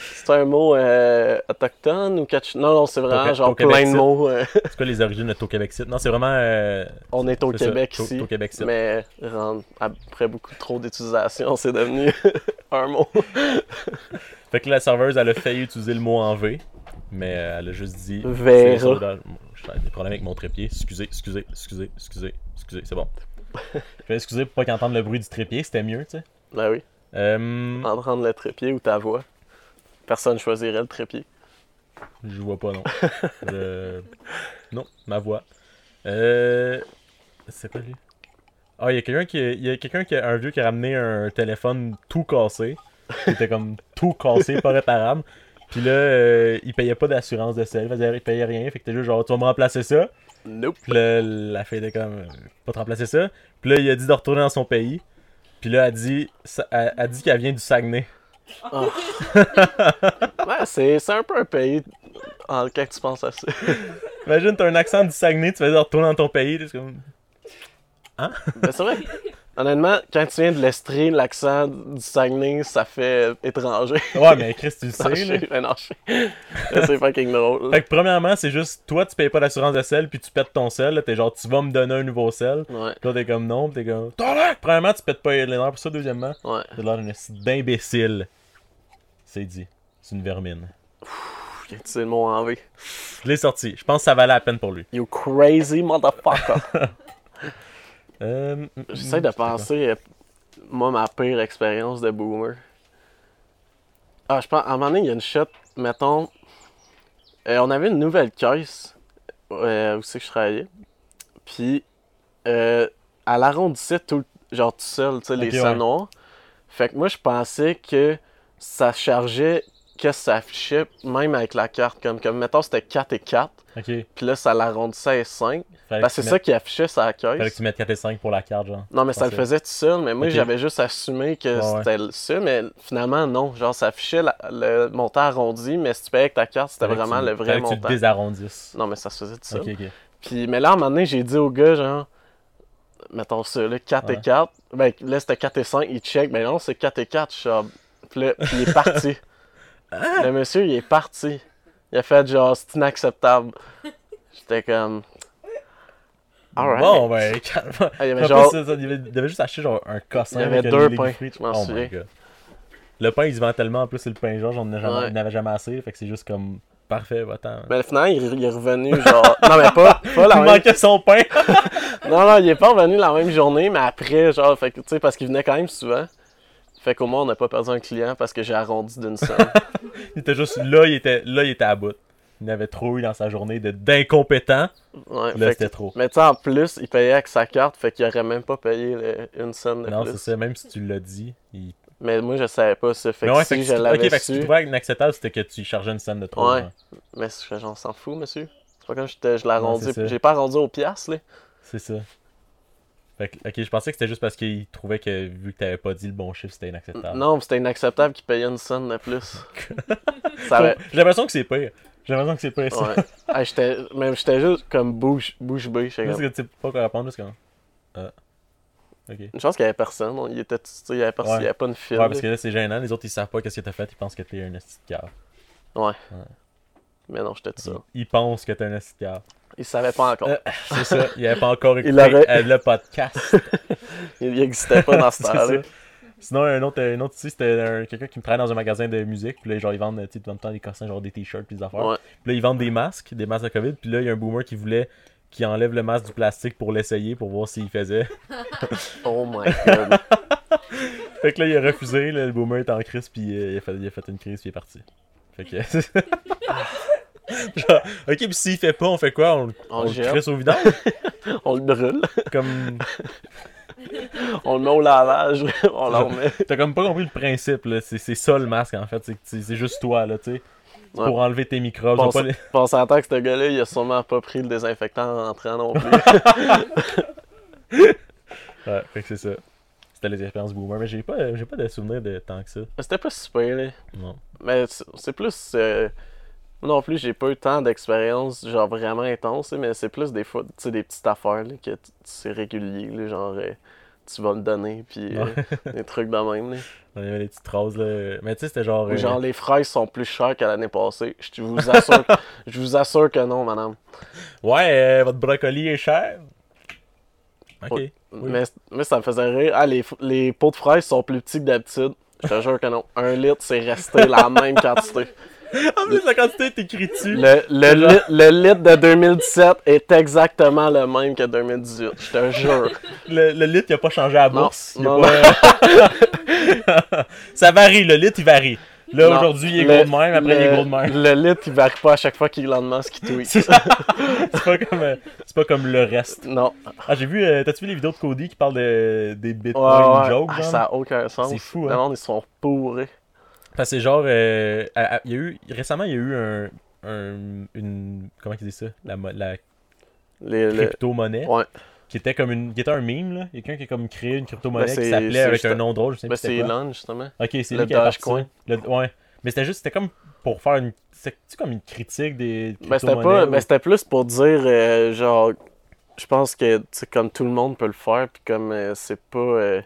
[SPEAKER 4] C'est c'est un mot euh, autochtone ou quelque chose. Non, non, c'est
[SPEAKER 1] T'es au-
[SPEAKER 4] vraiment genre
[SPEAKER 1] t'es au
[SPEAKER 4] plein
[SPEAKER 1] Québec,
[SPEAKER 4] de
[SPEAKER 1] c'est.
[SPEAKER 4] mots. euh,
[SPEAKER 1] C'est quoi les origines de T'es au Québec, suite? Non, c'est vraiment. euh,
[SPEAKER 4] on est au
[SPEAKER 1] c'est ça,
[SPEAKER 4] Québec
[SPEAKER 1] T'es au-
[SPEAKER 4] ici.
[SPEAKER 1] T'es au Québec, suite.
[SPEAKER 4] Mais rend- après beaucoup trop d'utilisation, c'est devenu un mot.
[SPEAKER 1] Fait que la serveuse, elle a failli utiliser le mot en V, mais euh, elle a juste dit.
[SPEAKER 4] Vera.
[SPEAKER 1] c'est le sondage. J'ai des problèmes avec mon trépied. Excusez, excusez, excusez, excusez, excusez, c'est bon. Je vais excuser pour pas qu'ils entendent le bruit du trépied, c'était mieux, tu sais.
[SPEAKER 4] Ben oui,
[SPEAKER 1] Euh,
[SPEAKER 4] en prendre le trépied ou ta voix. Personne choisirait le trépied.
[SPEAKER 1] je vois pas, non. Je- Non, ma voix. Euh. C'est quoi lui Ah, il y a quelqu'un qui, il y a quelqu'un qui, un vieux qui a ramené un téléphone tout cassé. Il était comme tout cassé, pas réparable. Puis là, euh, il payait pas d'assurance de sel, il payait rien. Fait que t'es juste genre, tu vas me remplacer ça.
[SPEAKER 4] Nope.
[SPEAKER 1] Puis là, la fille était comme, euh, pas te remplacer ça. Puis là, il a dit de retourner dans son pays. Puis là, elle dit, ça- elle, elle dit qu'elle vient du Saguenay.
[SPEAKER 4] Ouais, c'est c'est un peu un pays en quand tu penses à ça.
[SPEAKER 1] Imagine, t'as un accent du Saguenay, tu fais dire retourner dans ton pays. t'es juste comme,
[SPEAKER 4] Ben, c'est vrai. Honnêtement, quand tu viens de l'Estrie, l'accent du Saguenay, ça fait étranger.
[SPEAKER 1] Ouais, mais Chris, tu le
[SPEAKER 4] Non,
[SPEAKER 1] sais,
[SPEAKER 4] je
[SPEAKER 1] là.
[SPEAKER 4] sais, ben non, je sais. Là, c'est fucking drôle. là.
[SPEAKER 1] Fait que premièrement, c'est juste, toi, tu payes pas l'assurance de sel, puis tu pètes ton sel. là. T'es genre, tu vas me donner un nouveau sel.
[SPEAKER 4] Ouais,
[SPEAKER 1] Puis là, t'es comme, non, puis t'es comme, Tabarnak! Premièrement, tu pètes pas les nerfs pour ça. Deuxièmement,
[SPEAKER 4] ouais.
[SPEAKER 1] t'as l'air d'un esti d'imbécile. C'est dit. C'est une vermine.
[SPEAKER 4] Puis, Tu sais le mot en V.
[SPEAKER 1] Je l'ai sorti. Je pense que ça valait la peine pour lui.
[SPEAKER 4] You crazy motherfucker.
[SPEAKER 1] Euh,
[SPEAKER 4] J'essaie de
[SPEAKER 1] je sais pas.
[SPEAKER 4] penser, euh, moi, ma pire expérience de boomer. Ah, je pense, à un moment donné, il y a une shot, mettons, euh, on avait une nouvelle caisse euh, où c'est que je travaillais. Puis, euh, elle arrondissait tout, le- genre tout seul, tu sais,
[SPEAKER 1] Ok,
[SPEAKER 4] les
[SPEAKER 1] ouais.
[SPEAKER 4] sangs noirs. Fait que moi, je pensais que ça chargeait, que ça affichait, même avec la carte. Comme, comme mettons, c'était 4 et 4.
[SPEAKER 1] Ok. Fallait
[SPEAKER 4] Puis là, ça l'arrondissait à 5.
[SPEAKER 1] que
[SPEAKER 4] Parce
[SPEAKER 1] tu
[SPEAKER 4] que Bah, c'est ça
[SPEAKER 1] mettes-
[SPEAKER 4] qui affichait sa caisse.
[SPEAKER 1] Fallait que tu mettes 4 et 5 pour la carte, genre.
[SPEAKER 4] Non, mais ça
[SPEAKER 1] Pensais.
[SPEAKER 4] le faisait tout seul, mais moi
[SPEAKER 1] Ok.
[SPEAKER 4] j'avais juste assumé que
[SPEAKER 1] Ouais, ouais.
[SPEAKER 4] c'était le- ça, mais finalement non. Genre ça affichait la- le montant arrondi, mais si tu payais avec ta carte, c'était
[SPEAKER 1] Fallait que
[SPEAKER 4] vraiment
[SPEAKER 1] tu-
[SPEAKER 4] le vrai
[SPEAKER 1] fallait que tu
[SPEAKER 4] montant.
[SPEAKER 1] le désarrondisses.
[SPEAKER 4] Non, mais ça se faisait tout seul.
[SPEAKER 1] Ok, ok.
[SPEAKER 4] Puis, mais là, à un moment donné, j'ai dit au gars, genre, mettons ça, là, 4
[SPEAKER 1] Ouais.
[SPEAKER 4] et 4. Ben là, c'était 4 et 5, il check, ben non, c'est 4 et 4, je suis genre, Puis là, puis il est parti.
[SPEAKER 1] Ah!
[SPEAKER 4] le monsieur, il est parti. Il a fait genre, c'est inacceptable. J'étais comme. Alright.
[SPEAKER 1] Bon, ben, calme.
[SPEAKER 4] Ah, il y avait
[SPEAKER 1] En
[SPEAKER 4] genre-
[SPEAKER 1] plus, ça, il, avait, il avait juste acheté genre un cossin.
[SPEAKER 4] Il y avait
[SPEAKER 1] avec
[SPEAKER 4] deux
[SPEAKER 1] les
[SPEAKER 4] pains,
[SPEAKER 1] frites.
[SPEAKER 4] je m'en
[SPEAKER 1] Oh my
[SPEAKER 4] souviens.
[SPEAKER 1] God. Le pain, il se vend tellement. En plus, c'est le pain genre, j'en ai jamais-
[SPEAKER 4] Ouais. Ben,
[SPEAKER 1] il n'avait jamais assez. Fait que c'est juste comme parfait, va-t'en.
[SPEAKER 4] Mais finalement, il, il est revenu, genre. Non, mais pas, pas la
[SPEAKER 1] il
[SPEAKER 4] même
[SPEAKER 1] manquait son pain.
[SPEAKER 4] Non, non, il est pas revenu la même journée, mais après, genre, fait que, tu sais, parce qu'il venait quand même souvent. Fait qu'au moins, on n'a pas perdu un client parce que j'ai arrondi d'une somme.
[SPEAKER 1] il était juste là, il était, là, il était à bout. Il en avait trop eu dans sa journée de- d'incompétent.
[SPEAKER 4] Ouais,
[SPEAKER 1] Là,
[SPEAKER 4] fait
[SPEAKER 1] c'était
[SPEAKER 4] que-
[SPEAKER 1] trop.
[SPEAKER 4] Mais tu sais, en plus, il payait avec sa carte, fait qu'il aurait même pas payé le- une somme de
[SPEAKER 1] Non, c'est
[SPEAKER 4] plus.
[SPEAKER 1] ça. Même si tu l'as dit, il.
[SPEAKER 4] Mais moi, je savais pas ça. Fait
[SPEAKER 1] Mais
[SPEAKER 4] que
[SPEAKER 1] ouais,
[SPEAKER 4] si
[SPEAKER 1] fait que
[SPEAKER 4] je
[SPEAKER 1] tu- ok,
[SPEAKER 4] l'avais
[SPEAKER 1] fait que tu
[SPEAKER 4] su.
[SPEAKER 1] trouvais inacceptable, c'était que tu chargeais une scène de trop.
[SPEAKER 4] Ouais.
[SPEAKER 1] genre.
[SPEAKER 4] Mais je- j'en s'en fous, monsieur. C'est pas comme je, te- je l'ai arrondi.
[SPEAKER 1] c'est ça.
[SPEAKER 4] J'ai pas arrondi au piastres, là.
[SPEAKER 1] C'est ça. Fait que, ok, je pensais que c'était juste parce qu'il trouvait que vu que t'avais pas dit le bon chiffre, c'était inacceptable.
[SPEAKER 4] Non, c'était inacceptable qu'il payait une scène de plus. ça aurait-
[SPEAKER 1] J'ai l'impression que c'est pire. J'ai l'impression que c'est pire. ça.
[SPEAKER 4] Ah Ouais. Ah, j'étais, même j'étais juste comme bouche, bouche bée. j'étais
[SPEAKER 1] Parce
[SPEAKER 4] comme-
[SPEAKER 1] que tu sais pas quoi répondre, juste comme. Ah. Ok. Ouais,
[SPEAKER 4] Une chance qu'il y avait personne. on- Il était, tu sais, il y avait personne,
[SPEAKER 1] Ouais.
[SPEAKER 4] il y avait pas une file.
[SPEAKER 1] parce que là, c'est gênant. Les autres, ils savent pas qu'est-ce que t'as fait. Ils pensent que t'es un esti de cave.
[SPEAKER 4] Mais non, j'étais tout
[SPEAKER 1] Ils,
[SPEAKER 4] ça.
[SPEAKER 1] ils pensent que t'es un esti de cave.
[SPEAKER 4] Il savait pas encore.
[SPEAKER 1] Euh. C'est ça. Ils avaient pas encore écouté
[SPEAKER 4] Il aurait-
[SPEAKER 1] euh, le podcast.
[SPEAKER 4] Il il existait pas dans ce
[SPEAKER 1] C'est
[SPEAKER 4] temps-là.
[SPEAKER 1] ça. Sinon, un autre, un autre ici, c'était un- quelqu'un qui me travaille dans un magasin de musique. Puis là, genre, ils vendent, tu sais, de temps en temps, des cossins, genre des t-shirts, puis des affaires.
[SPEAKER 4] Ouais.
[SPEAKER 1] Puis là, ils vendent des masques, des masques de COVID. Puis là, il y a un boomer qui voulait qu'il enlève le masque du plastique pour l'essayer, pour voir s'il faisait.
[SPEAKER 4] Oh my god.
[SPEAKER 1] Fait que là, il a refusé. là, le boomer est en crise, puis euh, il, a fait, il a fait une crise, puis il est parti. Fait que. Genre, ok, puis s'il fait pas, on fait quoi On, on
[SPEAKER 4] On
[SPEAKER 1] le
[SPEAKER 4] jette.
[SPEAKER 1] crisse au vidange
[SPEAKER 4] On le brûle.
[SPEAKER 1] Comme.
[SPEAKER 4] On le met au lavage. On le remet.
[SPEAKER 1] T'as comme pas compris le principe, là. C'est c'est ça le masque, en fait. C'est que tu- c'est juste toi, là, tu sais. C'est
[SPEAKER 4] Ouais.
[SPEAKER 1] Pour enlever tes microbes.
[SPEAKER 4] Bon,
[SPEAKER 1] c'est pas
[SPEAKER 4] ça-
[SPEAKER 1] les-
[SPEAKER 4] Puis on s'entend que ce gars-là, il a sûrement pas pris le désinfectant en rentrant non plus.
[SPEAKER 1] Ouais, fait que c'est ça. C'était les expériences boomer, mais j'ai pas, euh, j'ai pas de souvenirs de tant que ça.
[SPEAKER 4] C'était pas super, là.
[SPEAKER 1] Non.
[SPEAKER 4] Mais c'est c'est plus. euh, moi non plus, j'ai pas eu tant d'expériences, genre vraiment intenses, mais c'est plus des fois, tu sais, des petites affaires, là, que t- c'est régulier, là, genre, euh, tu vas me donner, puis euh, des trucs de même, là.
[SPEAKER 1] On avait les petites phrases là. Mais tu sais, c'était genre.
[SPEAKER 4] Ou
[SPEAKER 1] euh,
[SPEAKER 4] genre, les fraises sont plus chères qu'à l'année passée. Je te- vous assure, je vous assure que non, madame.
[SPEAKER 1] Ouais, euh, votre brocoli est cher. Ok.
[SPEAKER 4] Ouais.
[SPEAKER 1] Oui.
[SPEAKER 4] Mais, mais ça me faisait rire. Ah, les, f- les pots de fraises sont plus petits que d'habitude. Je te jure que non. Un litre, c'est resté la même quantité.
[SPEAKER 1] En plus, la quantité est écrite dessus.
[SPEAKER 4] Le, le, lit- le litre de 2017 est exactement le même que 2018. Je te jure.
[SPEAKER 1] Le, le litre, il a pas changé à la
[SPEAKER 4] Non,
[SPEAKER 1] bourse. Il a
[SPEAKER 4] non,
[SPEAKER 1] pas- ça varie, le litre, il varie. Là,
[SPEAKER 4] Non,
[SPEAKER 1] aujourd'hui, il est
[SPEAKER 4] le-
[SPEAKER 1] gros de même, après, il est
[SPEAKER 4] le-
[SPEAKER 1] gros de même.
[SPEAKER 4] Le litre, il varie pas à chaque fois qu'il lendemain ce qu'il tweet.
[SPEAKER 1] C'est ça. C'est pas, comme, euh, c'est pas comme le reste.
[SPEAKER 4] Non.
[SPEAKER 1] Ah, j'ai vu. euh, T'as-tu vu les vidéos de Cody qui parle de- des
[SPEAKER 4] Ouais,
[SPEAKER 1] Bitcoin
[SPEAKER 4] ouais.
[SPEAKER 1] jokes?
[SPEAKER 4] Ah,
[SPEAKER 1] genre?
[SPEAKER 4] ça a aucun sens.
[SPEAKER 1] C'est fou, hein.
[SPEAKER 4] Le monde, ils sont pourrés.
[SPEAKER 1] Parce que c'est genre, euh, à- à- il y a eu, récemment, il y a eu un, un- une, comment ils disent ça, la, mo- la
[SPEAKER 4] Les, le-
[SPEAKER 1] crypto-monnaie,
[SPEAKER 4] Ouais.
[SPEAKER 1] qui était comme une, qui était un meme, là. Il y a Quelqu'un qui a comme créé une crypto-monnaie
[SPEAKER 4] Ben,
[SPEAKER 1] qui
[SPEAKER 4] c'est-
[SPEAKER 1] s'appelait
[SPEAKER 4] c'est
[SPEAKER 1] avec
[SPEAKER 4] juste-
[SPEAKER 1] un nom drôle, je sais
[SPEAKER 4] Ben,
[SPEAKER 1] plus
[SPEAKER 4] c'est
[SPEAKER 1] c'était quoi.
[SPEAKER 4] Elon, justement.
[SPEAKER 1] Ok, c'est
[SPEAKER 4] le
[SPEAKER 1] lui qui a parti ça.
[SPEAKER 4] Dogecoin.
[SPEAKER 1] Le- Ouais, mais c'était juste, c'était comme pour faire une, c'est c'est comme une critique des
[SPEAKER 4] Ben, c'était pas.
[SPEAKER 1] crypto-monnaies,
[SPEAKER 4] ben,
[SPEAKER 1] ou-
[SPEAKER 4] c'était plus pour dire, euh, genre, je pense que, tu sais, comme tout le monde peut le faire, puis comme euh, c'est pas. euh,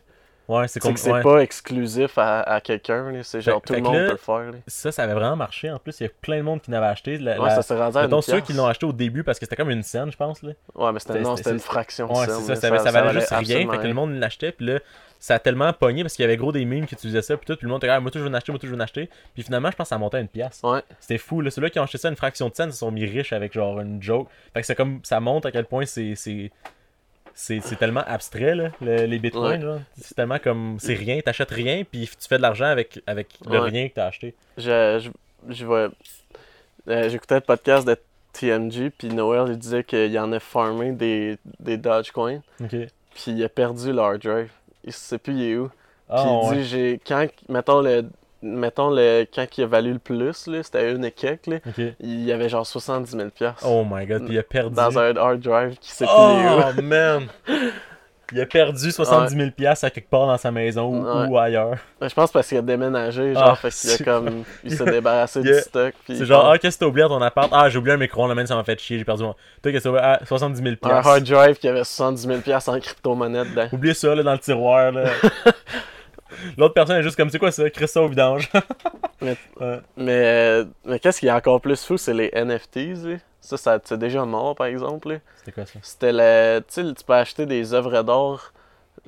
[SPEAKER 1] ouais,
[SPEAKER 4] tu sais
[SPEAKER 1] c'est comme,
[SPEAKER 4] que c'est
[SPEAKER 1] ouais.
[SPEAKER 4] pas exclusif à, à quelqu'un, là. C'est genre,
[SPEAKER 1] Fait-
[SPEAKER 4] tout
[SPEAKER 1] fait
[SPEAKER 4] le
[SPEAKER 1] que
[SPEAKER 4] monde
[SPEAKER 1] là,
[SPEAKER 4] peut le faire, là.
[SPEAKER 1] ça, ça avait vraiment marché. En plus, il y a plein de monde qui l'avait acheté. La,
[SPEAKER 4] Ouais,
[SPEAKER 1] la-
[SPEAKER 4] ça s'est rendu à une
[SPEAKER 1] mettons, ceux
[SPEAKER 4] pièce.
[SPEAKER 1] qui l'ont acheté au début parce que c'était comme une scène, je pense, là.
[SPEAKER 4] Ouais, mais c'était
[SPEAKER 1] C'était-
[SPEAKER 4] non,
[SPEAKER 1] c'était-
[SPEAKER 4] c'était une
[SPEAKER 1] c'est-
[SPEAKER 4] fraction de
[SPEAKER 1] Ouais,
[SPEAKER 4] scène,
[SPEAKER 1] c'est ça,
[SPEAKER 4] là.
[SPEAKER 1] ça, ça valait juste rien,
[SPEAKER 4] absolument
[SPEAKER 1] fait que le monde l'achetait, puis là, ça a tellement pogné parce qu'il y avait gros des mimes qui utilisaient ça, puis tout, puis le monde était comme, Ah, moi tout, je veux en acheter, moi tout, je veux en acheter, puis finalement, je pense que ça montait à une pièce.
[SPEAKER 4] Ouais.
[SPEAKER 1] C'était fou, là, ceux-là qui ont acheté ça une fraction de scène, se sont mis riches avec genre une joke. Fait que c'est comme, ça montre à quel point c'est. c'est... C'est, c'est tellement abstrait, là, le- les bitcoins.
[SPEAKER 4] Ouais.
[SPEAKER 1] genre. C'est tellement comme. C'est rien, t'achètes rien, puis tu fais de l'argent avec, avec le
[SPEAKER 4] Ouais.
[SPEAKER 1] rien que t'as acheté.
[SPEAKER 4] Je, je, je vois- euh, J'écoutais le podcast de TMG, puis Noël, il disait qu'il en a farmé des, des Dogecoin,
[SPEAKER 1] Ok.
[SPEAKER 4] puis il a perdu leur drive. Il sait plus il est où. Puis
[SPEAKER 1] Ah,
[SPEAKER 4] il
[SPEAKER 1] ouais.
[SPEAKER 4] dit, j'ai, quand, mettons, le, mettons le, quand il a valu le plus, là, c'était une et quelques, là,
[SPEAKER 1] Ok.
[SPEAKER 4] il y avait genre 70 000 piastres
[SPEAKER 1] Oh my god, puis il a perdu.
[SPEAKER 4] dans un E. hard drive qui sait plus il est où.
[SPEAKER 1] Oh man! Il a perdu 70 000 à quelque part dans sa maison ou,
[SPEAKER 4] Ouais.
[SPEAKER 1] ou ailleurs.
[SPEAKER 4] Ben, Je pense parce qu'il a déménagé, genre,
[SPEAKER 1] Ah,
[SPEAKER 4] fait qu'il a
[SPEAKER 1] c'est-
[SPEAKER 4] comme, il s'est débarrassé
[SPEAKER 1] Il
[SPEAKER 4] du
[SPEAKER 1] a-
[SPEAKER 4] stock. puis
[SPEAKER 1] C'est
[SPEAKER 4] il
[SPEAKER 1] genre,
[SPEAKER 4] part.
[SPEAKER 1] ah, qu'est-ce que t'as oublié à ton appart? Ah, j'ai oublié un micro-ondes, le man, ça m'a fait chier, j'ai perdu mon. Toi, qu'est-ce que t'as oublié? Ah, 70 000
[SPEAKER 4] un hard drive qui avait 70 000 piastres en crypto-monnaie dedans.
[SPEAKER 1] Oublie ça, là, dans le tiroir, là. L'autre personne est juste comme, c'est quoi ça? Crisse ça au vidange.
[SPEAKER 4] Mais-
[SPEAKER 1] Ouais.
[SPEAKER 4] Mais, euh, mais qu'est-ce qui est encore plus fou, c'est les NFTs. là. Ça, ça c'est déjà mort, par exemple. là.
[SPEAKER 1] C'était quoi ça?
[SPEAKER 4] C'était le. Tu sais, tu peux acheter des œuvres d'art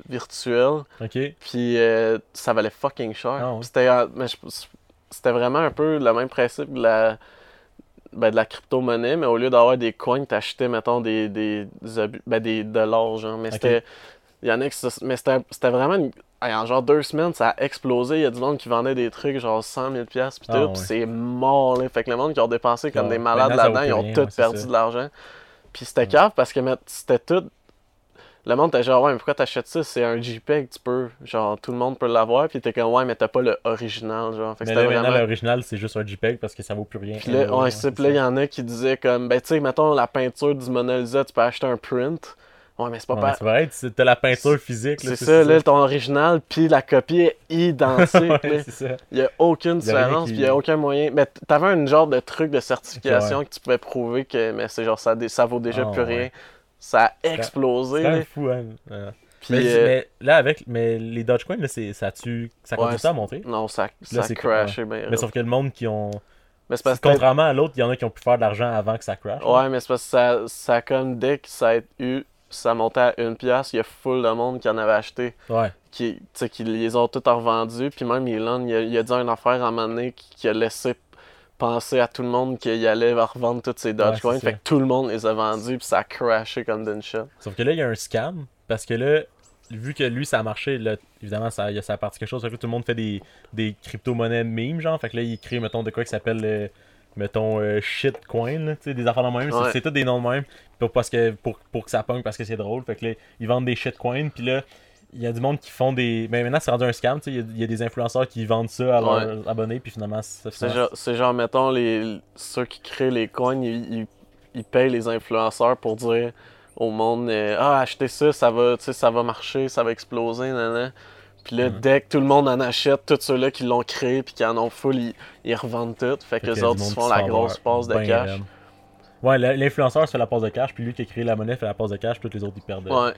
[SPEAKER 4] virtuelles,
[SPEAKER 1] Ok.
[SPEAKER 4] puis euh, ça valait fucking cher.
[SPEAKER 1] Ah ouais.
[SPEAKER 4] C'était en- mais je- c'était vraiment un peu le même principe de la. Ben, de la crypto-monnaie, mais au lieu d'avoir des coins, t'achetais, mettons, des, des, obus- ben, des dollars, genre. Mais
[SPEAKER 1] Ok.
[SPEAKER 4] c'était. Il y en a qui se- Mais c'était c'était vraiment. une- hey, En genre deux semaines, ça a explosé. Il y a du monde qui vendait des trucs, genre 100 000 pis tout.
[SPEAKER 1] Ah,
[SPEAKER 4] pis
[SPEAKER 1] ouais. Ah
[SPEAKER 4] c'est mort, là. Fait que le monde qui ont dépensé comme
[SPEAKER 1] Ouais.
[SPEAKER 4] des malades
[SPEAKER 1] Maintenant, ça vaut
[SPEAKER 4] là-dedans, ils ont
[SPEAKER 1] plus rien,
[SPEAKER 4] tous
[SPEAKER 1] ouais, c'est
[SPEAKER 4] perdu
[SPEAKER 1] ça.
[SPEAKER 4] de l'argent. Puis c'était cave parce que mais, c'était tout. Le monde était genre, ouais, mais pourquoi t'achètes ça? C'est un JPEG, tu peux. Genre, tout le monde peut l'avoir. Puis t'es comme, ouais, mais t'as pas le original, genre. Fait que c'était
[SPEAKER 1] Mais là, maintenant,
[SPEAKER 4] vraiment.
[SPEAKER 1] l'original, c'est juste un JPEG parce que ça vaut plus rien.
[SPEAKER 4] Puis là,
[SPEAKER 1] Ouais,
[SPEAKER 4] ouais, c'est- puis là, il y en a qui disaient comme, ben, tu sais, mettons la peinture du Mona Lisa, tu peux acheter un print. Ouais, mais c'est pas
[SPEAKER 1] Ouais,
[SPEAKER 4] pareil.
[SPEAKER 1] C'est vrai, tu- t'as la peinture physique. là,
[SPEAKER 4] C'est ça, là, ton original, puis la copie est identique.
[SPEAKER 1] Ouais,
[SPEAKER 4] là.
[SPEAKER 1] c'est ça.
[SPEAKER 4] Il n'y a aucune
[SPEAKER 1] Il y a rien
[SPEAKER 4] différence,
[SPEAKER 1] qui-
[SPEAKER 4] puis il n'y a aucun moyen. Mais t- t'avais un genre de truc de certification que tu pouvais prouver que mais c'est genre ça, dé- ça vaut déjà
[SPEAKER 1] Ah,
[SPEAKER 4] plus
[SPEAKER 1] ouais.
[SPEAKER 4] rien. Ça a
[SPEAKER 1] C'est
[SPEAKER 4] explosé.
[SPEAKER 1] quand
[SPEAKER 4] là.
[SPEAKER 1] même fou, hein. Ouais.
[SPEAKER 4] Puis,
[SPEAKER 1] Mais,
[SPEAKER 4] euh,
[SPEAKER 1] mais là, avec mais les Dogecoin, là, c'est- ça tue. Ça
[SPEAKER 4] Ouais,
[SPEAKER 1] continue ça à monter.
[SPEAKER 4] Non, ça,
[SPEAKER 1] Là,
[SPEAKER 4] ça a
[SPEAKER 1] c'est-
[SPEAKER 4] crashé. ben,
[SPEAKER 1] Mais sauf que le monde qui ont.
[SPEAKER 4] mais c'est parce que.
[SPEAKER 1] Contrairement à l'autre, il y en a qui ont pu faire de l'argent avant que ça crash.
[SPEAKER 4] Ouais, mais c'est parce que ça, ça, comme dès que ça a eu, ça montait à une pièce, il y a full de monde qui en avait acheté.
[SPEAKER 1] Ouais.
[SPEAKER 4] qui, tu sais, qui les ont tous revendus. Puis même Elon, il a, il a dit une affaire à un moment donné qui, qui a laissé penser à tout le monde qu'il allait revendre tous ses Dogecoin.
[SPEAKER 1] c'est ça.
[SPEAKER 4] fait que tout le monde les a vendus, puis ça a crashé comme d'une shot.
[SPEAKER 1] Sauf que là, il y a un scam. Parce que là, vu que lui, ça a marché, là, évidemment, ça, il a- ça a parti quelque chose. Fait que là, tout le monde fait des, des crypto-monnaies mimes, genre. Fait que là, il crée, mettons, de quoi qui s'appelle, euh, mettons, euh, shitcoin, là, tu sais, des affaires de même. C'est-
[SPEAKER 4] Ouais.
[SPEAKER 1] C'est tout des noms de même. Pour, parce que, pour, pour que ça pogne, parce que c'est drôle. Fait que là, ils vendent des shitcoins. Puis là, il y a du monde qui font des. Mais maintenant, c'est rendu un scam, tu sais. Il y a- il y, a des influenceurs qui vendent ça à leurs abonnés. Puis finalement, ça
[SPEAKER 4] C'est genre, c'est genre, mettons, les, ceux qui créent les coins, ils, ils- ils payent les influenceurs pour dire au monde euh, Ah, achetez ça, ça va, tu sais, ça va marcher, ça va exploser, nanana. Puis là,
[SPEAKER 1] Mhm.
[SPEAKER 4] dès que tout le monde en achète, tous ceux-là qui l'ont créé puis qui en ont full, ils, ils revendent tout. Fait que
[SPEAKER 1] Fait
[SPEAKER 4] les
[SPEAKER 1] qu'il y a du
[SPEAKER 4] autres, ils
[SPEAKER 1] monde
[SPEAKER 4] se
[SPEAKER 1] qui
[SPEAKER 4] font
[SPEAKER 1] se
[SPEAKER 4] la
[SPEAKER 1] fait
[SPEAKER 4] grosse
[SPEAKER 1] avoir
[SPEAKER 4] passe de
[SPEAKER 1] ben
[SPEAKER 4] cash.
[SPEAKER 1] raide. Ouais, la- l'influenceur fait la passe de cash, puis lui qui a créé la monnaie fait la passe de cash, puis tous les autres ils perdent.
[SPEAKER 4] Ouais.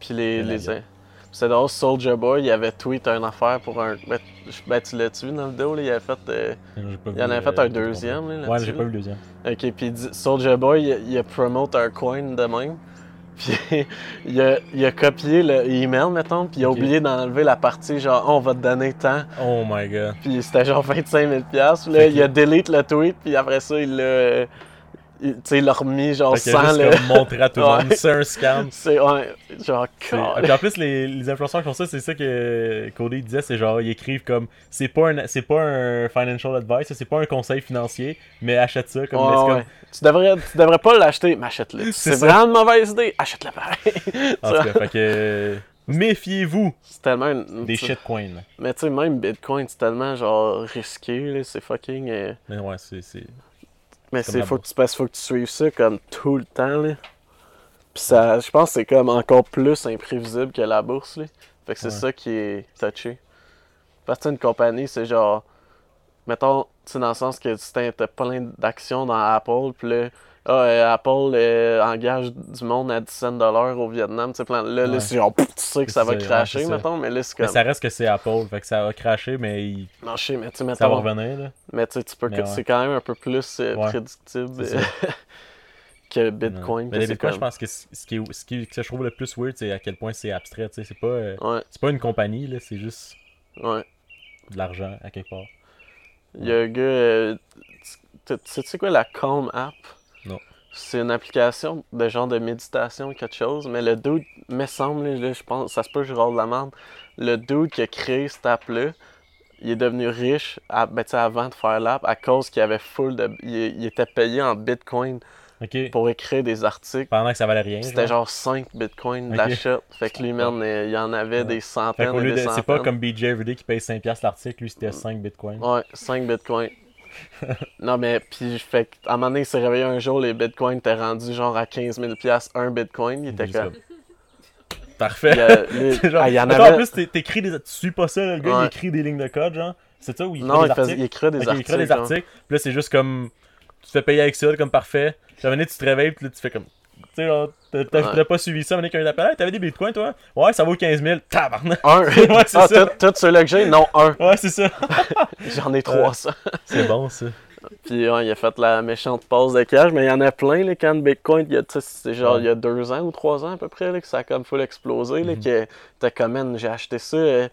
[SPEAKER 4] Puis les.
[SPEAKER 1] de la
[SPEAKER 4] les
[SPEAKER 1] gueule.
[SPEAKER 4] c'est drôle, Soldier Boy, il avait tweet une affaire pour un. Ben, tu- ben, tu l'as-tu vu dans la vidéo, là? Il avait fait. euh,
[SPEAKER 1] J'ai pas
[SPEAKER 4] Il
[SPEAKER 1] vu,
[SPEAKER 4] en avait
[SPEAKER 1] euh,
[SPEAKER 4] fait un
[SPEAKER 1] j'ai pas
[SPEAKER 4] deuxième,
[SPEAKER 1] compris.
[SPEAKER 4] là,
[SPEAKER 1] Ouais,
[SPEAKER 4] là-dessus,
[SPEAKER 1] j'ai pas
[SPEAKER 4] là.
[SPEAKER 1] vu le deuxième.
[SPEAKER 4] Ok, puis il dit- Soldier Boy, il, il a promote un coin de même. Puis il a, il a copié le email, mettons, puis il a
[SPEAKER 1] Ok.
[SPEAKER 4] oublié d'enlever la partie genre, on va te donner tant.
[SPEAKER 1] Oh my god.
[SPEAKER 4] Puis c'était genre 25 000 Puis là, il a delete le tweet, puis après ça, il l'a. euh, il- Tu sais, il l'a remis genre
[SPEAKER 1] Fait qu'il a
[SPEAKER 4] sans
[SPEAKER 1] juste
[SPEAKER 4] le.
[SPEAKER 1] comme montré à tout le monde,
[SPEAKER 4] Ouais.
[SPEAKER 1] c'est un scam.
[SPEAKER 4] C'est. Ouais, genre,
[SPEAKER 1] C'est-
[SPEAKER 4] calme.
[SPEAKER 1] Puis en plus, les, les influenceurs qui font ça, c'est ça que Cody disait, c'est genre, ils écrivent comme, c'est pas un, c'est pas un financial advice, c'est pas un conseil financier, mais achète ça, comme,
[SPEAKER 4] Ouais,
[SPEAKER 1] mais c'est comme-
[SPEAKER 4] ouais. Tu, devrais, tu devrais pas l'acheter, mais achète-le.
[SPEAKER 1] C'est
[SPEAKER 4] C'est
[SPEAKER 1] ça.
[SPEAKER 4] vraiment une mauvaise idée, achète-le pareil.
[SPEAKER 1] en tout cas, fait que, méfiez-vous
[SPEAKER 4] c'est tellement. une-
[SPEAKER 1] des
[SPEAKER 4] tu-
[SPEAKER 1] shitcoins.
[SPEAKER 4] Mais tu sais, même Bitcoin, c'est tellement genre risqué, là, c'est fucking. euh,
[SPEAKER 1] Mais ouais, c'est, c'est,
[SPEAKER 4] Mais
[SPEAKER 1] Comme
[SPEAKER 4] c'est
[SPEAKER 1] la
[SPEAKER 4] faut que tu passes, faut que tu suives ça comme tout le temps, là. Puis ça, je pense que c'est comme encore plus imprévisible que la bourse, là. Fait que c'est
[SPEAKER 1] Ouais.
[SPEAKER 4] ça qui est touché. Parce que tu sais, une compagnie, c'est genre, mettons, tu sais, dans le sens que tu t'in- t'as plein d'actions dans Apple, puis là, ah, euh, Apple euh, engage du monde à 10 cents de dollars au Vietnam, tu sais, plein- là, là,
[SPEAKER 1] Ouais.
[SPEAKER 4] c'est genre, pff, tu sais que
[SPEAKER 1] C'est
[SPEAKER 4] ça va
[SPEAKER 1] ça, ouais,
[SPEAKER 4] cracher,
[SPEAKER 1] c'est ça.
[SPEAKER 4] mettons, mais là, c'est
[SPEAKER 1] mais
[SPEAKER 4] comme,
[SPEAKER 1] ça reste que c'est Apple, fait que ça va cracher, mais il-
[SPEAKER 4] non, je sais, mais tu sais,
[SPEAKER 1] ça va
[SPEAKER 4] mettons,
[SPEAKER 1] revenir, là.
[SPEAKER 4] mais tu sais, tu peux,
[SPEAKER 1] Mais
[SPEAKER 4] que-
[SPEAKER 1] ouais.
[SPEAKER 4] c'est quand même un peu plus euh,
[SPEAKER 1] Ouais.
[SPEAKER 4] prédictible
[SPEAKER 1] C'est
[SPEAKER 4] euh, que Bitcoin.
[SPEAKER 1] Ouais.
[SPEAKER 4] que
[SPEAKER 1] Mais les
[SPEAKER 4] c'est
[SPEAKER 1] Bitcoin,
[SPEAKER 4] comme-
[SPEAKER 1] je pense que c- ce, qui est- ce qui- que je trouve le plus weird, c'est à quel point c'est abstrait. tu sais, C'est pas, euh,
[SPEAKER 4] Ouais,
[SPEAKER 1] c'est pas une compagnie, là, c'est juste
[SPEAKER 4] ouais.
[SPEAKER 1] de l'argent à quelque part.
[SPEAKER 4] Il y a un gars. euh, tu tu- sais-tu quoi la Calm app?
[SPEAKER 1] Non.
[SPEAKER 4] C'est une application de genre de méditation, quelque chose, mais le dude, me semble, là, je pense, ça se peut que je rôle la merde. Le dude qui a créé cette app-là, il est devenu riche à, ben, tu sais, avant de faire l'app à cause qu'il avait full de. Il, il était payé en bitcoin
[SPEAKER 1] Ok.
[SPEAKER 4] pour écrire des articles.
[SPEAKER 1] Pendant que ça valait rien.
[SPEAKER 4] Puis C'était genre 5 bitcoins
[SPEAKER 1] Ok.
[SPEAKER 4] d'achat. Fait que lui, man, euh, il y en avait
[SPEAKER 1] Ouais.
[SPEAKER 4] des
[SPEAKER 1] Fait
[SPEAKER 4] centaines
[SPEAKER 1] qu'au
[SPEAKER 4] et
[SPEAKER 1] lieu
[SPEAKER 4] des
[SPEAKER 1] de-
[SPEAKER 4] centaines.
[SPEAKER 1] c'est pas comme BJ Everyday qui paye 5$ l'article, lui c'était 5 bitcoins.
[SPEAKER 4] Ouais, 5 bitcoins. non, mais puis, fait que, à un moment donné, il s'est réveillé un jour, les bitcoins étaient rendus genre à 15 000 un bitcoin. Il était
[SPEAKER 1] Oublie ça.
[SPEAKER 4] comme.
[SPEAKER 1] Parfait.
[SPEAKER 4] Il, y a- les-
[SPEAKER 1] C'est genre-
[SPEAKER 4] ah, il y en
[SPEAKER 1] Attends, En
[SPEAKER 4] avait.
[SPEAKER 1] plus, t'é- t'écris des. Tu suis pas ça, là, le gars, il
[SPEAKER 4] Ouais.
[SPEAKER 1] écrit des lignes de code, genre. C'est ça où il
[SPEAKER 4] Non,
[SPEAKER 1] écrit des
[SPEAKER 4] il, faisait,
[SPEAKER 1] articles.
[SPEAKER 4] il écrivait des
[SPEAKER 1] Ok, il
[SPEAKER 4] articles.
[SPEAKER 1] écrit des
[SPEAKER 4] genre.
[SPEAKER 1] articles. Puis là, c'est juste comme. Tu te fais payer avec ça, comme parfait. Puis à un moment donné, tu te réveilles, puis là, tu fais comme. Tu sais, genre, t'as- t'as
[SPEAKER 4] Ouais.
[SPEAKER 1] t'as pas suivi ça, mais qu'un appel. Hey, t'avais des bitcoins, toi Ouais, ça vaut 15 000. Tabarnak
[SPEAKER 4] Un.
[SPEAKER 1] Ouais, c'est
[SPEAKER 4] ah,
[SPEAKER 1] ça. Euh,
[SPEAKER 4] tout- tous ceux-là que j'ai, non, un.
[SPEAKER 1] Ouais, c'est ça.
[SPEAKER 4] J'en ai 300.
[SPEAKER 1] C'est bon, ça.
[SPEAKER 4] Puis ouais, il a fait la méchante pause de cash, mais il y en a plein, là, quand le Bitcoin, il y a, tu sais, c'est genre
[SPEAKER 1] Ouais.
[SPEAKER 4] il y a deux ans ou trois ans à peu près, là, que ça a comme full explosé, là,
[SPEAKER 1] Mhm.
[SPEAKER 4] que t'as comme, man, j'ai acheté ça euh,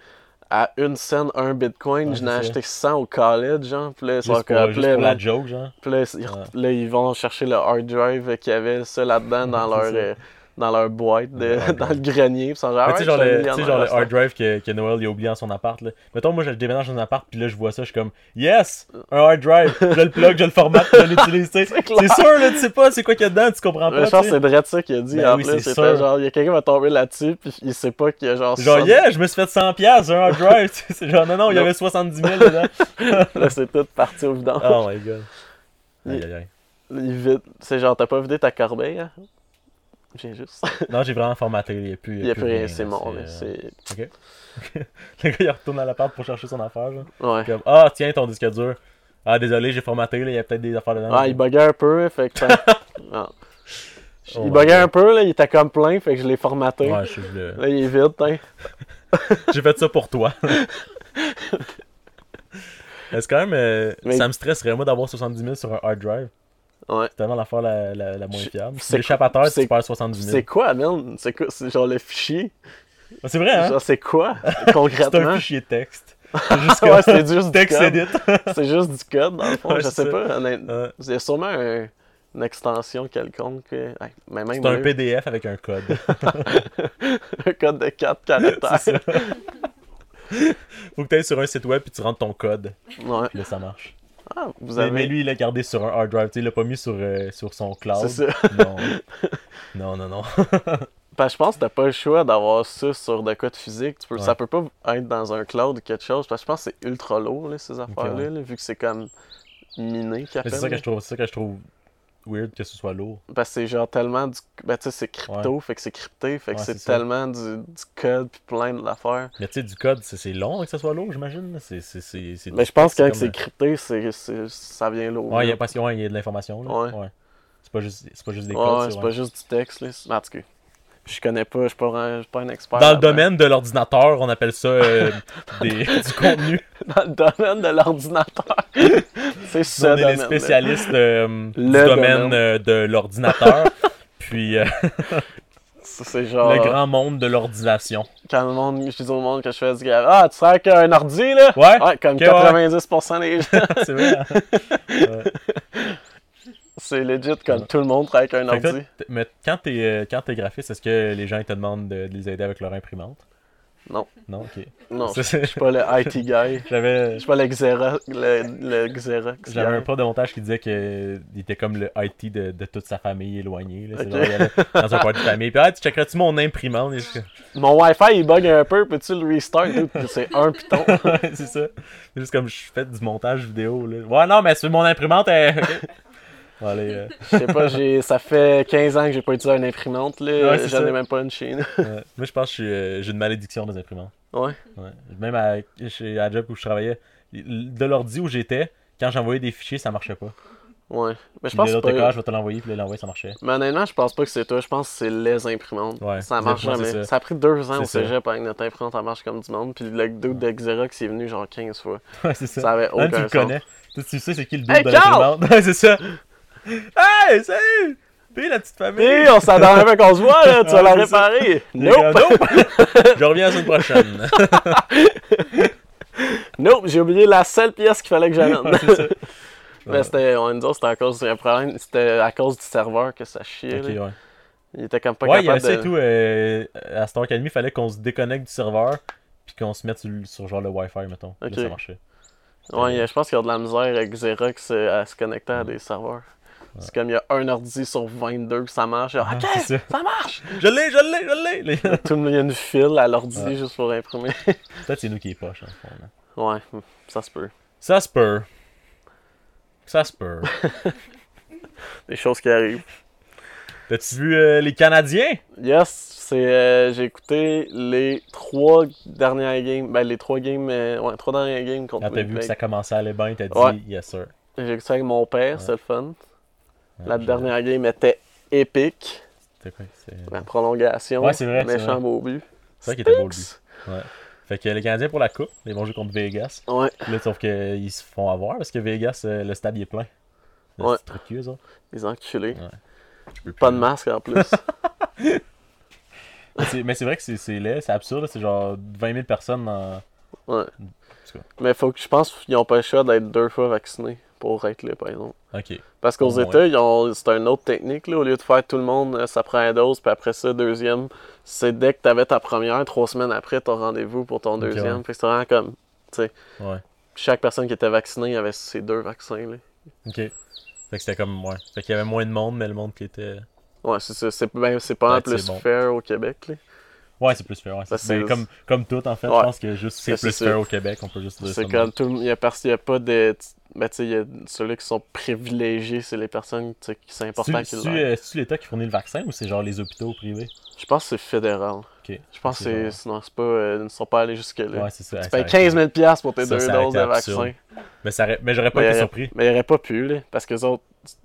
[SPEAKER 4] à une scène, un Bitcoin,
[SPEAKER 1] Ouais,
[SPEAKER 4] j'en ai
[SPEAKER 1] c'est
[SPEAKER 4] acheté 100 au college, genre, puis là, ils sont
[SPEAKER 1] Juste pour, euh,
[SPEAKER 4] comme,
[SPEAKER 1] juste
[SPEAKER 4] là,
[SPEAKER 1] pour la
[SPEAKER 4] man,
[SPEAKER 1] joke, genre.
[SPEAKER 4] puis là, ils-
[SPEAKER 1] Ouais.
[SPEAKER 4] là, ils vont chercher le hard drive qu'il y avait, ça, là-dedans, dans
[SPEAKER 1] C'est
[SPEAKER 4] leur...
[SPEAKER 1] ça.
[SPEAKER 4] euh, dans leur boîte, de-
[SPEAKER 1] Le hard
[SPEAKER 4] dans le grenier, pis sont genre,
[SPEAKER 1] Mais tu sais, genre, le,
[SPEAKER 4] ah ouais, je suis un
[SPEAKER 1] tu sais, genre le
[SPEAKER 4] millionnaire,
[SPEAKER 1] hard drive que, que Noël il a oublié dans son appart. Là. Mettons, moi, je le déménage dans un appart, puis là, je vois ça, je suis comme, yes, un hard drive. Je le plug, je le formate, je l'utilise. tu sais. C'est
[SPEAKER 4] clair.
[SPEAKER 1] sûr, là, tu sais pas, c'est quoi qu'il y a dedans, tu comprends
[SPEAKER 4] Mais
[SPEAKER 1] pas.
[SPEAKER 4] je pense
[SPEAKER 1] tu
[SPEAKER 4] que
[SPEAKER 1] sais.
[SPEAKER 4] c'est Dredd ça qui a dit,
[SPEAKER 1] Ben
[SPEAKER 4] en
[SPEAKER 1] oui,
[SPEAKER 4] plus,
[SPEAKER 1] c'est
[SPEAKER 4] c'était
[SPEAKER 1] sûr.
[SPEAKER 4] genre, il y a quelqu'un qui va tomber là-dessus, puis il sait pas qu'il y a genre...
[SPEAKER 1] Genre,
[SPEAKER 4] 60
[SPEAKER 1] yeah, je me suis fait 100$ piastres, un hard drive. tu sais, c'est genre, non, non, il y
[SPEAKER 4] Non.
[SPEAKER 1] avait 70 000 dedans.
[SPEAKER 4] Là, c'est tout parti au vidange.
[SPEAKER 1] Oh my god. Aïe, aïe, aïe.
[SPEAKER 4] Il vide- C'est genre, t'as pas vidé ta corbeille, hein? J'ai juste.
[SPEAKER 1] Non, j'ai vraiment formaté. Il n'y a plus,
[SPEAKER 4] Il n'y a plus rien,
[SPEAKER 1] là,
[SPEAKER 4] c'est mort. là,
[SPEAKER 1] euh,
[SPEAKER 4] C'est.
[SPEAKER 1] Le gars, il retourne à l'appart pour chercher son affaire. Genre.
[SPEAKER 4] Ouais.
[SPEAKER 1] Comme, ah, tiens, ton disque dur. Ah, désolé, j'ai formaté. Là, il y a peut-être des affaires dedans.
[SPEAKER 4] Ah, il buguait un peu, fait que. Non.
[SPEAKER 1] Oh
[SPEAKER 4] il
[SPEAKER 1] my
[SPEAKER 4] buguait
[SPEAKER 1] God.
[SPEAKER 4] un peu, là, il était comme plein, fait que je l'ai formaté.
[SPEAKER 1] Ouais, je suis le-
[SPEAKER 4] Là, il est vide, hein.
[SPEAKER 1] J'ai fait ça pour toi. Est-ce quand même. euh,
[SPEAKER 4] Mais-
[SPEAKER 1] Ça me stresserait, moi, d'avoir 70 000 sur un hard drive.
[SPEAKER 4] Ouais.
[SPEAKER 1] C'est tellement l'affaire la, la, la moins
[SPEAKER 4] Je-
[SPEAKER 1] fiable.
[SPEAKER 4] c'est-
[SPEAKER 1] L'échappatoire,
[SPEAKER 4] c'est-
[SPEAKER 1] tu perds 70 000.
[SPEAKER 4] C'est quoi, man? C'est quoi? C'est genre le fichier?
[SPEAKER 1] Ah, C'est vrai, hein?
[SPEAKER 4] Genre, c'est quoi,
[SPEAKER 1] C'est un
[SPEAKER 4] concrètement?
[SPEAKER 1] fichier texte. Juste
[SPEAKER 4] Ouais, c'est juste du
[SPEAKER 1] texte
[SPEAKER 4] code.
[SPEAKER 1] edit.
[SPEAKER 4] C'est juste du code, dans le fond,
[SPEAKER 1] Ouais,
[SPEAKER 4] je
[SPEAKER 1] c'est
[SPEAKER 4] sais
[SPEAKER 1] ça.
[SPEAKER 4] pas. honnêtement.
[SPEAKER 1] Euh,
[SPEAKER 4] Il y a sûrement un- une extension quelconque. euh, hey, mais même
[SPEAKER 1] C'est un
[SPEAKER 4] mieux,
[SPEAKER 1] PDF avec un code.
[SPEAKER 4] un code de 4 caractères.
[SPEAKER 1] C'est ça. Faut que tu sur un site web puis tu rentres ton code.
[SPEAKER 4] Ouais.
[SPEAKER 1] Puis là, ça marche.
[SPEAKER 4] Ah, vous
[SPEAKER 1] Mais-
[SPEAKER 4] avez.
[SPEAKER 1] Mais lui, il l'a gardé sur un hard drive. tu sais, Il l'a pas mis sur, euh, sur son cloud.
[SPEAKER 4] C'est ça.
[SPEAKER 1] Non. Non, non, non.
[SPEAKER 4] Parce que Ben, je pense que t'as pas le choix d'avoir ça sur de quoi de physique. Tu peux,
[SPEAKER 1] Ouais.
[SPEAKER 4] Ça peut pas être dans un cloud ou quelque chose. Parce que je pense que c'est ultra lourd, là, ces affaires-là,
[SPEAKER 1] ouais.
[SPEAKER 4] là, vu que c'est comme miné qu'ils
[SPEAKER 1] Mais C'est ça
[SPEAKER 4] appellent,
[SPEAKER 1] que
[SPEAKER 4] là.
[SPEAKER 1] je trouve, c'est ça que je trouve weird que ce soit lourd.
[SPEAKER 4] Parce que c'est genre tellement du. Ben, tu sais, c'est crypto, fait que c'est crypté, fait que
[SPEAKER 1] Ouais,
[SPEAKER 4] c'est
[SPEAKER 1] c'est ça.
[SPEAKER 4] tellement du, du code puis plein de l'affaire.
[SPEAKER 1] Mais tu sais, du code, c'est- c'est long que ce soit lourd, j'imagine. là. C'est- c'est- c'est- c'est-
[SPEAKER 4] Mais je pense que quand
[SPEAKER 1] comme
[SPEAKER 4] c'est
[SPEAKER 1] un-
[SPEAKER 4] crypté, c'est, c'est- ça vient lourd.
[SPEAKER 1] Ouais, il y
[SPEAKER 4] là.
[SPEAKER 1] a, parce qu'il y a de l'information. là.
[SPEAKER 4] Ouais.
[SPEAKER 1] C'est pas juste, c'est pas juste des
[SPEAKER 4] Ouais,
[SPEAKER 1] codes.
[SPEAKER 4] ouais,
[SPEAKER 1] ça,
[SPEAKER 4] c'est
[SPEAKER 1] ouais.
[SPEAKER 4] pas juste du texte, là. Mais En tout cas, je connais pas, je suis pas, vraiment- je suis pas un expert.
[SPEAKER 1] Dans le
[SPEAKER 4] là-dedans.
[SPEAKER 1] domaine de l'ordinateur, on appelle ça euh, des- du contenu.
[SPEAKER 4] Dans le domaine de l'ordinateur. c'est
[SPEAKER 1] Nous,
[SPEAKER 4] ça.
[SPEAKER 1] on est les spécialistes euh, du
[SPEAKER 4] Le
[SPEAKER 1] domaine
[SPEAKER 4] domaine.
[SPEAKER 1] euh, de l'ordinateur. Puis euh,
[SPEAKER 4] C'est genre.
[SPEAKER 1] le grand monde de l'ordination.
[SPEAKER 4] Quand le monde, je dis au monde que je fais du grave. Ah, tu sers qu'un ordi, là?
[SPEAKER 1] Ouais,
[SPEAKER 4] Ouais, comme
[SPEAKER 1] Ok, ouais.
[SPEAKER 4] 90% des gens.
[SPEAKER 1] c'est vrai. hein? Ouais.
[SPEAKER 4] c'est legit, comme tout le monde travaille qu'un
[SPEAKER 1] Fait que toi,
[SPEAKER 4] ordi.
[SPEAKER 1] t- mais quand t'es euh, quand t'es graphiste, est-ce que les gens ils te demandent de, de les aider avec leur imprimante?
[SPEAKER 4] Non.
[SPEAKER 1] Non, ok.
[SPEAKER 4] Non,
[SPEAKER 1] Ça,
[SPEAKER 4] je
[SPEAKER 1] c'est-
[SPEAKER 4] suis pas le IT guy.
[SPEAKER 1] J'avais
[SPEAKER 4] Je suis pas le Xerox. Le, le Xerox.
[SPEAKER 1] J'avais un
[SPEAKER 4] guy.
[SPEAKER 1] prof de montage qui disait qu'il était comme le IT de, de toute sa famille éloignée. Là. C'est
[SPEAKER 4] Ok.
[SPEAKER 1] genre, il allait dans un party de famille. Puis, ah, tu checkeras-tu mon imprimante? Et je suis comme,
[SPEAKER 4] Mon Wi-Fi, il bug un peu. Peux-tu le restart? dude? C'est un piton.
[SPEAKER 1] Ouais, c'est ça. C'est juste comme je fais du montage vidéo. Là. Ouais, non, mais c'est mon imprimante. elle- ok. Bon, allez, euh,
[SPEAKER 4] Je sais pas, j'ai- ça fait 15 ans que j'ai pas utilisé une imprimante, là.
[SPEAKER 1] Ouais, c'est
[SPEAKER 4] J'en ai
[SPEAKER 1] ça.
[SPEAKER 4] même pas une chaîne.
[SPEAKER 1] ouais. Moi, je pense que je suis, euh, j'ai une malédiction des imprimantes.
[SPEAKER 4] Ouais.
[SPEAKER 1] Ouais. Même à, chez, à la job où je travaillais, de l'ordi où j'étais, quand j'envoyais des fichiers, ça marchait pas.
[SPEAKER 4] Ouais. Mais je
[SPEAKER 1] Puis
[SPEAKER 4] pense
[SPEAKER 1] l'autre
[SPEAKER 4] pas.
[SPEAKER 1] écart, je vais te l'envoyer, puis là, il l'envoie, ça marchait.
[SPEAKER 4] Mais honnêtement, je pense pas que c'est toi. Je pense que c'est les imprimantes.
[SPEAKER 1] Ouais,
[SPEAKER 4] ça
[SPEAKER 1] les
[SPEAKER 4] marche
[SPEAKER 1] imprimantes,
[SPEAKER 4] jamais.
[SPEAKER 1] c'est
[SPEAKER 4] Ça.
[SPEAKER 1] ça.
[SPEAKER 4] a pris deux ans au
[SPEAKER 1] C'est ça.
[SPEAKER 4] cégep avec notre imprimante, ça marche comme du monde. Puis le dude de Xerox il est venu genre 15 fois.
[SPEAKER 1] Ouais, c'est ça.
[SPEAKER 4] Ça avait
[SPEAKER 1] Même tu
[SPEAKER 4] aucun
[SPEAKER 1] le
[SPEAKER 4] sens.
[SPEAKER 1] connais. Tu tu sais c'est qui le double
[SPEAKER 4] Hey,
[SPEAKER 1] de
[SPEAKER 4] Charles!
[SPEAKER 1] l'imprimante. Ouais, c'est ça. Hey, salut! Puis la petite famille!
[SPEAKER 4] Hé, on s'attend un peu qu'on se voit, là. Tu vas
[SPEAKER 1] Ouais,
[SPEAKER 4] la
[SPEAKER 1] Ah, c'est ça.
[SPEAKER 4] réparer.
[SPEAKER 1] Les gars,
[SPEAKER 4] Nope.
[SPEAKER 1] nope. Je reviens la semaine prochaine.
[SPEAKER 4] Nope, j'ai oublié la seule pièce qu'il fallait que j'amène.
[SPEAKER 1] c'est ça.
[SPEAKER 4] Mais c'était, on nous autres, c'était à cause du problème. C'était à cause du serveur que ça chiait.
[SPEAKER 1] Ok,
[SPEAKER 4] là.
[SPEAKER 1] ouais.
[SPEAKER 4] Il était comme pas
[SPEAKER 1] Ouais, il y a
[SPEAKER 4] capable
[SPEAKER 1] ça et
[SPEAKER 4] de.
[SPEAKER 1] tout. euh, à Star Academy, il fallait qu'on se déconnecte du serveur puis qu'on se mette sur, sur genre le Wi-Fi, mettons.
[SPEAKER 4] Ok.
[SPEAKER 1] Là, ça marchait.
[SPEAKER 4] Ouais, il y a- je pense qu'il y a de la misère avec Xerox euh, à se connecter à des serveurs. C'est comme il y a un ordi sur 22 que ça marche. Genre, ok,
[SPEAKER 1] c'est ça.
[SPEAKER 4] ça marche!
[SPEAKER 1] Je l'ai, je l'ai, je l'ai!
[SPEAKER 4] Tout le monde, il y a une file à l'ordi
[SPEAKER 1] Ouais.
[SPEAKER 4] juste pour imprimer.
[SPEAKER 1] Peut-être c'est nous qui est poche, en fond. là.
[SPEAKER 4] ouais, ça se peut.
[SPEAKER 1] Ça se peut. Ça se peut.
[SPEAKER 4] Des choses qui arrivent.
[SPEAKER 1] T'as-tu vu euh, les Canadiens?
[SPEAKER 4] Yes, c'est euh, j'ai écouté les trois dernières games, ben les trois games, euh, ouais, trois dernières games contre
[SPEAKER 1] Quand Ah, t'as
[SPEAKER 4] les
[SPEAKER 1] vu que
[SPEAKER 4] Blacks.
[SPEAKER 1] ça commençait à aller bien, t'as dit
[SPEAKER 4] Ouais.
[SPEAKER 1] yes sir.
[SPEAKER 4] J'ai écouté ça avec mon père,
[SPEAKER 1] Ouais.
[SPEAKER 4] c'est le fun. La
[SPEAKER 1] Ouais, je-
[SPEAKER 4] dernière game était épique.
[SPEAKER 1] c'était quoi, c'est-
[SPEAKER 4] La prolongation,
[SPEAKER 1] Ouais, c'est vrai, c'est
[SPEAKER 4] méchant
[SPEAKER 1] vrai.
[SPEAKER 4] beau but.
[SPEAKER 1] C'est vrai qu'il était beau, le
[SPEAKER 4] Sticks.
[SPEAKER 1] Fait que les Canadiens pour la coupe, ils vont jouer contre Vegas.
[SPEAKER 4] Ouais.
[SPEAKER 1] Là, sauf qu'ils se font avoir parce que Vegas, euh, le stade il est plein. Le
[SPEAKER 4] Ouais.
[SPEAKER 1] petit truc qu'ils ont.
[SPEAKER 4] Les enculés.
[SPEAKER 1] Ouais. Je peux
[SPEAKER 4] Pas
[SPEAKER 1] plus.
[SPEAKER 4] de masque en plus.
[SPEAKER 1] Mais c'est- Mais c'est vrai que c'est- c'est laid, c'est absurde, là, c'est genre 20 000 personnes dans.
[SPEAKER 4] ouais.
[SPEAKER 1] tout cas.
[SPEAKER 4] Mais faut que je pense qu'ils n'ont pas le choix d'être deux fois vaccinés pour être là, par exemple.
[SPEAKER 1] Ok.
[SPEAKER 4] Parce qu'aux
[SPEAKER 1] Ouais.
[SPEAKER 4] États, ils ont- c'est une autre technique. Là. Au lieu de faire tout le monde, euh, ça prend une dose, puis après ça, deuxième. C'est dès que tu avais ta première, trois semaines après, ton rendez-vous pour ton
[SPEAKER 1] ouais.
[SPEAKER 4] deuxième. Fait que c'est vraiment comme
[SPEAKER 1] Ouais.
[SPEAKER 4] chaque personne qui était vaccinée avait ses deux vaccins. Là.
[SPEAKER 1] Ok. Fait que c'était comme moins. Fait qu'il y avait moins de monde, mais le monde qui était.
[SPEAKER 4] Ouais, c'est ça. C'est ben, c'est pas en
[SPEAKER 1] Ouais,
[SPEAKER 4] plus
[SPEAKER 1] c'est bon.
[SPEAKER 4] fair au Québec. Là.
[SPEAKER 1] Ouais, c'est plus fair. Ouais,
[SPEAKER 4] Parce que
[SPEAKER 1] c'est-
[SPEAKER 4] c'est-
[SPEAKER 1] ben, comme, comme tout, en fait,
[SPEAKER 4] Ouais.
[SPEAKER 1] je pense que juste c'est
[SPEAKER 4] Ça, c'est
[SPEAKER 1] plus
[SPEAKER 4] sûr.
[SPEAKER 1] fair au Québec, on peut juste dire ça.
[SPEAKER 4] C'est
[SPEAKER 1] de
[SPEAKER 4] comme
[SPEAKER 1] même.
[SPEAKER 4] tout le monde. Il y a, parce qu'il y a pas de. Ben, tu sais, il y a ceux-là qui sont privilégiés, c'est les personnes tu sais, qui c'est important
[SPEAKER 1] C'est-tu
[SPEAKER 4] qu'ils
[SPEAKER 1] c'est-tu,
[SPEAKER 4] l'aient.
[SPEAKER 1] euh, c'est-tu l'État qui fournit le vaccin ou c'est genre les hôpitaux privés
[SPEAKER 4] Je pense que c'est fédéral.
[SPEAKER 1] Ok.
[SPEAKER 4] Je pense que
[SPEAKER 1] C'est
[SPEAKER 4] c'est.
[SPEAKER 1] genre-
[SPEAKER 4] Sinon, c'est pas. euh, ils ne sont pas allés jusque-là.
[SPEAKER 1] Ouais, c'est ça.
[SPEAKER 4] tu
[SPEAKER 1] ça
[SPEAKER 4] payes
[SPEAKER 1] aurait
[SPEAKER 4] 15
[SPEAKER 1] été-
[SPEAKER 4] 000 Ben, piastres pour tes
[SPEAKER 1] Ça,
[SPEAKER 4] deux
[SPEAKER 1] ça aurait
[SPEAKER 4] doses de
[SPEAKER 1] été absurde.
[SPEAKER 4] vaccin.
[SPEAKER 1] Mais, ça aurait- mais j'aurais pas
[SPEAKER 4] Mais il
[SPEAKER 1] été
[SPEAKER 4] aurait-
[SPEAKER 1] surpris.
[SPEAKER 4] Mais il n'y aurait pas pu, là. Parce que les autres,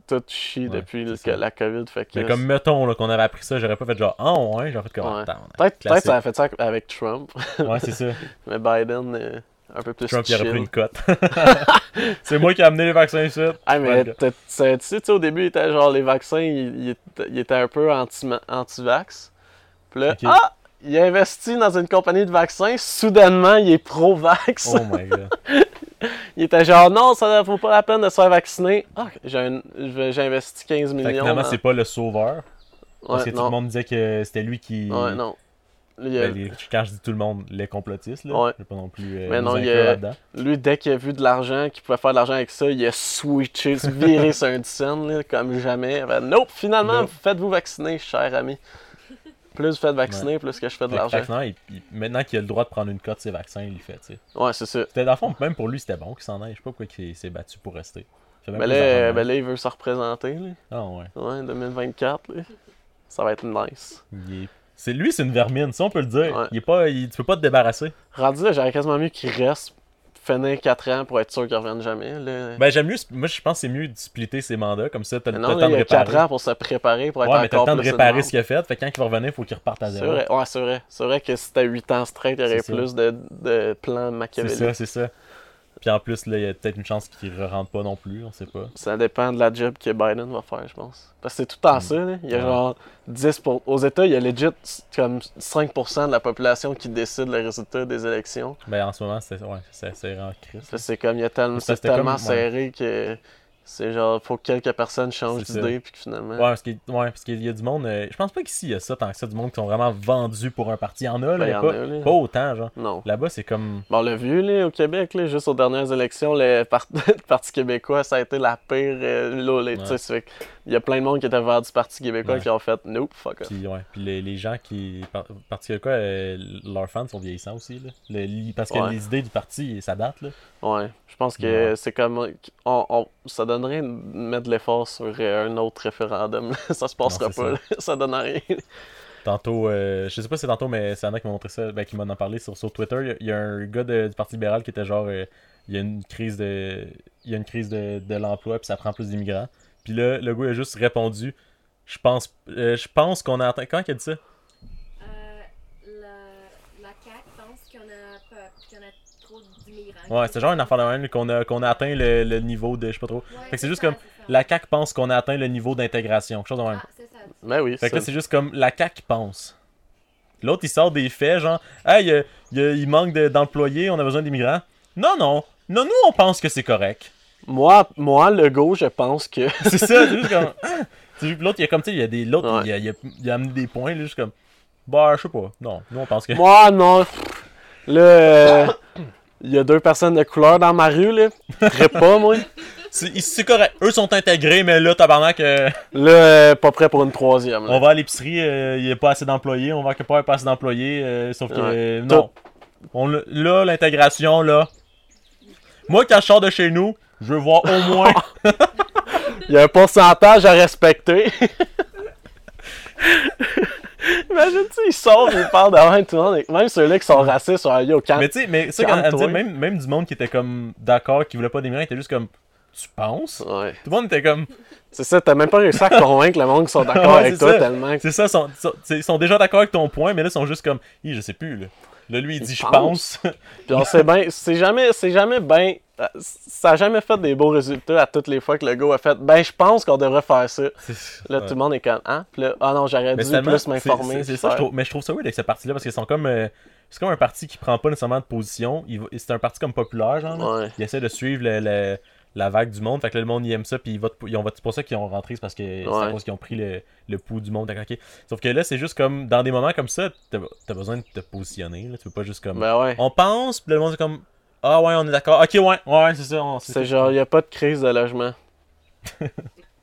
[SPEAKER 4] tout chie
[SPEAKER 1] Ouais,
[SPEAKER 4] depuis
[SPEAKER 1] c'est
[SPEAKER 4] le-
[SPEAKER 1] ça.
[SPEAKER 4] la COVID. Fait que.
[SPEAKER 1] Mais comme mettons là, qu'on avait appris ça, j'aurais pas fait genre ah ouais, j'aurais fait comme
[SPEAKER 4] Ouais.
[SPEAKER 1] attends.
[SPEAKER 4] Peut-être peut
[SPEAKER 1] classique.
[SPEAKER 4] ça a fait ça avec Trump,
[SPEAKER 1] Ouais, c'est ça.
[SPEAKER 4] mais Biden, euh, un peu plus
[SPEAKER 1] Trump il aurait pris
[SPEAKER 4] chill.
[SPEAKER 1] une cote. c'est moi qui ai amené les vaccins ici.
[SPEAKER 4] Ah,
[SPEAKER 1] Ouais,
[SPEAKER 4] mais
[SPEAKER 1] le gars.
[SPEAKER 4] t'as- t'as- tu sais, tu sais, au début, il était genre les vaccins, il, il était- il était un peu anti- anti-vax. Puis là,
[SPEAKER 1] Ok.
[SPEAKER 4] ah, il a investi dans une compagnie de vaccins, soudainement, il est pro-vax.
[SPEAKER 1] Oh my god.
[SPEAKER 4] Il était genre, non, ça ne vaut pas la peine de se faire vacciner. Ah, j'ai un- je vais- j'ai investi 15
[SPEAKER 1] Fait que
[SPEAKER 4] millions.
[SPEAKER 1] finalement,
[SPEAKER 4] dans-
[SPEAKER 1] c'est pas le sauveur. Parce
[SPEAKER 4] hein. Ouais,
[SPEAKER 1] que tout
[SPEAKER 4] non.
[SPEAKER 1] le monde disait que c'était lui qui.
[SPEAKER 4] Ouais, non. euh, Il a-
[SPEAKER 1] Ben, les- Quand je dis tout le monde, les complotistes, là.
[SPEAKER 4] Ouais.
[SPEAKER 1] Je vais pas non plus. euh,
[SPEAKER 4] Mais
[SPEAKER 1] nous
[SPEAKER 4] non, il y
[SPEAKER 1] inclure
[SPEAKER 4] a-
[SPEAKER 1] là-dedans.
[SPEAKER 4] Lui, dès qu'il a vu de l'argent, qu'il pouvait faire de l'argent avec ça, il a switché, se viré sur une scène, là, comme jamais. Il a fait, nope, finalement,
[SPEAKER 1] Nope.
[SPEAKER 4] faites-vous vacciner, cher ami. Plus vous faites vacciner, plus que je fais de
[SPEAKER 1] Fait que
[SPEAKER 4] l'argent.
[SPEAKER 1] Maintenant, il- il- maintenant qu'il a le droit de prendre une cote, ses vaccins, il les fait, tu sais.
[SPEAKER 4] Ouais, c'est ça.
[SPEAKER 1] C'était dans le fond, même pour lui, c'était bon qu'il s'en aille. Je sais pas pourquoi il s'est battu pour rester. Ça fait même
[SPEAKER 4] Mais
[SPEAKER 1] plus d'argent
[SPEAKER 4] là,
[SPEAKER 1] de
[SPEAKER 4] ben
[SPEAKER 1] même.
[SPEAKER 4] là, il veut se représenter, là.
[SPEAKER 1] Ah ouais.
[SPEAKER 4] Ouais, 2024, là. Ça va être nice.
[SPEAKER 1] Il est- C'est lui, c'est une vermine, ça on peut le dire.
[SPEAKER 4] Ouais.
[SPEAKER 1] Il est pas, il- tu peux pas te débarrasser.
[SPEAKER 4] Rendu là, j'aurais quasiment mieux qu'il reste, finir 4 ans pour être sûr qu'il revienne jamais, là.
[SPEAKER 1] Ben j'aime mieux, moi je pense que c'est mieux de splitter ses mandats comme ça, t'as
[SPEAKER 4] Mais
[SPEAKER 1] t'as
[SPEAKER 4] non,
[SPEAKER 1] le
[SPEAKER 4] là,
[SPEAKER 1] temps
[SPEAKER 4] il
[SPEAKER 1] de
[SPEAKER 4] a
[SPEAKER 1] réparer.
[SPEAKER 4] 4 ans pour se préparer, pour être
[SPEAKER 1] ouais, mais t'as le
[SPEAKER 4] encore
[SPEAKER 1] temps de
[SPEAKER 4] plus
[SPEAKER 1] réparer
[SPEAKER 4] énorme.
[SPEAKER 1] ce qu'il a fait. Fait que quand il va revenir, il faut qu'il reparte à
[SPEAKER 4] C'est
[SPEAKER 1] zéro.
[SPEAKER 4] vrai, ouais, c'est vrai. C'est vrai que si t'as 8 ans straight, il y aurait
[SPEAKER 1] C'est ça.
[SPEAKER 4] plus de, de plans
[SPEAKER 1] C'est
[SPEAKER 4] machiavéliques.
[SPEAKER 1] ça, c'est ça. Puis en plus, là, il y a peut-être une chance qu'il ne rentre pas non plus, on sait pas.
[SPEAKER 4] Ça dépend de la job que Biden va faire, je pense. Parce que c'est tout le temps ça, là. Il y a
[SPEAKER 1] Mm. Ouais.
[SPEAKER 4] genre 10 pour... Aux États, il y a legit comme 5% de la population qui décide le résultat des élections.
[SPEAKER 1] Ben en ce moment, c'est ouais, c'est- c'est en crise.
[SPEAKER 4] Fait que c'est comme, il y a tellement,
[SPEAKER 1] Ça,
[SPEAKER 4] c'est
[SPEAKER 1] c'était
[SPEAKER 4] tellement
[SPEAKER 1] comme-
[SPEAKER 4] serré que c'est genre, faut que quelques personnes changent
[SPEAKER 1] C'est ça.
[SPEAKER 4] d'idée, puis que finalement...
[SPEAKER 1] Ouais, parce qu'il ouais, parce qu'il y a du monde. euh, je pense pas qu'ici, il y a ça tant que ça, du monde qui sont vraiment vendus pour un parti. Il y en a, là,
[SPEAKER 4] Ben,
[SPEAKER 1] mais
[SPEAKER 4] y en
[SPEAKER 1] pas,
[SPEAKER 4] a, là.
[SPEAKER 1] pas autant, genre.
[SPEAKER 4] Non.
[SPEAKER 1] Là-bas, c'est comme.
[SPEAKER 4] Bon, on l'a vu, là, au Québec, là, juste aux dernières élections, le, par- le Parti québécois, ça a été la pire... euh, là, les- tu sais,
[SPEAKER 1] Ouais.
[SPEAKER 4] c'est fait que Il y a plein de monde qui était vers du Parti québécois
[SPEAKER 1] Ouais.
[SPEAKER 4] qui ont fait « Nope, fuck off
[SPEAKER 1] Puis, ouais, puis les, les gens qui. par- Parce que quoi, euh, leurs fans sont vieillissants aussi. Là. Le- li- parce que
[SPEAKER 4] Ouais.
[SPEAKER 1] les idées du parti, ça date. Là. ».
[SPEAKER 4] Ouais, je pense que c'est comme... on- on- ça donnerait de mettre de l'effort sur euh, un autre référendum. là. ça se passera
[SPEAKER 1] Non, c'est
[SPEAKER 4] pas, là. ça. donne rien.
[SPEAKER 1] Tantôt, euh, je sais pas si c'est tantôt, mais c'est Anna qui m'a montré ça, ben, qui m'en a parlé sur, sur Twitter. Il y a- Il y, a un gars de- du Parti libéral qui était genre. euh, il y a une crise de. Il y a une crise de, de l'emploi, puis ça prend plus d'immigrants. Puis là, le gars a juste répondu. Je pense, euh, je pense qu'on a atteint. Quand il a dit ça
[SPEAKER 5] Euh, la, la CAQ pense qu'on a, pas- qu'il y en a trop d'immigrants.
[SPEAKER 1] Ouais, c'est genre une affaire de même qu'on a, qu'on a atteint le, le niveau de. Je sais pas trop.
[SPEAKER 5] Ouais,
[SPEAKER 1] Fait que c'est juste
[SPEAKER 5] ça,
[SPEAKER 1] comme.
[SPEAKER 5] c'est ça.
[SPEAKER 1] La CAQ pense qu'on a atteint le niveau d'intégration. Quelque chose de même.
[SPEAKER 5] Ah, c'est ça.
[SPEAKER 4] Ben oui,
[SPEAKER 1] Fait que
[SPEAKER 4] c'est
[SPEAKER 1] là, c'est juste comme la CAQ pense. L'autre, il sort des faits, genre, hey, euh, il y a- il manque de- d'employés, on a besoin d'immigrants. Non, non, non, nous, on pense que c'est correct.
[SPEAKER 4] Moi, moi, Legault, je pense que...
[SPEAKER 1] C'est ça, c'est juste comme. Ah! Tu sais, puis L'autre, il y a comme, tu sais, il y a des. L'autre,
[SPEAKER 4] Ouais.
[SPEAKER 1] il, a- il a, il a amené des points, là, juste comme. Bah, je sais pas. Non, nous, on pense que.
[SPEAKER 4] Moi, non. Là, euh, il y a deux personnes de couleur dans ma rue, là. Prêt pas, moi.
[SPEAKER 1] C'est c'est correct. Eux sont intégrés, mais là, tabarnak, euh,
[SPEAKER 4] Là, euh, pas prêt pour une troisième. là.
[SPEAKER 1] on va à l'épicerie, euh, il n'y a pas assez d'employés, on va quelque part, il n'y a pas assez d'employés, euh, sauf que.
[SPEAKER 4] Ouais.
[SPEAKER 1] euh, non. On, le- là, l'intégration, là. Moi, quand je sors de chez nous, je veux voir au moins
[SPEAKER 4] Il y a un pourcentage à respecter. Imagine, tu sais, ils sortent, ils parlent devant tout le monde. et Même ceux-là qui sont racistes, sont yo, quand...
[SPEAKER 1] Mais tu sais, mais ça, quand elle
[SPEAKER 4] Calme-toi.
[SPEAKER 1] disait, même, même du monde qui était comme d'accord, qui voulait pas d'immigrants, était juste comme Tu penses Tout
[SPEAKER 4] Ouais.
[SPEAKER 1] le monde était comme
[SPEAKER 4] C'est ça, t'as même pas réussi à convaincre le monde qui sont d'accord
[SPEAKER 1] Ouais,
[SPEAKER 4] avec
[SPEAKER 1] c'est
[SPEAKER 4] toi
[SPEAKER 1] ça.
[SPEAKER 4] tellement que...
[SPEAKER 1] C'est ça, sont, sont, t'sais, ils sont déjà d'accord avec ton point, mais là, ils sont juste comme Hi, Je sais plus, là. Là, lui, il dit Je pense.
[SPEAKER 4] Puis on sait bien, c'est jamais, c'est jamais ben... Ça a jamais fait des beaux résultats à toutes les fois que le gars a fait « Ben, je pense qu'on devrait faire ça. » Là, tout le monde est comme, hein? Puis là, ah non, j'aurais
[SPEAKER 1] Mais
[SPEAKER 4] dû
[SPEAKER 1] tellement-
[SPEAKER 4] plus
[SPEAKER 1] c'est-
[SPEAKER 4] m'informer.
[SPEAKER 1] c'est- c'est
[SPEAKER 4] puis
[SPEAKER 1] ça, je
[SPEAKER 4] faire.
[SPEAKER 1] trouve- mais je trouve ça weird avec ce parti-là parce qu'ils sont comme. euh, c'est comme un parti qui prend pas nécessairement de position. Il va- C'est un parti comme populaire, genre. là.
[SPEAKER 4] Ouais.
[SPEAKER 1] Il essaie de suivre le- le- la vague du monde. Fait que là, le monde, il aime ça. Puis ils votent pour- ils ont voté pour ça qu'ils ont rentré. C'est parce que c'est à
[SPEAKER 4] Ouais.
[SPEAKER 1] cause qu'ils ont pris le, le pouls du monde. D'accord, ok. Sauf que là, c'est juste comme. Dans des moments comme ça, t'as as besoin de te positionner. Là. Tu peux pas juste comme.
[SPEAKER 4] Ben ouais.
[SPEAKER 1] On pense. Puis là, le monde, est comme. Ah ouais, on est d'accord. Ok, ouais. Ouais, c'est ça. on-
[SPEAKER 4] C'est genre, il n'y a pas de crise de logement.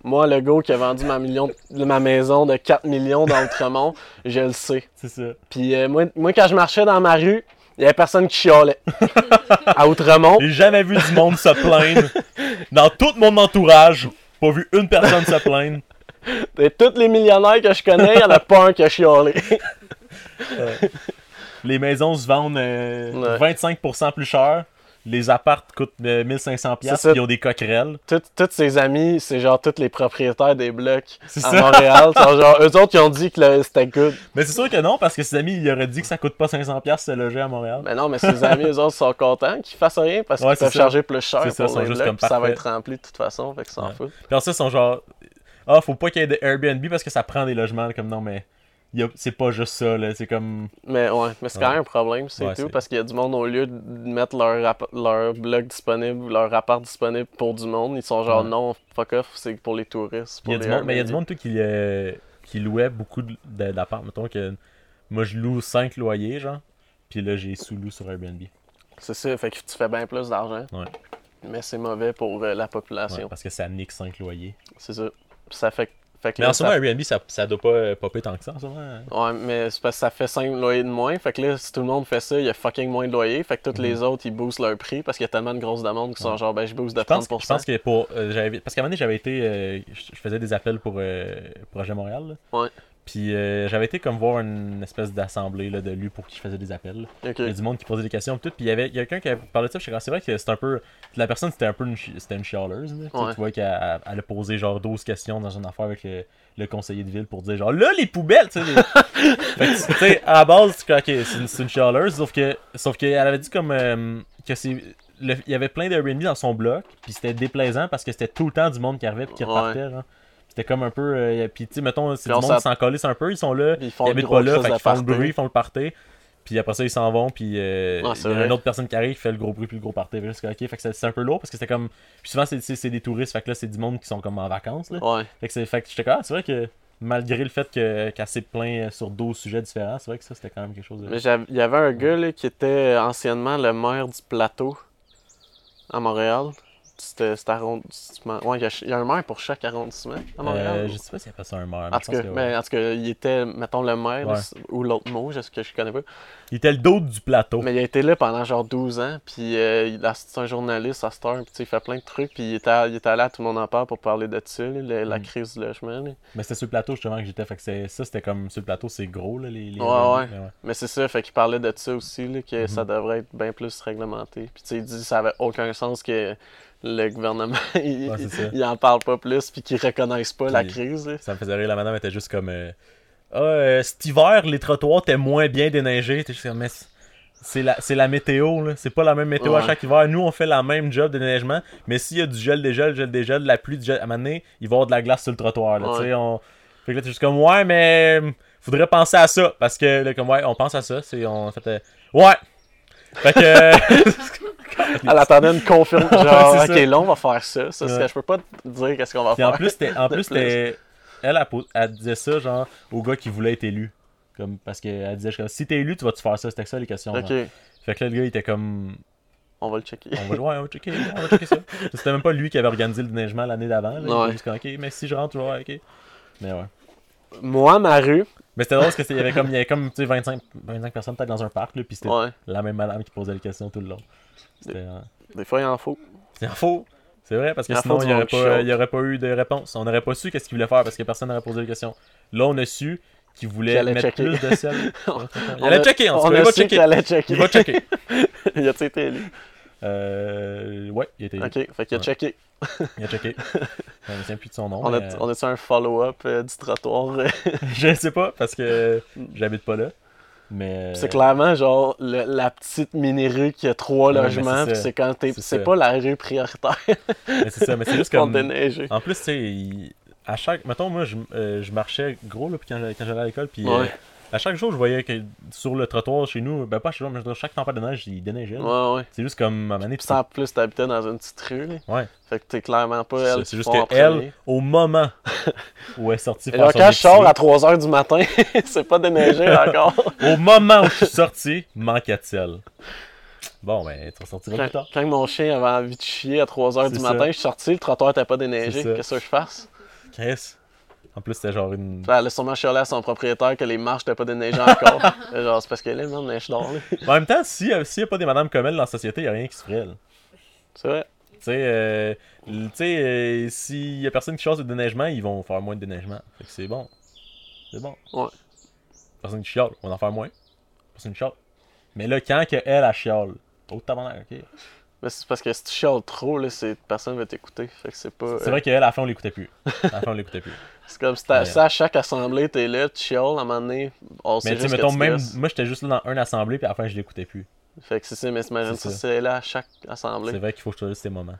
[SPEAKER 4] Moi, le gars qui a vendu ma, million, ma maison de 4 millions dans Outremont, je le sais.
[SPEAKER 1] C'est ça.
[SPEAKER 4] Puis euh, moi, moi, quand je marchais dans ma rue, il y avait personne qui chialait. à Outremont,
[SPEAKER 1] J'ai jamais vu du monde se plaindre. Dans tout mon entourage, pas vu une personne se plaindre.
[SPEAKER 4] de tous les millionnaires que je connais, il n'y en a pas un qui a chialé.
[SPEAKER 1] Les maisons se vendent euh,
[SPEAKER 4] Ouais.
[SPEAKER 1] 25% plus cher. Les appartes coûtent euh, 1500$.
[SPEAKER 4] C'est
[SPEAKER 1] piastres,
[SPEAKER 4] ça.
[SPEAKER 1] puis Ils ont des coquerelles.
[SPEAKER 4] Tout- Tous ses amis, c'est genre tous les propriétaires des blocs
[SPEAKER 1] C'est
[SPEAKER 4] à
[SPEAKER 1] ça.
[SPEAKER 4] Montréal. sont genre, eux autres, ils ont dit que le- c'était good.
[SPEAKER 1] Mais c'est sûr que non, parce que ses amis, il aurait dit que ça coûte pas 500$ piastres se loger à Montréal.
[SPEAKER 4] Mais non, mais ses amis, eux autres, sont contents qu'ils fassent rien parce
[SPEAKER 1] Ouais,
[SPEAKER 4] qu'ils
[SPEAKER 1] c'est
[SPEAKER 4] peuvent
[SPEAKER 1] ça.
[SPEAKER 4] charger plus cher
[SPEAKER 1] C'est ça,
[SPEAKER 4] pour
[SPEAKER 1] ils sont
[SPEAKER 4] les
[SPEAKER 1] juste
[SPEAKER 4] blocs,
[SPEAKER 1] comme
[SPEAKER 4] puis ça va
[SPEAKER 1] parfait.
[SPEAKER 4] être rempli de toute façon, fait qu'ils s'en
[SPEAKER 1] Ouais.
[SPEAKER 4] foutent.
[SPEAKER 1] Puis alors ça, ils sont genre. Ah, faut pas qu'il y ait des Airbnb parce que ça prend des logements. Comme non, mais il y a- c'est pas juste ça, là. C'est comme.
[SPEAKER 4] Mais ouais, mais c'est quand
[SPEAKER 1] Ouais.
[SPEAKER 4] même un problème, c'est
[SPEAKER 1] Ouais,
[SPEAKER 4] tout,
[SPEAKER 1] c'est-
[SPEAKER 4] parce qu'il y a du monde, au lieu de mettre leur, app- leur bloc disponible ou leur appart disponible pour du monde, ils sont genre
[SPEAKER 1] Ouais.
[SPEAKER 4] non, fuck off, c'est pour les touristes.
[SPEAKER 1] Il y a
[SPEAKER 4] pour
[SPEAKER 1] du
[SPEAKER 4] les
[SPEAKER 1] monde, mais il y a du
[SPEAKER 4] Airbnb.
[SPEAKER 1] monde, toi, qui, euh, qui louait beaucoup de- de- d'apparts. Mettons que moi, je loue 5 loyers, genre. Puis là, j'ai sous-loué sur Airbnb.
[SPEAKER 4] C'est ça, fait que tu fais bien plus d'argent.
[SPEAKER 1] Ouais.
[SPEAKER 4] Mais c'est mauvais pour euh, la
[SPEAKER 1] Ouais,
[SPEAKER 4] population.
[SPEAKER 1] parce que ça nique 5 loyers.
[SPEAKER 4] C'est ça. Puis ça fait, fait que
[SPEAKER 1] Mais
[SPEAKER 4] là,
[SPEAKER 1] en ce moment,
[SPEAKER 4] ça-
[SPEAKER 1] Airbnb, ça, ça doit pas euh, popper tant que ça, en ce moment. hein.
[SPEAKER 4] Ouais, mais c'est parce que ça fait 5 loyers de moins. Fait que là, si tout le monde fait ça, il y a fucking moins de loyers. Fait que tous les autres, ils boostent leur prix parce qu'il y a tellement de grosses demandes qui sont
[SPEAKER 1] Mhm. Ouais.
[SPEAKER 4] genre, ben je booste de
[SPEAKER 1] Je pense,
[SPEAKER 4] 30%.
[SPEAKER 1] que- je pense que pour. euh, j'avais- parce qu'à un moment donné, j'avais été. euh, je je faisais des appels pour euh, Projet Montréal. là.
[SPEAKER 4] Ouais.
[SPEAKER 1] Puis euh, j'avais été comme voir une espèce d'assemblée là, de lui pour qui je faisais des appels.
[SPEAKER 4] Ok.
[SPEAKER 1] Il y a du monde qui posait des questions pis tout. Puis il y avait il y a quelqu'un qui avait parlé de ça. puis j'étais comme, C'est vrai que c'est un peu. La personne, c'était un peu une, chi- c'était une chialeuse. là. Tu sais,
[SPEAKER 4] Ouais.
[SPEAKER 1] Tu vois qu'elle elle- elle a posé genre 12 questions dans une affaire avec le, le conseiller de ville pour dire genre là, les poubelles. Tu sais, les- Fait que, tu sais, à la base, tu crois que c'est une, c'est une chialeuse. Sauf que sauf qu'elle avait dit comme. euh, que c'est. le- il y avait plein d'Airbnb dans son bloc. Puis c'était déplaisant parce que c'était tout le temps du monde qui arrivait puis qui
[SPEAKER 4] Ouais.
[SPEAKER 1] repartait. genre. C'était comme un peu. euh, puis tu sais, mettons, c'est
[SPEAKER 4] Puis
[SPEAKER 1] du
[SPEAKER 4] on
[SPEAKER 1] monde
[SPEAKER 4] s'app-
[SPEAKER 1] qui s'en collisse un peu. Ils sont là.
[SPEAKER 4] Puis Ils
[SPEAKER 1] Ils
[SPEAKER 4] une
[SPEAKER 1] habitent pas
[SPEAKER 4] grosse
[SPEAKER 1] là,
[SPEAKER 4] chose
[SPEAKER 1] fait
[SPEAKER 4] de
[SPEAKER 1] qu'ils font le
[SPEAKER 4] party.
[SPEAKER 1] bruit, ils font le party. Puis après ça, ils s'en vont, puis euh, il
[SPEAKER 4] Ouais, Ah, c'est
[SPEAKER 1] y a
[SPEAKER 4] vrai.
[SPEAKER 1] une autre personne qui arrive, qui fait le gros bruit, puis le gros party. Fait que là, c'est comme, ok, fait que c'est- c'est un peu lourd, parce que c'était comme. Puis souvent, c'est- c'est c'est des touristes, fait que là, c'est du monde qui sont comme en vacances. Là.
[SPEAKER 4] Ouais.
[SPEAKER 1] Fait que c'est fait que j'étais comme, ah, c'est vrai que malgré le fait que- qu'elle s'est plaint sur 12 sujets différents, c'est vrai que ça, c'était quand même quelque chose de.
[SPEAKER 4] Mais j'av- il y avait un gars là, qui était anciennement le maire du plateau à Montréal. C'était cet arrondissement. Ouais, il y a ch- il y, a un maire pour chaque arrondissement à Montréal.
[SPEAKER 1] Euh, je sais pas s'il appelle ça un maire. mais
[SPEAKER 4] en,
[SPEAKER 1] je
[SPEAKER 4] tout
[SPEAKER 1] pense
[SPEAKER 4] cas,
[SPEAKER 1] que ouais.
[SPEAKER 4] mais en tout cas, il était, mettons, le maire
[SPEAKER 1] Ouais.
[SPEAKER 4] s- ou l'autre mot, je, que je connais pas.
[SPEAKER 1] Il était le dos du plateau.
[SPEAKER 4] Mais il a été là pendant genre 12 ans, puis euh, il- là, c'est un journaliste à cette heure, puis tu sais, il fait plein de trucs, puis il était, il était allé à Tout le monde en parle pour parler de ça, là, le- la
[SPEAKER 1] Mm.
[SPEAKER 4] crise du logement. là.
[SPEAKER 1] Mais c'était sur le plateau, justement, que j'étais. Fait que c'est- ça, c'était comme. Sur le plateau, c'est gros, là, les. les-
[SPEAKER 4] Ouais, ouais.
[SPEAKER 1] mais
[SPEAKER 4] Mais c'est ça, fait qu'il parlait de ça aussi, là, que
[SPEAKER 1] Mhm.
[SPEAKER 4] ça devrait être bien plus réglementé. Puis tu sais, il dit que ça avait aucun sens que le gouvernement, il,
[SPEAKER 1] Ouais, c'est ça.
[SPEAKER 4] il en parle pas plus, puis qu'il reconnaisse pas la
[SPEAKER 1] Puis-
[SPEAKER 4] crise. là.
[SPEAKER 1] Ça me faisait rire, la madame était juste comme. euh, Ah, euh, cet hiver, les trottoirs étaient moins bien déneigés. T'es juste comme, mais c'est- c'est la, c'est la météo, là. C'est pas la même météo à
[SPEAKER 4] Ouais.
[SPEAKER 1] chaque hiver. Nous, on fait la même job de déneigement, mais s'il y a du gel, des gels, gel, des gels, de la pluie, du gel, à un moment donné, il va y avoir de la glace sur le trottoir, là.
[SPEAKER 4] Ouais.
[SPEAKER 1] Tu sais, on. Fait que là, t'es juste comme, ouais, mais. euh, Faudrait penser à ça. Parce que, là, comme, ouais, on pense à ça. C'est, on fait. euh, ouais! Fait que. euh,
[SPEAKER 4] Elle attendait une confirmation, genre,
[SPEAKER 1] Ouais,
[SPEAKER 4] ok,
[SPEAKER 1] c'est ça.
[SPEAKER 4] là, on va faire ça. ça c'est-
[SPEAKER 1] Ouais.
[SPEAKER 4] Je peux pas te dire qu'est-ce qu'on va
[SPEAKER 1] Puis
[SPEAKER 4] faire.
[SPEAKER 1] en plus, t'es- en
[SPEAKER 4] De
[SPEAKER 1] plus,
[SPEAKER 4] plus.
[SPEAKER 1] t'es- elle, elle, pos- elle disait ça, genre, au gars qui voulait être élu. Comme, parce qu'elle disait, je suis comme, si t'es élu, tu vas-tu faire ça? C'était ça les questions. genre.
[SPEAKER 4] ok,
[SPEAKER 1] Fait que là, le gars, il était comme,
[SPEAKER 4] on va le checker.
[SPEAKER 1] on va, ouais, on va checker, on va checker ça. C'était même pas lui qui avait organisé le déneigement l'année d'avant. là. Il
[SPEAKER 4] Ouais.
[SPEAKER 1] était juste comme, ok, mais si je rentre, toujours, ok. Mais ouais.
[SPEAKER 4] Moi, ma rue,
[SPEAKER 1] Mais c'était drôle parce qu'il y avait comme, il y avait comme tu sais, 25, 25 personnes peut-être dans un parc, là, puis c'était
[SPEAKER 4] ouais,
[SPEAKER 1] la même madame qui posait les questions tout le long. C'était euh,
[SPEAKER 4] des fois, il en faut.
[SPEAKER 1] c'est en faux. C'est vrai, parce que
[SPEAKER 4] Il en
[SPEAKER 1] sinon,
[SPEAKER 4] faut
[SPEAKER 1] il
[SPEAKER 4] du
[SPEAKER 1] n'y aurait,
[SPEAKER 4] monde qui
[SPEAKER 1] pas-
[SPEAKER 4] chiale.
[SPEAKER 1] il y aurait pas eu de réponse. On n'aurait pas su qu'est-ce qu'il voulait faire parce que personne n'aurait posé les questions. Là, on a su qu'il voulait
[SPEAKER 4] Qu'il allait
[SPEAKER 1] mettre
[SPEAKER 4] checker.
[SPEAKER 1] plus de sel.
[SPEAKER 4] On-
[SPEAKER 1] Il allait checker, en tout
[SPEAKER 4] on
[SPEAKER 1] cas.
[SPEAKER 4] a
[SPEAKER 1] Il va
[SPEAKER 4] su qu'il
[SPEAKER 1] checker.
[SPEAKER 4] allait checker.
[SPEAKER 1] Il va checker.
[SPEAKER 4] il a été élu.
[SPEAKER 1] Euh, ouais, il, était,
[SPEAKER 4] Ok, fait qu'il a
[SPEAKER 1] Ouais.
[SPEAKER 4] checké.
[SPEAKER 1] il a checké. Je me souviens plus de son nom.
[SPEAKER 4] On
[SPEAKER 1] mais, euh,
[SPEAKER 4] a, on a un follow-up euh, du trottoir. euh,
[SPEAKER 1] Je sais pas parce que j'habite pas là. Mais.
[SPEAKER 4] Hmm. C'est clairement genre le- la petite mini-rue qui a trois
[SPEAKER 1] Ouais, mais
[SPEAKER 4] logements,
[SPEAKER 1] c'est
[SPEAKER 4] puis
[SPEAKER 1] ça.
[SPEAKER 4] c'est quand t'es.
[SPEAKER 1] C'est
[SPEAKER 4] C'est
[SPEAKER 1] ça.
[SPEAKER 4] pas la rue prioritaire
[SPEAKER 1] Mais c'est ça, mais c'est juste
[SPEAKER 4] pour
[SPEAKER 1] comme.
[SPEAKER 4] déneiger.
[SPEAKER 1] En plus, tu sais, il- à chaque. Mettons, moi, je, euh, je marchais gros là, puis quand, quand j'allais à l'école, puis. euh,
[SPEAKER 4] Ouais.
[SPEAKER 1] à chaque jour, je voyais que sur le trottoir chez nous, ben pas chez nous, mais sur chaque tempête de neige, il déneigeait. là.
[SPEAKER 4] Ouais, ouais.
[SPEAKER 1] C'est juste comme à un moment donné,
[SPEAKER 4] Puis en plus, t'habitais dans une petite rue, là.
[SPEAKER 1] Ouais.
[SPEAKER 4] Fait que t'es clairement pas
[SPEAKER 1] C'est
[SPEAKER 4] elle.
[SPEAKER 1] ça,
[SPEAKER 4] qui
[SPEAKER 1] c'est juste
[SPEAKER 4] font en
[SPEAKER 1] que elle,
[SPEAKER 4] premier.
[SPEAKER 1] au moment où elle est sortie
[SPEAKER 4] Et
[SPEAKER 1] faire
[SPEAKER 4] là,
[SPEAKER 1] son
[SPEAKER 4] quand je sors à
[SPEAKER 1] épicerie,
[SPEAKER 4] 3h du matin, c'est pas déneigé encore.
[SPEAKER 1] au moment où je suis sorti, manquait-elle. Bon, ben, tu ressortiras
[SPEAKER 4] quand,
[SPEAKER 1] plus tard.
[SPEAKER 4] quand mon chien avait envie de chier à 3h du
[SPEAKER 1] C'est ça.
[SPEAKER 4] matin, je suis sorti, le trottoir était pas
[SPEAKER 1] C'est
[SPEAKER 4] déneigé.
[SPEAKER 1] ça.
[SPEAKER 4] Qu'est-ce que je fasse?
[SPEAKER 1] Chris. En plus, c'était genre une.
[SPEAKER 4] Elle a sûrement chialé à son propriétaire que les marches n'étaient pas déneigées encore. genre, c'est parce que là, man, neige d'or, là.
[SPEAKER 1] En même temps, euh, s'il n'y a pas des Madame Comel dans la société, il n'y a rien qui se ferait. là.
[SPEAKER 4] C'est vrai.
[SPEAKER 1] Tu sais, euh, l- tu sais, euh, s'il n'y a personne qui chasse de déneigement, ils vont faire moins de déneigement. Fait que c'est bon. C'est bon.
[SPEAKER 4] Ouais.
[SPEAKER 1] Personne qui chiale, on va en faire moins. Personne qui chiale. Mais là, quand que elle, elle chiale, oh tabarnak, ok.
[SPEAKER 4] Mais c'est parce que si tu chiales trop, là, c'est... personne ne va t'écouter. Fait que c'est pas.
[SPEAKER 1] C'est
[SPEAKER 4] euh,
[SPEAKER 1] vrai qu'elle, à la fin, on l'écoutait plus. À la fin, on l'écoutait plus.
[SPEAKER 4] c'est comme si, t'as-
[SPEAKER 1] Ouais.
[SPEAKER 4] si à chaque assemblée, t'es là, tu chiales, à un moment donné, on sait
[SPEAKER 1] Mais tu sais,
[SPEAKER 4] juste que
[SPEAKER 1] mettons,
[SPEAKER 4] tu
[SPEAKER 1] même,
[SPEAKER 4] laisses.
[SPEAKER 1] moi, j'étais juste là dans une assemblée, puis à la fin, je l'écoutais plus.
[SPEAKER 4] Fait que c'est ça, mais t'imagines
[SPEAKER 1] C'est
[SPEAKER 4] si
[SPEAKER 1] ça.
[SPEAKER 4] c'est là à chaque
[SPEAKER 1] C'est
[SPEAKER 4] assemblée.
[SPEAKER 1] vrai qu'il faut que je choisisse ces moments.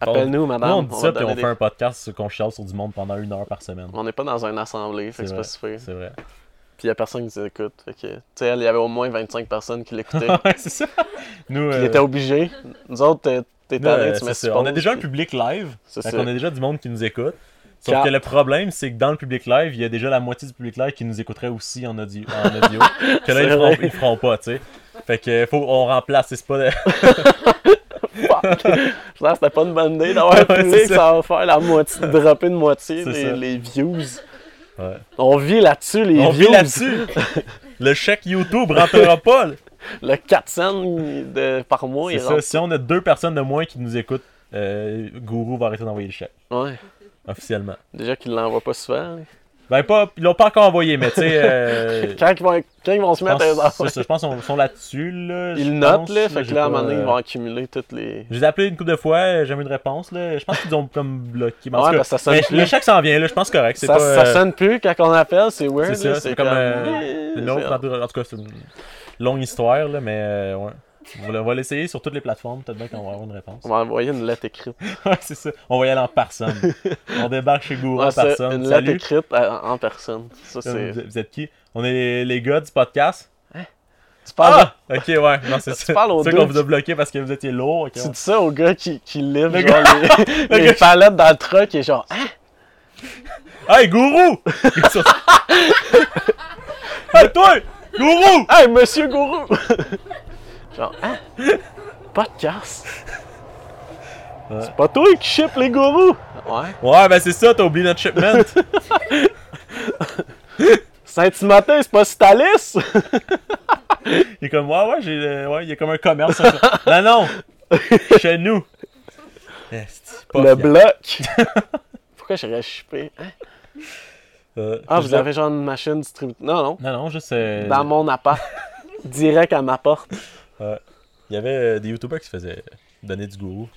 [SPEAKER 4] Appelle-nous, madame.
[SPEAKER 1] Nous, on dit
[SPEAKER 4] va
[SPEAKER 1] ça,
[SPEAKER 4] te
[SPEAKER 1] puis on
[SPEAKER 4] donner
[SPEAKER 1] fait
[SPEAKER 4] des-
[SPEAKER 1] un podcast sur- qu'on chiale sur du monde pendant une heure par semaine.
[SPEAKER 4] On n'est pas dans une assemblée, fait que
[SPEAKER 1] C'est
[SPEAKER 4] c'est
[SPEAKER 1] vrai.
[SPEAKER 4] pas super.
[SPEAKER 1] C'est vrai.
[SPEAKER 4] Puis il y a personne qui nous écoute. Fait que, tu sais, elle, il y avait au moins 25 personnes qui l'écoutaient. Puis
[SPEAKER 1] Ouais, c'est ça. Nous,
[SPEAKER 4] Ils
[SPEAKER 1] euh,
[SPEAKER 4] étaient obligés. Nous autres, t'es- t'es
[SPEAKER 1] nous,
[SPEAKER 4] tanné,
[SPEAKER 1] euh,
[SPEAKER 4] tu
[SPEAKER 1] c'est
[SPEAKER 4] me
[SPEAKER 1] ça. On a déjà un
[SPEAKER 4] supposes,
[SPEAKER 1] public live.
[SPEAKER 4] C'est
[SPEAKER 1] Fait
[SPEAKER 4] ça.
[SPEAKER 1] qu'on a déjà du monde qui nous écoute. Sauf
[SPEAKER 4] Quand-
[SPEAKER 1] que le problème, c'est que dans le public live, il y a déjà la moitié du public live qui nous écouterait aussi en audio. En audio. que là,
[SPEAKER 4] C'est
[SPEAKER 1] ils feront,
[SPEAKER 4] vrai.
[SPEAKER 1] ils feront pas, tu sais. Fait que faut, on remplace, c'est pas.
[SPEAKER 4] Puis Là, c'était pas une bonne idée d'avoir un
[SPEAKER 1] Ouais,
[SPEAKER 4] public,
[SPEAKER 1] c'est ça.
[SPEAKER 4] ça va faire la moitié, dropper une moitié
[SPEAKER 1] C'est
[SPEAKER 4] des,
[SPEAKER 1] ça.
[SPEAKER 4] les views.
[SPEAKER 1] Ouais.
[SPEAKER 4] On vit là-dessus, les
[SPEAKER 1] on
[SPEAKER 4] views.
[SPEAKER 1] vit là-dessus. le chèque YouTube rentrera pas. là.
[SPEAKER 4] Le 4 cents de, par mois,
[SPEAKER 1] C'est
[SPEAKER 4] il
[SPEAKER 1] ça.
[SPEAKER 4] rentre.
[SPEAKER 1] Si on a deux personnes de moins qui nous écoutent, euh, Gourou va arrêter d'envoyer le chèque,
[SPEAKER 4] Ouais.
[SPEAKER 1] officiellement.
[SPEAKER 4] Déjà qu'ils l'envoient pas souvent. là.
[SPEAKER 1] Ben, pas, ils l'ont pas encore envoyé, mais tu sais. euh,
[SPEAKER 4] Quand ils vont, quand ils vont se
[SPEAKER 1] je pense-
[SPEAKER 4] mettre à les
[SPEAKER 1] Ah, c'est
[SPEAKER 4] envoyer,
[SPEAKER 1] ça, je pense qu'ils sont là-dessus. Là, je
[SPEAKER 4] ils notent,
[SPEAKER 1] pense,
[SPEAKER 4] là. Fait que
[SPEAKER 1] j'ai
[SPEAKER 4] là, à un
[SPEAKER 1] pas,
[SPEAKER 4] moment donné,
[SPEAKER 1] euh,
[SPEAKER 4] ils vont accumuler toutes les.
[SPEAKER 1] Je les ai appelés une couple de fois, euh, j'ai jamais eu de réponse. Là. Je pense qu'ils ont comme bloqué. mais en
[SPEAKER 4] Ouais,
[SPEAKER 1] tout cas,
[SPEAKER 4] parce que ça sonne
[SPEAKER 1] mais
[SPEAKER 4] plus.
[SPEAKER 1] Le chèque s'en vient, là, je pense que c'est correct. C'est
[SPEAKER 4] Ça,
[SPEAKER 1] pas,
[SPEAKER 4] ça
[SPEAKER 1] euh,
[SPEAKER 4] sonne plus quand on appelle, c'est
[SPEAKER 1] C'est
[SPEAKER 4] weird. là,
[SPEAKER 1] ça, c'est comme. euh, une autre-
[SPEAKER 4] c'est-
[SPEAKER 1] en tout cas- en tout cas, c'est une longue histoire, là, mais euh, ouais. On va, le- on va l'essayer sur toutes les plateformes, peut-être bien qu'on va avoir une réponse.
[SPEAKER 4] On va envoyer une lettre écrite.
[SPEAKER 1] Ouais, c'est ça. On va y aller en personne. On débarque chez Gourou
[SPEAKER 4] Ouais,
[SPEAKER 1] en
[SPEAKER 4] ça,
[SPEAKER 1] personne.
[SPEAKER 4] une lettre
[SPEAKER 1] Salut. Euh,
[SPEAKER 4] écrite à- en personne. Ça, c'est.
[SPEAKER 1] Vous vous êtes qui On est les, les gars du podcast.
[SPEAKER 4] Tu
[SPEAKER 1] Ah!
[SPEAKER 4] parles,
[SPEAKER 1] Ok, ouais. Non, c'est ça.
[SPEAKER 4] Ah! parles aux
[SPEAKER 1] C'est ça
[SPEAKER 4] deux.
[SPEAKER 1] qu'on vous a bloqué parce que vous étiez lourd. ok,
[SPEAKER 4] tu
[SPEAKER 1] on-
[SPEAKER 4] dis ça au gars qui, qui livre
[SPEAKER 1] Le
[SPEAKER 4] genre, les, les
[SPEAKER 1] gars-
[SPEAKER 4] palettes dans le truck et genre, Hein,
[SPEAKER 1] Hey, Gourou Hey, toi Gourou
[SPEAKER 4] Hey, monsieur Gourou! genre, hein? Podcast?
[SPEAKER 1] Ouais.
[SPEAKER 4] C'est pas toi qui ship les gourous! Ouais.
[SPEAKER 1] Ouais, ben c'est ça, t'as oublié notre shipment.
[SPEAKER 4] Saint-Timothée, c'est pas Stalis!
[SPEAKER 1] Il est comme, ouais, ouais, j'ai, euh, ouais, il y a comme un commerce. non, non, chez nous. Esti, pas Ah,
[SPEAKER 4] Le
[SPEAKER 1] fiable.
[SPEAKER 4] bloc! Pourquoi j'aurais shippé? Hein?
[SPEAKER 1] Euh,
[SPEAKER 4] Ah,
[SPEAKER 1] je
[SPEAKER 4] vous
[SPEAKER 1] sais-
[SPEAKER 4] avez genre une machine distributrice. Non, non.
[SPEAKER 1] Non, non, juste. euh,
[SPEAKER 4] Dans mon appart. Direct à ma porte.
[SPEAKER 1] Il y avait euh, des youtubeurs qui se faisaient donner du gourou.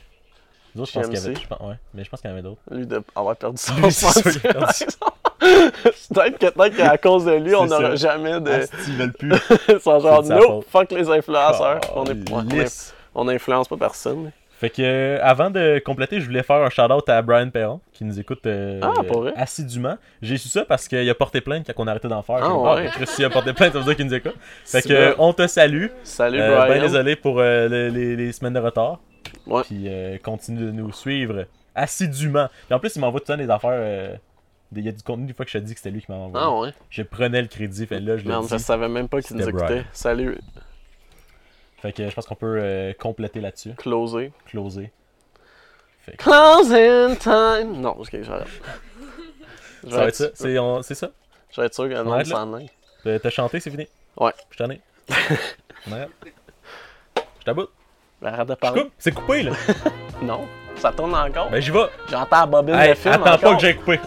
[SPEAKER 1] D'autres, je pense qu'il y avait.
[SPEAKER 4] GMC.
[SPEAKER 1] je pense- ouais, mais je pense qu'il y en avait d'autres.
[SPEAKER 4] Lui, d'avoir perdu son
[SPEAKER 1] Lui, c'est sûr, il a perdu
[SPEAKER 4] pension, par exemple. Peut-être que- peut-être qu'à cause de lui, on
[SPEAKER 1] C'est ça.
[SPEAKER 4] n'aura jamais de.
[SPEAKER 1] Esti, Ah, ils veulent plus.
[SPEAKER 4] Son genre,
[SPEAKER 1] de sa
[SPEAKER 4] no,
[SPEAKER 1] faute.
[SPEAKER 4] fuck les influenceurs. Ah, on, est,
[SPEAKER 1] Oh,
[SPEAKER 4] ouais, on est-
[SPEAKER 1] lisse.
[SPEAKER 4] on influence pas personne.
[SPEAKER 1] Fait que, euh, avant de compléter, je voulais faire un shout-out à Brian Perron, qui nous écoute euh,
[SPEAKER 4] Ah, pour vrai?
[SPEAKER 1] assidûment. J'ai su ça parce qu'il a porté plainte quand on a arrêté d'en faire.
[SPEAKER 4] Ah,
[SPEAKER 1] J'ai dit, Ah,
[SPEAKER 4] ouais.
[SPEAKER 1] Chris, s'il a porté plainte, ça veut dire qu'il nous écoute.
[SPEAKER 4] C'est
[SPEAKER 1] Fait que, euh, on te salue.
[SPEAKER 4] Salut,
[SPEAKER 1] Euh,
[SPEAKER 4] Brian.
[SPEAKER 1] ben désolé pour euh, les, les- les semaines de retard.
[SPEAKER 4] Ouais.
[SPEAKER 1] Puis euh, continue de nous suivre assidûment. Puis en plus, il m'envoie tout le temps des affaires. euh, des- Il y a du contenu des fois que je te dis que c'était lui qui m'a envoyé.
[SPEAKER 4] Ah ouais?
[SPEAKER 1] Je prenais le crédit, fait là, je
[SPEAKER 4] Merde,
[SPEAKER 1] le
[SPEAKER 4] je
[SPEAKER 1] dis.
[SPEAKER 4] savais même pas qu'ils nous
[SPEAKER 1] C'était
[SPEAKER 4] écoutaient.
[SPEAKER 1] Brian.
[SPEAKER 4] Salut,
[SPEAKER 1] Fait que euh, je pense qu'on peut euh, compléter là-dessus,
[SPEAKER 4] closé.
[SPEAKER 1] closer.
[SPEAKER 4] Closing time! Non, ok, j'arrête. Je
[SPEAKER 1] Ça va
[SPEAKER 4] vais
[SPEAKER 1] être ça? C'est on- c'est ça?
[SPEAKER 4] Je vais être sûr que le
[SPEAKER 1] va
[SPEAKER 4] monde
[SPEAKER 1] être là.
[SPEAKER 4] s'en aille.
[SPEAKER 1] Euh, T'as chanté, c'est fini?
[SPEAKER 4] Ouais.
[SPEAKER 1] Je t'en ai. Merde. Je t'aboute.
[SPEAKER 4] Mais Arrête de
[SPEAKER 1] Je
[SPEAKER 4] parler.
[SPEAKER 1] coupe. C'est coupé, là.
[SPEAKER 4] Non, ça tourne encore.
[SPEAKER 1] Ben, j'y vais.
[SPEAKER 4] Ben, J'entends la bobine
[SPEAKER 1] Hey,
[SPEAKER 4] de film
[SPEAKER 1] attends
[SPEAKER 4] encore.
[SPEAKER 1] pas que j'ai coupé.